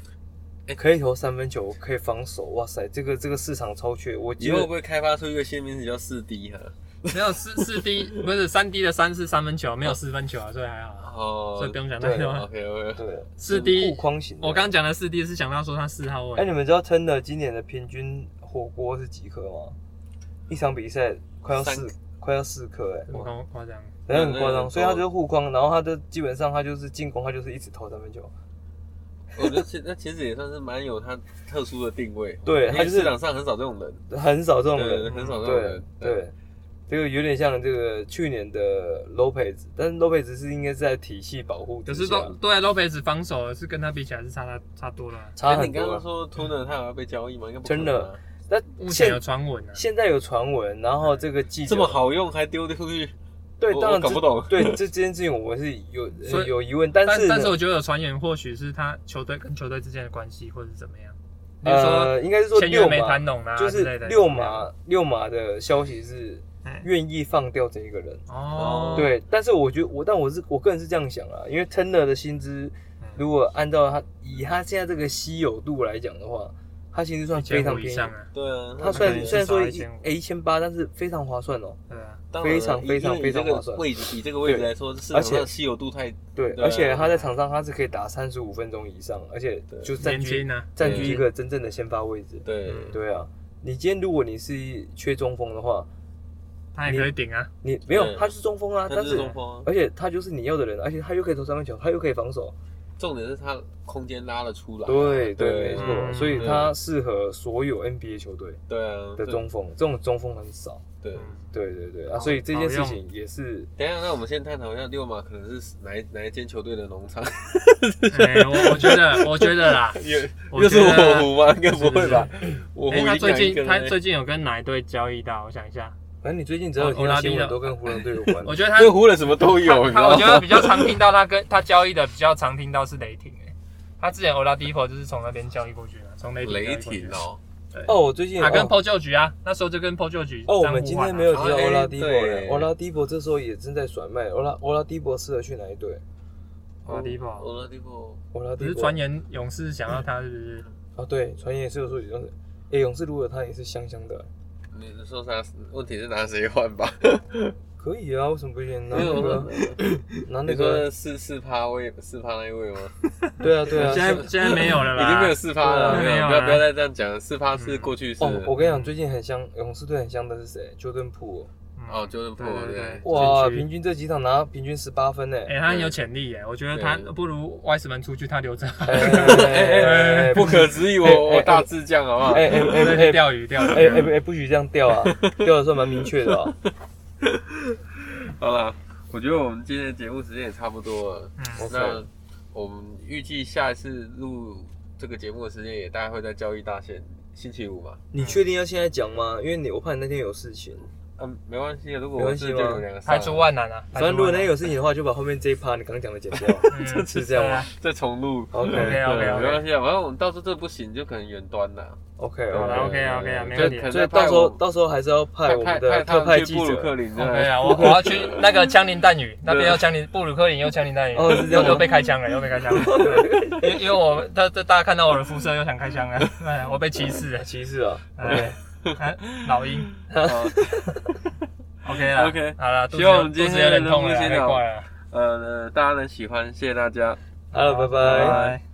Speaker 2: 可以投三分球，可以防守，哇塞，这个这个市场超缺。我
Speaker 3: 以
Speaker 2: 记
Speaker 3: 后会
Speaker 2: 得
Speaker 3: 不会开发出一个新名词叫四 D 啊哈？
Speaker 1: 没有四四 D 不是三 D 的三是三分球，没有四分球啊，所以还好啊，
Speaker 3: 哦，
Speaker 1: 所以不用想太
Speaker 2: 对
Speaker 1: 多啊。
Speaker 3: OK OK，
Speaker 2: 对
Speaker 1: 四
Speaker 2: 护
Speaker 1: D
Speaker 2: 框型的。
Speaker 1: 我刚讲的四 D 是想到说他四号
Speaker 2: 哎，
Speaker 1: 位，
Speaker 2: 你们知道 Turner 今年的平均火锅是几颗吗？一场比赛快要
Speaker 3: 三
Speaker 2: 四
Speaker 3: 颗
Speaker 2: 快要四颗哎
Speaker 1: 这，么夸夸张。
Speaker 2: 反正很夸张。
Speaker 3: 嗯
Speaker 2: 所以他就是护框，然后他就基本上他就是进攻，他就是一直投三分球。
Speaker 3: 我觉得其那其实也算是蛮有它特殊的定位，
Speaker 2: 对
Speaker 3: 因
Speaker 2: 它
Speaker 3: 为
Speaker 2: 就是
Speaker 3: 市场上很少这种人，
Speaker 2: 很少这种
Speaker 3: 对，
Speaker 2: 人。
Speaker 3: 很少这种
Speaker 2: 对
Speaker 3: 人，哎
Speaker 2: 对，这个有点像这个去年的 Lopez，但是 Lopez 是应该是在体系保护
Speaker 1: 可
Speaker 2: 之
Speaker 1: 是
Speaker 2: 下，
Speaker 1: 都对啊，Lopez 防守是跟他比起来是差他差多了啊。
Speaker 2: 差
Speaker 3: 哎
Speaker 2: 很
Speaker 3: 你刚
Speaker 2: 多
Speaker 3: 刚
Speaker 2: 啊。
Speaker 3: 说 Turner 他有要被交易吗？应该不
Speaker 2: 真的
Speaker 3: 可能啊
Speaker 2: 那
Speaker 1: 目前
Speaker 2: 现
Speaker 1: 有传闻啊，
Speaker 2: 现在有传闻，然后这个记者
Speaker 3: 这么好用还丢出去，
Speaker 2: 对，
Speaker 3: 我
Speaker 2: 当然
Speaker 3: 我搞
Speaker 2: 这
Speaker 3: 不懂
Speaker 2: 对这这件事情我们是有呃
Speaker 1: 所以
Speaker 2: 有疑问，但
Speaker 1: 但
Speaker 2: 是
Speaker 1: 但
Speaker 2: 呢
Speaker 1: 是我觉得有传言或许是他球队跟球队之间的关系，或者是怎么样，比如说
Speaker 2: 呃，应该是说
Speaker 1: 签约
Speaker 2: 六
Speaker 1: 没
Speaker 2: 马
Speaker 1: 谈拢啊
Speaker 2: 就
Speaker 1: 之
Speaker 2: 是
Speaker 1: 类的啊
Speaker 2: 六马六马的消息是
Speaker 1: 哎
Speaker 2: 愿意放掉这一个人。
Speaker 1: 哦，
Speaker 2: 对，但是我觉得我，但我是我个人是这样想啊，因为 Turner 的薪资，
Speaker 1: 嗯
Speaker 2: 如果按照他以他现在这个稀有度来讲的话，他薪资算非常
Speaker 1: 一千五以
Speaker 2: 便宜。
Speaker 1: 上啊，
Speaker 3: 对啊，
Speaker 2: 他
Speaker 1: 那
Speaker 2: 虽
Speaker 1: 可能
Speaker 2: 然虽
Speaker 1: 至少
Speaker 2: 然说
Speaker 1: 一
Speaker 2: 一
Speaker 1: 千五
Speaker 2: 诶一千八，但是非常划算哦。
Speaker 1: 对啊，
Speaker 3: 当然
Speaker 2: 非
Speaker 3: 了
Speaker 2: 常非常
Speaker 3: 因为
Speaker 2: 非
Speaker 3: 以这
Speaker 2: 常划
Speaker 3: 个
Speaker 2: 算
Speaker 3: 位置以这个位置
Speaker 2: 对
Speaker 3: 来说，市
Speaker 2: 而
Speaker 3: 场
Speaker 2: 且
Speaker 3: 上稀有度太
Speaker 2: 对，
Speaker 3: 对啊
Speaker 2: 而且他在场上他是可以打三十五分钟以上，而且
Speaker 3: 对
Speaker 2: 就占
Speaker 1: 年
Speaker 2: 据
Speaker 1: 轻啊，
Speaker 2: 占
Speaker 3: 年
Speaker 2: 据
Speaker 3: 轻
Speaker 2: 一个真正的先发位置。
Speaker 3: 对，
Speaker 1: 嗯
Speaker 2: 对啊，你今天如果你是缺中锋的话，
Speaker 1: 他也可以顶啊，
Speaker 2: 你没有
Speaker 3: 对
Speaker 2: 他是中锋啊，
Speaker 3: 他
Speaker 2: 但
Speaker 3: 就是
Speaker 2: 是
Speaker 3: 中锋啊。
Speaker 2: 而且他就是你要的人，而且他又可以投三分球，他又可以防守。
Speaker 3: 重点是他空间拉了出来啊。
Speaker 2: 对对，
Speaker 3: 对
Speaker 2: 没错，
Speaker 1: 嗯
Speaker 2: 所以他适合所有 NBA 球队
Speaker 3: 对啊，
Speaker 2: 的中锋，这种中锋很少。
Speaker 3: 对。
Speaker 1: 嗯
Speaker 2: 对对对啊，
Speaker 1: 好
Speaker 2: 所以这件事情也是
Speaker 3: 等一下，那我们先探讨一下六马可能是哪一哪一间球队的农场？
Speaker 1: 哎，我我觉 得，我觉得啦，
Speaker 3: 又又是我湖吗？应该不会吧？我湖
Speaker 1: 哎，他最
Speaker 3: 已经养一
Speaker 1: 近
Speaker 3: 个
Speaker 1: 他
Speaker 3: 人
Speaker 1: 最近有跟哪一队交易到？我想一下，
Speaker 2: 反正你最近只要有听
Speaker 1: 我我
Speaker 2: 到
Speaker 1: 拉低
Speaker 2: 新
Speaker 1: 了
Speaker 2: 闻，都跟湖人队有 关。
Speaker 1: 我觉得他
Speaker 3: 对湖人什么 都有，你知
Speaker 1: 他我
Speaker 3: 道
Speaker 1: 觉得
Speaker 3: 吗？
Speaker 1: 比较常听到他跟他交易的比较常听到是雷霆、欸，他之前 Oladipo 就是从那边交易过去的，从雷霆
Speaker 3: 雷
Speaker 1: 交易过
Speaker 3: 霆
Speaker 1: 去，
Speaker 3: 哦，
Speaker 2: 哦，我最近有
Speaker 1: 他跟
Speaker 2: 哦
Speaker 1: Paul 旧局啊，那时候就跟 Paul 旧局
Speaker 2: 哦，我们今天没有提到
Speaker 3: 啊哎
Speaker 2: 欧拉迪博
Speaker 3: 对
Speaker 2: 耶，欧拉迪博这时候也正在甩卖，欧拉欧拉迪博适合去哪一队？哦
Speaker 1: Oladipo，
Speaker 3: 欧拉迪波，
Speaker 2: 欧拉
Speaker 1: 只
Speaker 2: 迪
Speaker 1: 是
Speaker 2: 博
Speaker 1: 传言勇士想要他是不是？
Speaker 2: 哦，对，传言也是有说勇士，哎，勇士如果他也是香香的，
Speaker 3: 你你说啥？问题是拿谁换吧？
Speaker 2: 可以啊，为什么不行？拿
Speaker 3: 没有
Speaker 2: 那个拿那
Speaker 3: 你
Speaker 2: 个
Speaker 3: 说，四四趴位四趴那一位吗？
Speaker 2: 对啊对啊，
Speaker 1: 现在现在没有了啦，
Speaker 3: 已经没有四趴了，
Speaker 1: 对啊
Speaker 3: 没有，不
Speaker 1: 没有
Speaker 3: 要
Speaker 1: 啊
Speaker 3: 不要再这样讲了，四趴是过去式。
Speaker 2: 哦，我跟你讲，最近很香，勇士队很香的是谁？Jordan p
Speaker 1: 嗯
Speaker 3: 哦，Jordan
Speaker 1: 对
Speaker 3: Poole，
Speaker 1: 对对，
Speaker 2: o 哇，
Speaker 1: 禁区
Speaker 2: 平均这几场拿平均十八分呢。
Speaker 1: 哎、他很有潜力耶、我觉得他
Speaker 3: 对
Speaker 1: 不如 w i s e m a n 出去，他留着，
Speaker 2: 哎哎哎
Speaker 3: 不可置疑，我
Speaker 2: 哎哎
Speaker 3: 我大智将好不好？
Speaker 2: 哎哎 哎
Speaker 1: 对
Speaker 2: 哎
Speaker 1: 钓鱼钓鱼。
Speaker 2: 哎哎哎，不许这样掉啊！掉的算蛮明确的啊。
Speaker 3: 好了，我觉得我们今天的节目时间也差不多了。
Speaker 1: 嗯，
Speaker 2: OK
Speaker 3: 那我们预计下一次录这个节目的时间也大概会在交易大限星期五吧。
Speaker 2: 你确定要现在讲吗？因为你我怕你那天有事情。
Speaker 3: 嗯，没关系，如果
Speaker 2: 没
Speaker 3: 我
Speaker 2: 关系
Speaker 3: 是就
Speaker 2: 吗
Speaker 3: 你们两个上
Speaker 1: 排除万难嗯啊，
Speaker 2: 反正如果那天
Speaker 1: 个
Speaker 2: 有事情的话，就把后面这一趴你刚刚讲的剪掉， 是这样啊吗
Speaker 3: 再重录。
Speaker 2: ？OK
Speaker 1: OK，OK，OK
Speaker 3: 对没关系啊，反正我们到时候这不行就可能远端啦。
Speaker 2: OK
Speaker 1: 好啦
Speaker 2: OK。
Speaker 1: OK，OK 啊没
Speaker 3: 就
Speaker 1: 问题
Speaker 3: 可能
Speaker 2: 所以
Speaker 3: 再派
Speaker 2: 到时候
Speaker 3: 我
Speaker 2: 到时候还是要派我
Speaker 3: 派
Speaker 2: 们的
Speaker 3: 他
Speaker 2: 特派
Speaker 3: 们去
Speaker 2: 记
Speaker 3: 布鲁克
Speaker 2: 者。
Speaker 3: 林，
Speaker 1: 对 啊，我我要去那个枪林弹雨，那边
Speaker 3: 对
Speaker 1: 又枪林，布鲁克林又枪林弹雨，
Speaker 2: 哦是这样
Speaker 1: 又
Speaker 2: 吗
Speaker 1: 又被开枪了，又被开枪了。因为因为我他这大家看到我的肤色又想开枪了，哎，我被歧视了，
Speaker 2: 歧视啊
Speaker 1: 哎，哎老鹰
Speaker 3: 好
Speaker 1: OK 啦
Speaker 3: OK
Speaker 1: 好了，肚子
Speaker 3: 希望我
Speaker 1: 有
Speaker 3: 们
Speaker 1: 肚
Speaker 3: 今
Speaker 1: 子有
Speaker 3: 天的
Speaker 1: 点痛了啦，
Speaker 3: 节目
Speaker 1: 太
Speaker 3: 先到
Speaker 1: 快了，
Speaker 3: 呃，大家能喜欢，谢谢大家。
Speaker 2: ！Hello，拜
Speaker 1: 拜
Speaker 2: 拜。
Speaker 1: 拜。